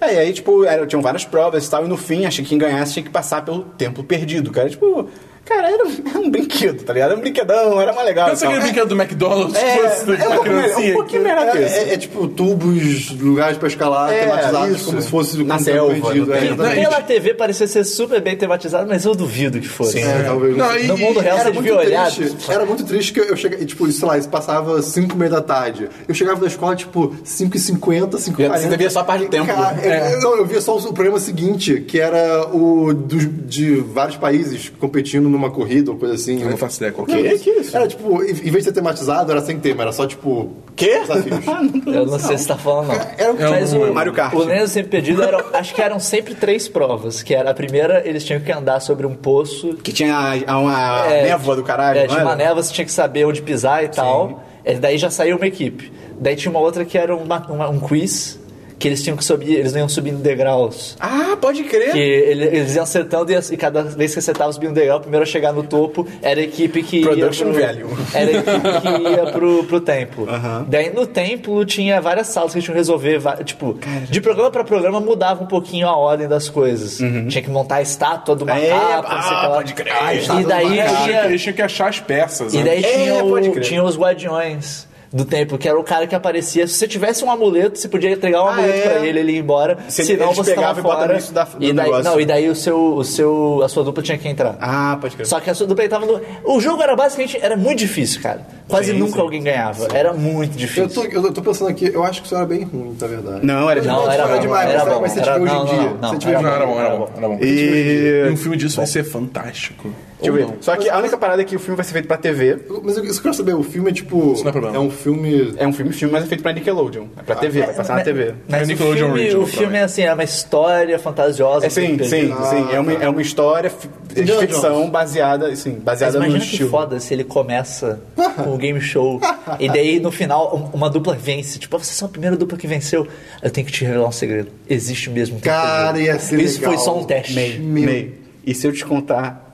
A: É, e aí, tipo, era, tinham várias provas e tal, e no fim, achei que quem ganhasse tinha que passar pelo tempo perdido, cara. Tipo, cara, era um, era um brinquedo, tá ligado? Era um brinquedão, era mais legal. e
C: Pensa
A: tal.
C: aquele um brinquedo do McDonald's,
A: É,
C: tipo,
A: é
C: assim,
A: um
C: uma
A: pouco melhor,
C: criancinha
A: um pouquinho
D: É,
A: melhor que esse.
D: é, é tipo tubos, lugares pra escalar,
A: É,
D: tematizados,
A: isso.
D: como se fosse
A: Na
D: um
A: selva,
D: perdido.
A: no
D: É,
A: tempo.
C: Não,
D: exatamente.
B: Pela TV parecia ser super bem tematizado, mas eu duvido que fosse.
D: É, talvez.
C: Não, e-
B: No mundo real você
D: Era
B: devia
D: muito,
B: olhar.
D: triste, era muito triste que eu chegava, tipo, sei lá, isso passava 5 e meia da tarde. Eu chegava da escola, tipo, 5 e 50, 5 e
B: É,
A: E você via só a parte do tempo.
B: né?
D: Cara, eu- eu, não, eu via só o programa seguinte, que era o dos- de vários países competindo numa corrida ou coisa assim.
C: Eu
D: né?
C: não faço ideia qual que
D: Não,
C: é.
D: que isso? Era tipo, em em vez de ser tematizado, era sem tema, era só tipo.
A: Quê?
D: Desafios.
A: Ah,
B: Eu não sei se tá falando, não.
D: Era um-
B: Mas
C: um
B: o,
I: Mario Kart.
B: o Lendas do Tempo Perdido, era, acho que eram sempre três provas. Que era a primeira, eles tinham que andar sobre um poço.
A: Que tinha a- a- uma
B: É,
A: névoa do caralho,
B: É,
A: não
B: tinha uma
A: era?
B: névoa, você tinha que saber onde pisar e tal. É, daí já saiu uma equipe. Daí tinha uma outra que era uma- uma- um quiz, que eles tinham que subir, eles iam subindo degraus.
A: Ah, pode crer.
B: Que ele- eles iam acertando e, as- e cada vez que acertava subindo degrau, o primeiro a chegar no topo era a equipe que
A: Production
B: ia pro,
A: value.
B: Era a equipe que ia pro, pro templo. Daí no templo tinha várias salas que tinham que resolver, va- tipo, de programa pra programa mudava um pouquinho a ordem das coisas. Tinha que montar a estátua do
A: Uhum.
B: macaco,
A: É,
B: não sei o
A: ah,
B: que lá.
A: pode crer.
B: E daí
C: Eles tinham que-
B: tinha
C: Eles tinham que achar as peças.
B: e
C: né?
B: daí
A: É,
B: tinha, o-
A: pode crer.
B: tinha os guardiões. do tempo, que era o cara que aparecia. Se você tivesse um amuleto, você podia entregar um
A: Ah,
B: amuleto
A: é?
B: pra ele, ele ia embora.
A: Se ele-
B: senão
A: eles
B: você tava
A: pegavam e botavam
B: fora.
A: isso da- do
B: e daí,
A: negócio.
B: não, e daí o seu, o seu, a sua dupla tinha que entrar.
A: Ah, pode crer.
B: Só que a sua dupla tava no... O jogo era basicamente... Era muito difícil, cara. Quase
A: Sim,
B: nunca
A: sim.
B: alguém ganhava. Era muito
D: Eu
B: difícil.
D: tô, eu tô pensando aqui, eu acho que isso era bem ruim, na verdade.
J: Não, era de
B: Não, era bom,
D: demais,
B: era
D: mas-
B: bom.
D: mas se
B: era-
D: tiver hoje
A: um
B: não,
D: em dia,
B: não, não,
D: se
B: não,
D: tiver
C: Não, era
B: Tá
C: bom, era bom, era bom.
J: E...
C: E um filme disso vai ser fantástico.
A: Deixa eu ver. Só que a única parada é que o filme vai ser feito pra TV.
D: Mas eu, isso que eu quero saber, o filme é tipo.
C: não é problema.
D: um filme.
A: É um filme, filme, mas é feito pra Nickelodeon. É pra TV, vai passar na TV.
C: É o
B: Mas o
C: Nickelodeon
B: filme,
C: Original,
B: o filme é assim, é uma história fantasiosa.
A: É sim,
B: que-
A: sim,
B: Mas
A: sim. É uma, é uma história fi- de
D: Indiana
A: ficção baseada, sim, baseada no
B: imagina que
A: estilo.
B: foda se ele começa com o game show e daí no final um- uma dupla vence. Tipo, "Ah, vocês são a primeira dupla que venceu. Eu tenho que te revelar um segredo. Existe mesmo. um
D: Cara,
B: terceiro
D: ia
B: jogo."
D: ser
B: Isso
D: legal.
B: foi só um teste.
A: May, May. E se eu te contar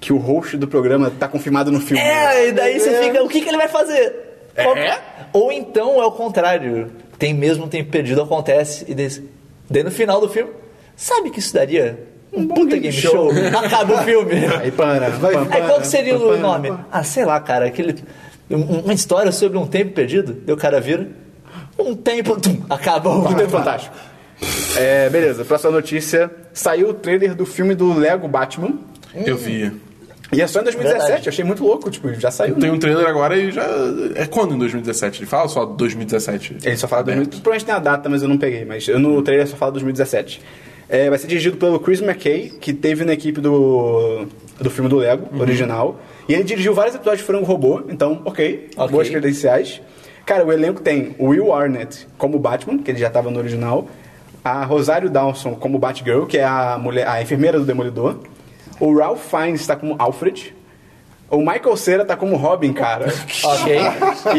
A: que o host do programa tá confirmado no filme?
B: É, e daí você fica, o que, que ele vai fazer? Qual- Ou então é o contrário. Tem mesmo um tempo perdido, acontece, e daí, daí no final do filme, sabe que isso daria? Um puta game show. Acaba o filme.
A: Aí para, vai
B: Aí qual que seria o nome? Ah, sei lá, cara, aquele. um- Uma história sobre um tempo perdido, daí o cara vira. Um tempo. Tum, acaba o
A: Muito fantástico. É, beleza, próxima notícia. Saiu o trailer do filme do Lego Batman.
C: Eu vi.
A: E é só em 2017,
B: Verdade.
A: achei muito louco, tipo, já saiu. né?
C: Tem um trailer agora e já. É quando em 2017? Ele fala ou só 2017?
A: Ele só fala 2017. É, Provavelmente tem a data, mas eu não peguei. Mas eu no trailer só fala 2017. É, vai ser dirigido pelo Chris McKay, que teve na equipe do, do filme do Lego, original. E ele dirigiu vários episódios de Frango Robô, então, ok.
B: Ok.
A: Boas credenciais. Cara, o elenco tem o Will Arnett como Batman, que ele já tava no original. A Rosário Dawson como Batgirl, que é a, mulher, a enfermeira do Demolidor. O Ralph Fiennes tá como Alfred. O Michael Cera tá como Robin, cara.
B: Ok.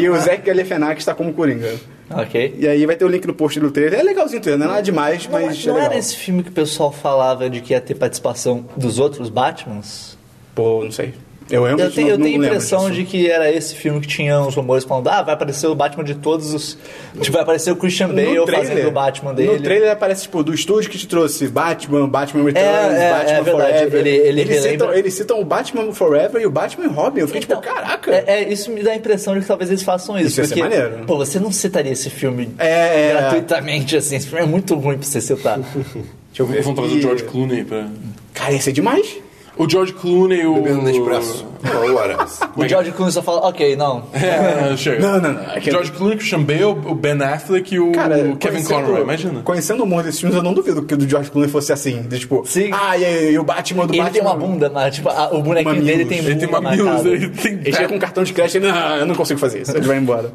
A: e o Zac Galifianakis está como Coringa.
B: Ok.
A: E aí vai ter o link no post do trailer. É legalzinho o trailer, não é nada demais,
B: Não,
A: mas
B: não
A: é legal.
B: era esse filme que o pessoal falava de que ia ter participação dos outros Batmans?
A: Pô, não sei. Eu lembro
B: Eu tenho, eu tenho a impressão de que era esse filme que tinha uns rumores falando: ah, vai aparecer o Batman de todos os. Tipo, vai aparecer o Christian Bale fazendo o Batman dele.
A: No trailer aparece, tipo, do estúdio que te trouxe Batman, Batman Returns,
B: é,
A: Batman
B: é verdade.
A: Forever.
B: Ele- ele
A: eles, citam,
B: relembra-
A: eles citam o Batman Forever e o Batman Robin. Eu fiquei
B: Então,
A: tipo, caraca.
B: É, é, isso me dá a impressão de que talvez eles façam isso.
A: Isso ia ser
B: porque,
A: maneiro.
B: Pô, você não citaria esse filme
A: É, é.
B: gratuitamente, assim. Esse filme é muito ruim pra você citar.
A: Deixa eu ver.
C: Vamos trazer o
A: aqui.
C: George Clooney pra.
A: Cara, ia ser demais.
C: O George Clooney, o.
D: Bebendo Nespresso. Agora.
B: o George Clooney só fala, ok, não.
C: É, chega.
A: Não, não, não. É que-
C: George Clooney, Christian Bale, o Ben Affleck e o
A: Cara,
C: Kevin
A: conhecendo-
C: Conroy, imagina.
A: Conhecendo o humor desses filmes, eu não duvido que o do George Clooney fosse assim. de tipo,
B: Sim.
A: ah, e, aí, e o Batman do
B: Ele
A: Batman.
B: tem uma bunda, mas, tipo, a- o bonequinho
A: Mamilos.
B: dele tem bunda
C: Ele tem uma
B: marcada.
C: muse, ele tem.
A: Ele chega com um cartão de crédito e não, eu não consigo fazer isso. Ele vai embora.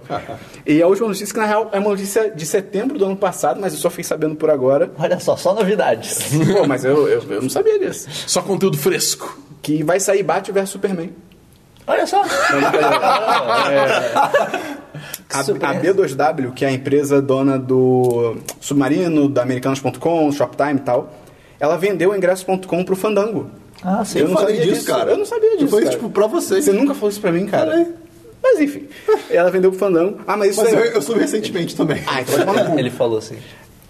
A: e a última notícia, que na real é uma notícia de setembro do ano passado, mas eu só fiquei sabendo por agora.
B: Olha só, só novidades.
A: Pô, mas eu, eu, eu não sabia disso.
C: Só conteúdo fresco.
A: Que vai sair Batman vs Superman.
B: Olha só.
A: É, A,
B: Super-
A: a B2W, que é a empresa dona do Submarino, da Americanos.com, Shoptime e tal, ela vendeu o ingresso.com pro Fandango.
B: Ah, sim.
A: Eu não
D: falei
A: sabia
D: disso, cara.
A: Eu não sabia disso.
D: Foi,
A: cara.
D: tipo, pra você.
A: Você nunca falou isso pra mim, cara.
D: Falei.
A: Mas enfim. Ela vendeu pro Fandango. Ah, mas isso
D: É. Mas eu,
A: aí.
D: eu soube recentemente também.
A: Ah, então vai tomar no cu.
B: Ele falou assim.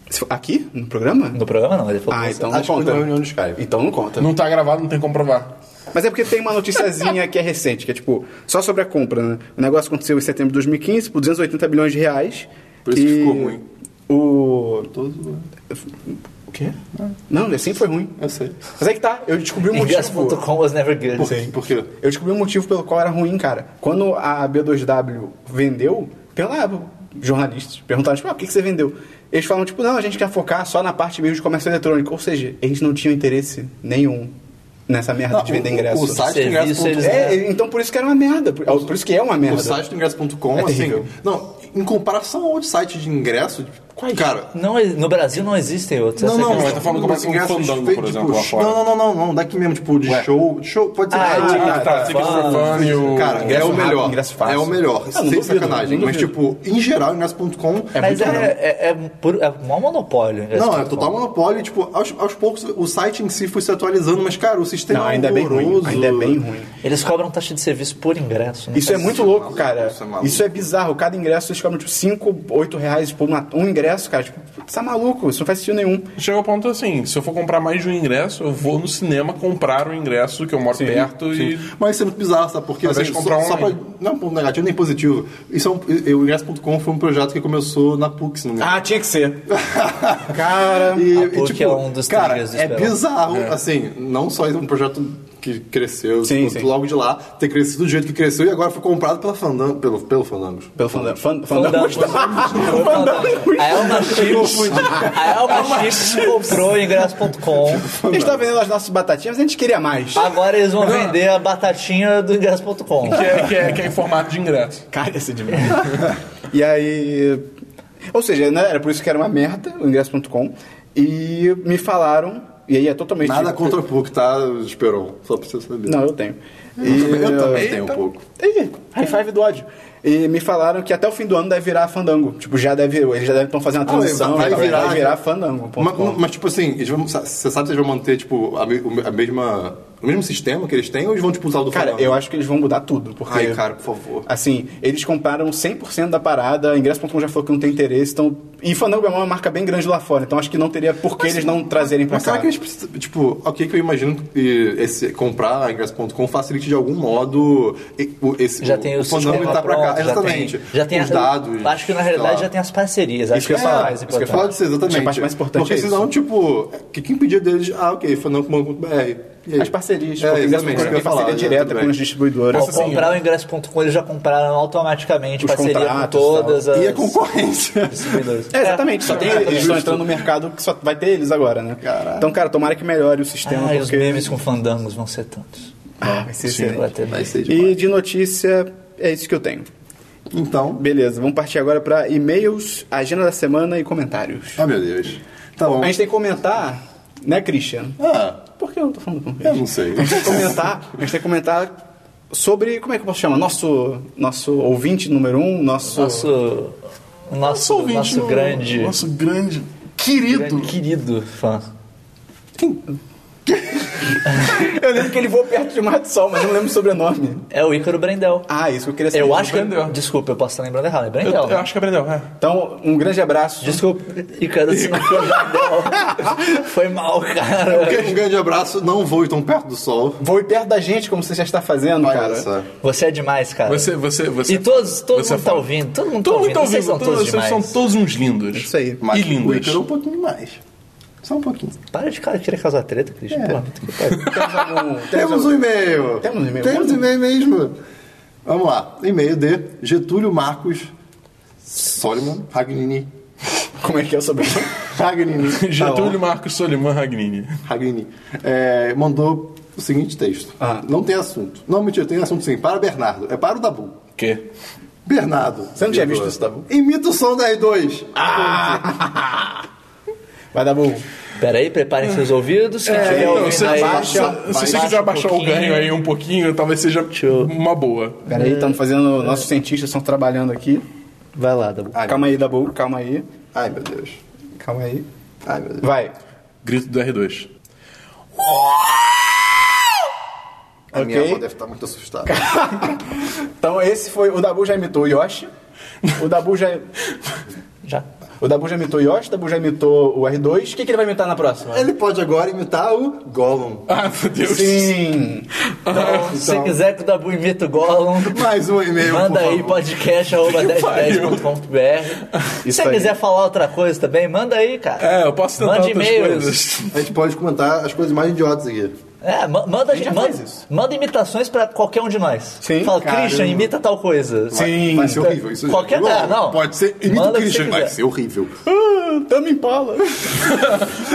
A: Se for- Aqui? No programa?
B: No programa não, ele falou
A: Ah,
B: assim.
A: então não
D: Acho que foi
A: conta.
D: numa reunião do Skype.
A: Então não conta.
C: Não tá gravado, não tem como provar.
A: Mas é porque tem uma noticiazinha que é recente, que é tipo, só sobre a compra, né? O negócio aconteceu em setembro de 2015 por 280 bilhões de reais.
D: Por isso
A: e
D: que ficou ruim.
A: O.
D: Tô zoando.
A: O quê? Não, assim foi ruim.
D: Eu sei.
A: Mas aí que tá, eu descobri um motivo.
B: Ingress.com was never good.
D: Por quê?
A: Eu descobri um motivo pelo qual era ruim, cara. Quando a B2W vendeu, perguntaram, jornalistas perguntaram, tipo, ah, o que, que você vendeu? Eles falam, tipo, não, a gente quer focar só na parte mesmo de comércio eletrônico. Ou seja, eles não tinham interesse nenhum nessa merda de vender
D: o-
A: ingresso.
D: Tipo, O site do
B: Serviço,
D: ingresso.com.
B: eles-
A: É, então por isso que era uma merda. Por, por isso que é uma merda.
D: O site do ingresso.com,
A: É
D: assim.
A: terrível.
D: Não, em comparação ao outro site de ingresso, quais? Cara.
B: Não, no Brasil não existem outros. essa é a questão.
C: mas tá falando como
D: mas
C: assim, um
D: ingressos
C: fandango,
D: feitos,
C: por
D: tipo,
C: exemplo, lá fora.
D: Não, não, não, não, não, daqui mesmo, tipo, de show, show, pode ser.
B: Ah,
D: Ah,
C: Ah, tá. Tickets for Fun e o.
D: Cara, é
A: ingresso
D: o
A: rápido,
D: melhor.
A: ingresso fácil.
D: É o melhor,
A: Ah, não
D: sem
A: duvido,
D: sacanagem.
A: não
D: Mas, tipo, em geral, ingresso.com é
B: Mas
D: muito
B: é,
D: melhor.
B: é, é, puro- é um maior monopólio. Ingress.com.
D: Não, é total monopólio. e, Tipo, aos, aos poucos o site em si foi se atualizando, mas, cara, o sistema
A: Não,
D: é
A: ainda é bem ruim.
D: horroroso.
A: Ainda é bem ruim.
B: Eles cobram taxa de serviço por ingresso. não
A: Isso é
B: faz
A: muito
D: isso,
A: louco,
D: maluco,
A: cara.
D: isso é maluco.
A: Isso é bizarro. Cada ingresso eles cobram tipo 5, 8 reais por uma- um ingresso, cara. Tipo, Tá maluco, isso não faz sentido nenhum.
C: Chega ao ponto assim, se eu for comprar mais de um ingresso, eu vou no cinema comprar o ingresso que eu moro perto e...
D: Mas isso é muito bizarro, sabe? Porque
C: Ao invés de comprar
D: só, só pra,
C: online.
D: não é um ponto negativo nem positivo. Isso é um, e- o ingresso.com foi um projeto que começou na PUC, se não me engano.
A: Ah, tinha que ser. Cara.
D: E, tipo,
B: A PUC é um dos
D: cara,
B: triggers do
D: é
B: Esperão.
D: bizarro, assim, não só é um projeto que cresceu
A: Sim,
D: tipo,
A: sim.
D: logo de lá, ter crescido do jeito que cresceu e agora foi comprado pela Fandango, pelo, pelo Fandangos.
A: Pelo fandango. Fan-
B: Fandango.
A: Fandango.
B: Foi o Fandango. tá? A Elma Chips. A
D: É
B: Elma Chips comprou o ingresso.com.
A: A gente tá vendendo as nossas batatinhas, mas a gente queria mais.
D: Ah.
B: Agora eles vão vender a batatinha do ingresso.com.
C: Que é, que, é, que é em formato de ingresso.
A: Cara, esse demais. e aí. Ou seja, né, era por isso que era uma merda, o ingresso.com. E me falaram, e aí é totalmente.
D: Nada contra o PUC, tá, Esperon? Só pra você saber.
A: Não, Então, eu tenho.
D: eu também
A: Eita.
D: tenho um pouco.
A: Ih, high five do ódio. E me falaram que até o fim do ano deve virar fandango. Tipo, já deve. Eles já devem estão fazendo a transição.
D: Ah, vai
A: e tal,
D: virar,
A: tá então, vai virar
D: cara.
A: fandango. ponto
D: Mas,
A: com.
D: mas, tipo assim, eles vão- sa- você sabe se eles vão manter, tipo, a, me- o me- a mesma, o mesmo sistema que eles têm ou eles vão, tipo, usar o do
A: Cara,
D: Fernando?
A: eu acho que eles vão mudar tudo. Porque,
D: Ai, cara, por favor.
A: Assim, eles compraram 100% da parada, ingresso.com já falou que não tem interesse. Então, e Fandango é uma marca bem grande lá fora, então acho que não teria por que eles não trazerem pra
D: Mas
A: cá.
D: será que eles precisam, tipo, ok que eu imagino que esse, comprar a ingresso.com facilite de algum modo e- o- esse,
B: Já tem o,
D: Fandango
B: sistema
D: tá pra cá,
B: pronto,
D: exatamente.
B: Já tem, já tem
D: os
B: a-
D: dados.
B: Acho que na
D: sei
B: realidade
D: lá.
B: já tem as parcerias. Acho
D: Isso
B: que
D: eu
B: é
D: ia
B: só
D: falar,
B: mais
D: isso que eu ia falar
B: importante.
D: disso, exatamente.
A: A parte mais importante
D: Porque
A: é isso.
D: senão, tipo, o que, que impedia deles? Ah, ok, fandango.com.br. E aí?
A: As parcerias,
D: É,
A: porque o
D: exatamente,
A: ingresso.com
D: isso que eu
A: tem
D: ia falar,
A: parceria
D: né,
A: direta
D: tudo
A: é com
D: bem.
A: os distribuidores.
B: Ao
D: assim,
B: comprar o ingresso.com, eles já compraram automaticamente
A: Os
B: parceria com
A: contratos,
B: todas as
D: né? E é a concorrência.
B: distribuidores.
A: É, exatamente, só tem eles. estão entrando no mercado que só vai ter eles agora, né?
D: Caralho.
A: Então, cara, tomara que melhore o sistema,
B: Ah, os
A: porque.
B: memes com fandangos vão ser tantos.
A: Ah, vai ser
B: Sim, vai
A: excelente.
B: ter
D: Vai
B: mais.
D: ser demais.
A: E de notícia, é isso que eu tenho.
D: Então,
A: Beleza, vamos partir agora pra e-mails, agenda da semana e comentários.
D: ah, meu Deus. Tá bom.
A: A gente tem que comentar, né, Christian?
D: Ah,
A: Por que eu tô falando com o
D: eu
A: Christian?
D: não sei.
A: A gente tem que comentar, a gente tem que comentar sobre, como é que eu posso chamar? Nosso, nosso ouvinte número um, nosso...
B: Nosso, o nosso,
C: ouvinte
B: nosso
C: no-
B: grande,
C: Nosso grande... Querido.
B: grande querido fã.
A: Eu lembro que ele voou perto de Mato Sol, mas eu não lembro o sobrenome.
B: É o Ícaro Brendel.
A: Ah, isso que eu queria saber.
B: Eu acho que.
C: Brendel.
B: Desculpa, eu posso estar lembrando errado. É
C: Eu,
B: Brendel.
C: eu acho que aprendeu, é.
A: Então, um grande abraço.
B: Desculpa, Ícaro, se não for Brendel. Foi mal, cara.
D: Um grande abraço, não vou ir tão perto do sol.
A: Voe perto da gente, como você já está fazendo,
D: Olha
A: cara.
D: só.
B: Você é demais, cara.
C: Você, você, você...
B: e todos, todo
C: você
B: mundo tá
C: fala.
B: ouvindo. Todo mundo
C: Todo mundo
B: tá
C: tá
B: ouvindo. Vocês são
C: ouvindo,
B: todos
C: todos, vocês
B: demais.
C: são todos uns lindos.
A: Isso aí.
D: Mas
C: e
D: o
C: lindos.
D: Icaro é um pouquinho mais. Só um pouquinho.
B: Para de cara querer causar treta, Cristian.
C: É.
B: Pô, muito que pariu.
A: Temos algum-
D: Temos um e-mail.
A: Temos um e-mail.
D: Temos um e-mail mesmo. Vamos lá. E-mail de Getúlio Marcos Solomon Ragnini. um-
A: Como é que é o sobrenome?
D: Ragnini. Tá
C: Getúlio
D: bom.
C: Marcos Soliman Ragnini.
D: Ragnini. É, mandou o seguinte texto.
A: Ah.
D: Não tem assunto. Não, mentira, tem assunto sim. Para Bernardo. É para o Dabu.
C: Que?
D: Bernardo.
A: Você não tinha
D: vírgula,
A: visto isso, Dabu? Ah,
D: Imita o som da R2.
A: Vai dar bom.
B: Peraí, preparem
C: É.
B: seus ouvidos. Quem tiver
A: então,
B: ouvindo
C: se,
B: aí,
A: abaixa-
C: se- se você
B: abaixa
C: quiser
B: um
C: abaixar o
B: pouquinho.
C: ganho aí um pouquinho, talvez seja
B: eu-
C: uma boa.
A: Peraí,
B: É.
A: estamos fazendo. Nossos cientistas estão trabalhando aqui.
B: Vai lá, Dabu.
D: Ai,
A: calma aí, Dabu, calma aí.
D: Ai, meu Deus.
A: Calma aí.
D: Ai, meu Deus.
A: Vai.
C: Grito do R2.
D: A minha
A: Ok.
D: avó deve estar muito assustada.
A: Então esse foi. O Dabu já imitou o Yoshi. O Dabu já.
B: Já.
A: O Dabu já imitou o Yoshi, o Dabu já imitou o R2. O que, que ele vai imitar na próxima?
D: Ele pode agora imitar o Gollum.
C: Ah, meu Deus.
A: Sim!
B: Então, se você quiser que o Dabu imita o Gollum,
D: Mais um e-mail,
B: manda
D: por
B: aí
D: favor.
B: podcast.com.br. Se
A: Isso
B: você
A: aí.
B: quiser falar outra coisa também, manda aí, cara.
C: É, eu posso tentar
B: Mande
C: outras
B: e-mails.
C: coisas.
D: A gente pode comentar as coisas mais idiotas aqui.
B: É, ma- manda,
A: gente já
B: manda,
A: fez isso.
B: manda imitações pra qualquer um de nós.
A: Sim,
B: Fala,
A: caramba.
B: Christian, imita tal coisa.
A: Sim!
D: Vai ser horrível. Isso
B: Qualquer-
D: Gollum.
B: é, não.
D: Pode ser. Imita
B: Manda
D: o
B: o que
D: Christian.
B: você
D: Vai
B: quiser.
D: ser horrível.
A: Ah, Tamo em pala!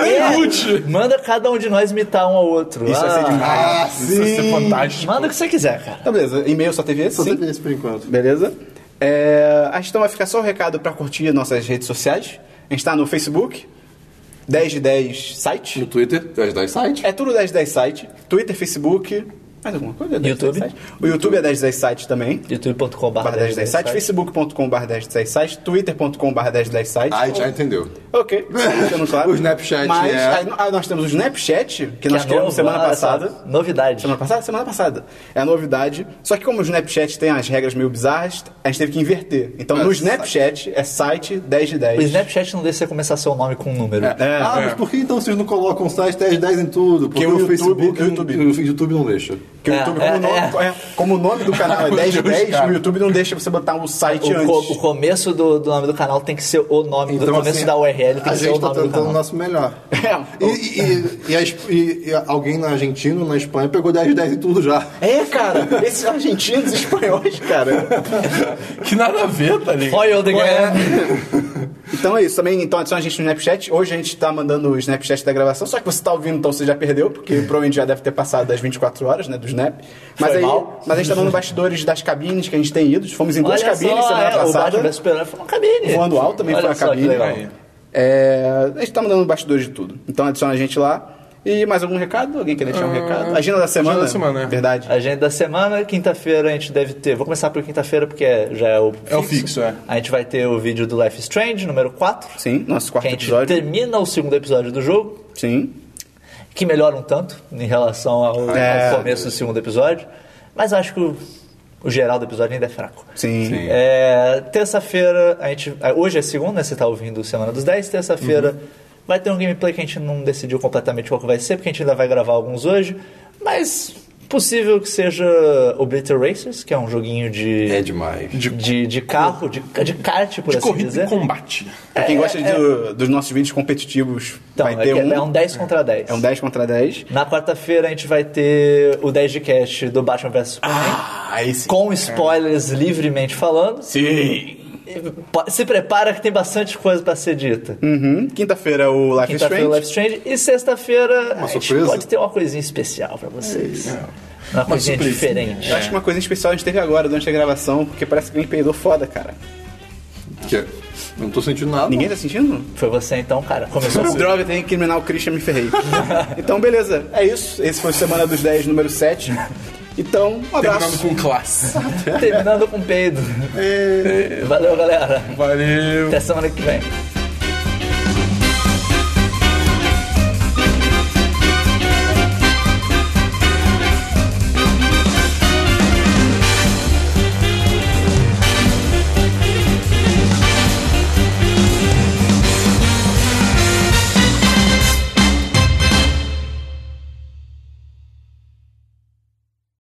B: É,
C: Lute.
B: manda cada um de nós imitar um ao outro.
A: Isso vai ser
B: Ah,
A: demais.
D: Ah,
C: Isso vai ser fantástico.
B: Manda o que você quiser, cara.
A: Tá, beleza. E-mail só teve esse?
D: Só
A: Sim.
D: teve esse por enquanto.
A: Beleza? É, a gente então vai ficar só o recado pra curtir nossas redes sociais. A gente tá no Facebook, 10 de 10 site.
D: No Twitter, 10 10 site.
A: É tudo 10 de 10 site. Twitter, Facebook, Mais alguma coisa? 10,
B: YouTube.
A: 10, O YouTube é 1010 site também.
B: youtube.com.br
A: Barra 1010 site, facebook.com barra 1010 site, twitter.com barra 1010 site.
D: Ai, já entendeu.
A: Ok, ficando claro.
D: O Snapchat
A: Mas
D: é-
A: aí, aí nós temos o Snapchat, que,
B: é
A: nós criamos semana passada.
B: Ah, Novidade.
A: Semana passada? Semana passada. É a novidade. Só que como o Snapchat tem as regras meio bizarras, a gente teve que inverter. Então no Snapchat é site 10 de
B: O
A: 10.
B: Snapchat não deixa você começar seu nome com um número.
A: É.
D: ah, mas por que então vocês não colocam o site 10 10 em tudo? Porque
A: o
D: o,
A: YouTube-
D: Facebook
A: o YouTube-
D: o YouTube não deixa.
A: Que o
B: É,
A: YouTube,
B: é,
A: como, o nome, é, como o nome do canal é 10 de 10,
C: cara.
A: o YouTube não deixa você botar o site
B: O,
A: antes.
B: co- o começo do, do nome do canal tem que ser o nome, do
D: Então,
B: começo
D: assim,
B: da URL tem
D: A
B: que ser
D: gente
B: o
D: tá
B: nome do
D: tentando o
B: canal.
D: nosso melhor.
A: É.
D: E, e- e a Esp- e- e alguém na Argentina, na Espanha, pegou 10 de 10 em tudo já.
A: É, cara, esses argentinos e espanhóis, cara.
C: Que nada a ver, tá ligado?
B: Foil the game.
A: Então é isso também. Então adiciona a gente no Snapchat. Hoje a gente tá mandando o Snapchat da gravação, só que você tá ouvindo, então você já perdeu, porque provavelmente já deve ter passado das 24 horas, né, do Snap. Mas
B: É. Foi
A: aí,
B: mal.
A: mas a gente tá mandando bastidores das cabines que a gente tem ido. Fomos em duas
B: Olha
A: cabines
B: só,
A: semana
B: é, o Batman
A: passada.
B: vs Superman foi uma cabine.
A: Voando alto também
B: Olha
A: foi uma
B: só que
A: cabine.
B: legal.
C: Aí.
A: É, a gente tá mandando bastidores de tudo. Então adiciona a gente lá. E mais algum recado? Alguém quer
B: Ah,
A: deixar um recado? Agenda da semana.
C: agenda da semana, é.
A: Verdade.
B: Agenda da semana, quinta-feira a gente deve ter. Vou começar por quinta-feira porque é- já é o fixo.
C: É o fixo, é.
B: A gente vai ter o vídeo do Life is Strange, número 4.
A: Sim, nosso quarto
B: que a gente
A: episódio.
B: termina o segundo episódio do jogo,
A: Sim.
B: que melhora um tanto em relação ao,
A: É.
B: ao começo do segundo episódio. Mas acho que o, o geral do episódio ainda é fraco.
A: Sim.
B: É, terça-feira, a gente. ah, Hoje é segunda, você tá ouvindo Semana dos 10, terça-feira
A: Uhum.
B: vai ter um gameplay que a gente não decidiu completamente qual que vai ser, porque a gente ainda vai gravar alguns hoje, mas possível que seja Obliterator Racers, que é um joguinho de.
D: É demais.
B: De, de, carro, de, de kart, por assim
C: Corrida
B: dizer.
C: e combate.
A: Pra quem
B: É,
A: gosta
B: é.
A: do- dos nossos vídeos competitivos,
B: Então,
A: vai
B: é,
A: ter
B: que
A: um.
B: é um 10 contra 10.
A: É um 10 contra 10.
B: Na quarta-feira a gente vai ter o 10 de cast do Batman vs Superman,
A: Ah, esse.
B: com spoilers livremente falando.
A: Sim.
B: Se prepara que tem bastante coisa pra ser dita.
A: Uhum. Quinta-feira o Life is Strange.
B: Quinta-feira o Life is Strange e sexta-feira a gente
D: surpresa.
B: pode ter uma coisinha especial pra vocês. Uma, coisinha
C: surpresinha.
B: diferente.
A: Eu acho que uma coisa especial a gente teve agora durante a gravação, porque parece que alguém peidou foda, cara.
D: Que é- não tô sentindo nada.
A: Ninguém tá sentindo?
B: Foi você então, cara. Começou assim.
A: Droga, tem que criminar o Christian me ferrei. então, beleza. É isso. Esse foi o Semana dos 10, número 7. Então, um
C: Terminando
A: abraço.
C: com classe.
B: terminando com peido. Valeu, galera.
C: Valeu.
B: Até semana que vem.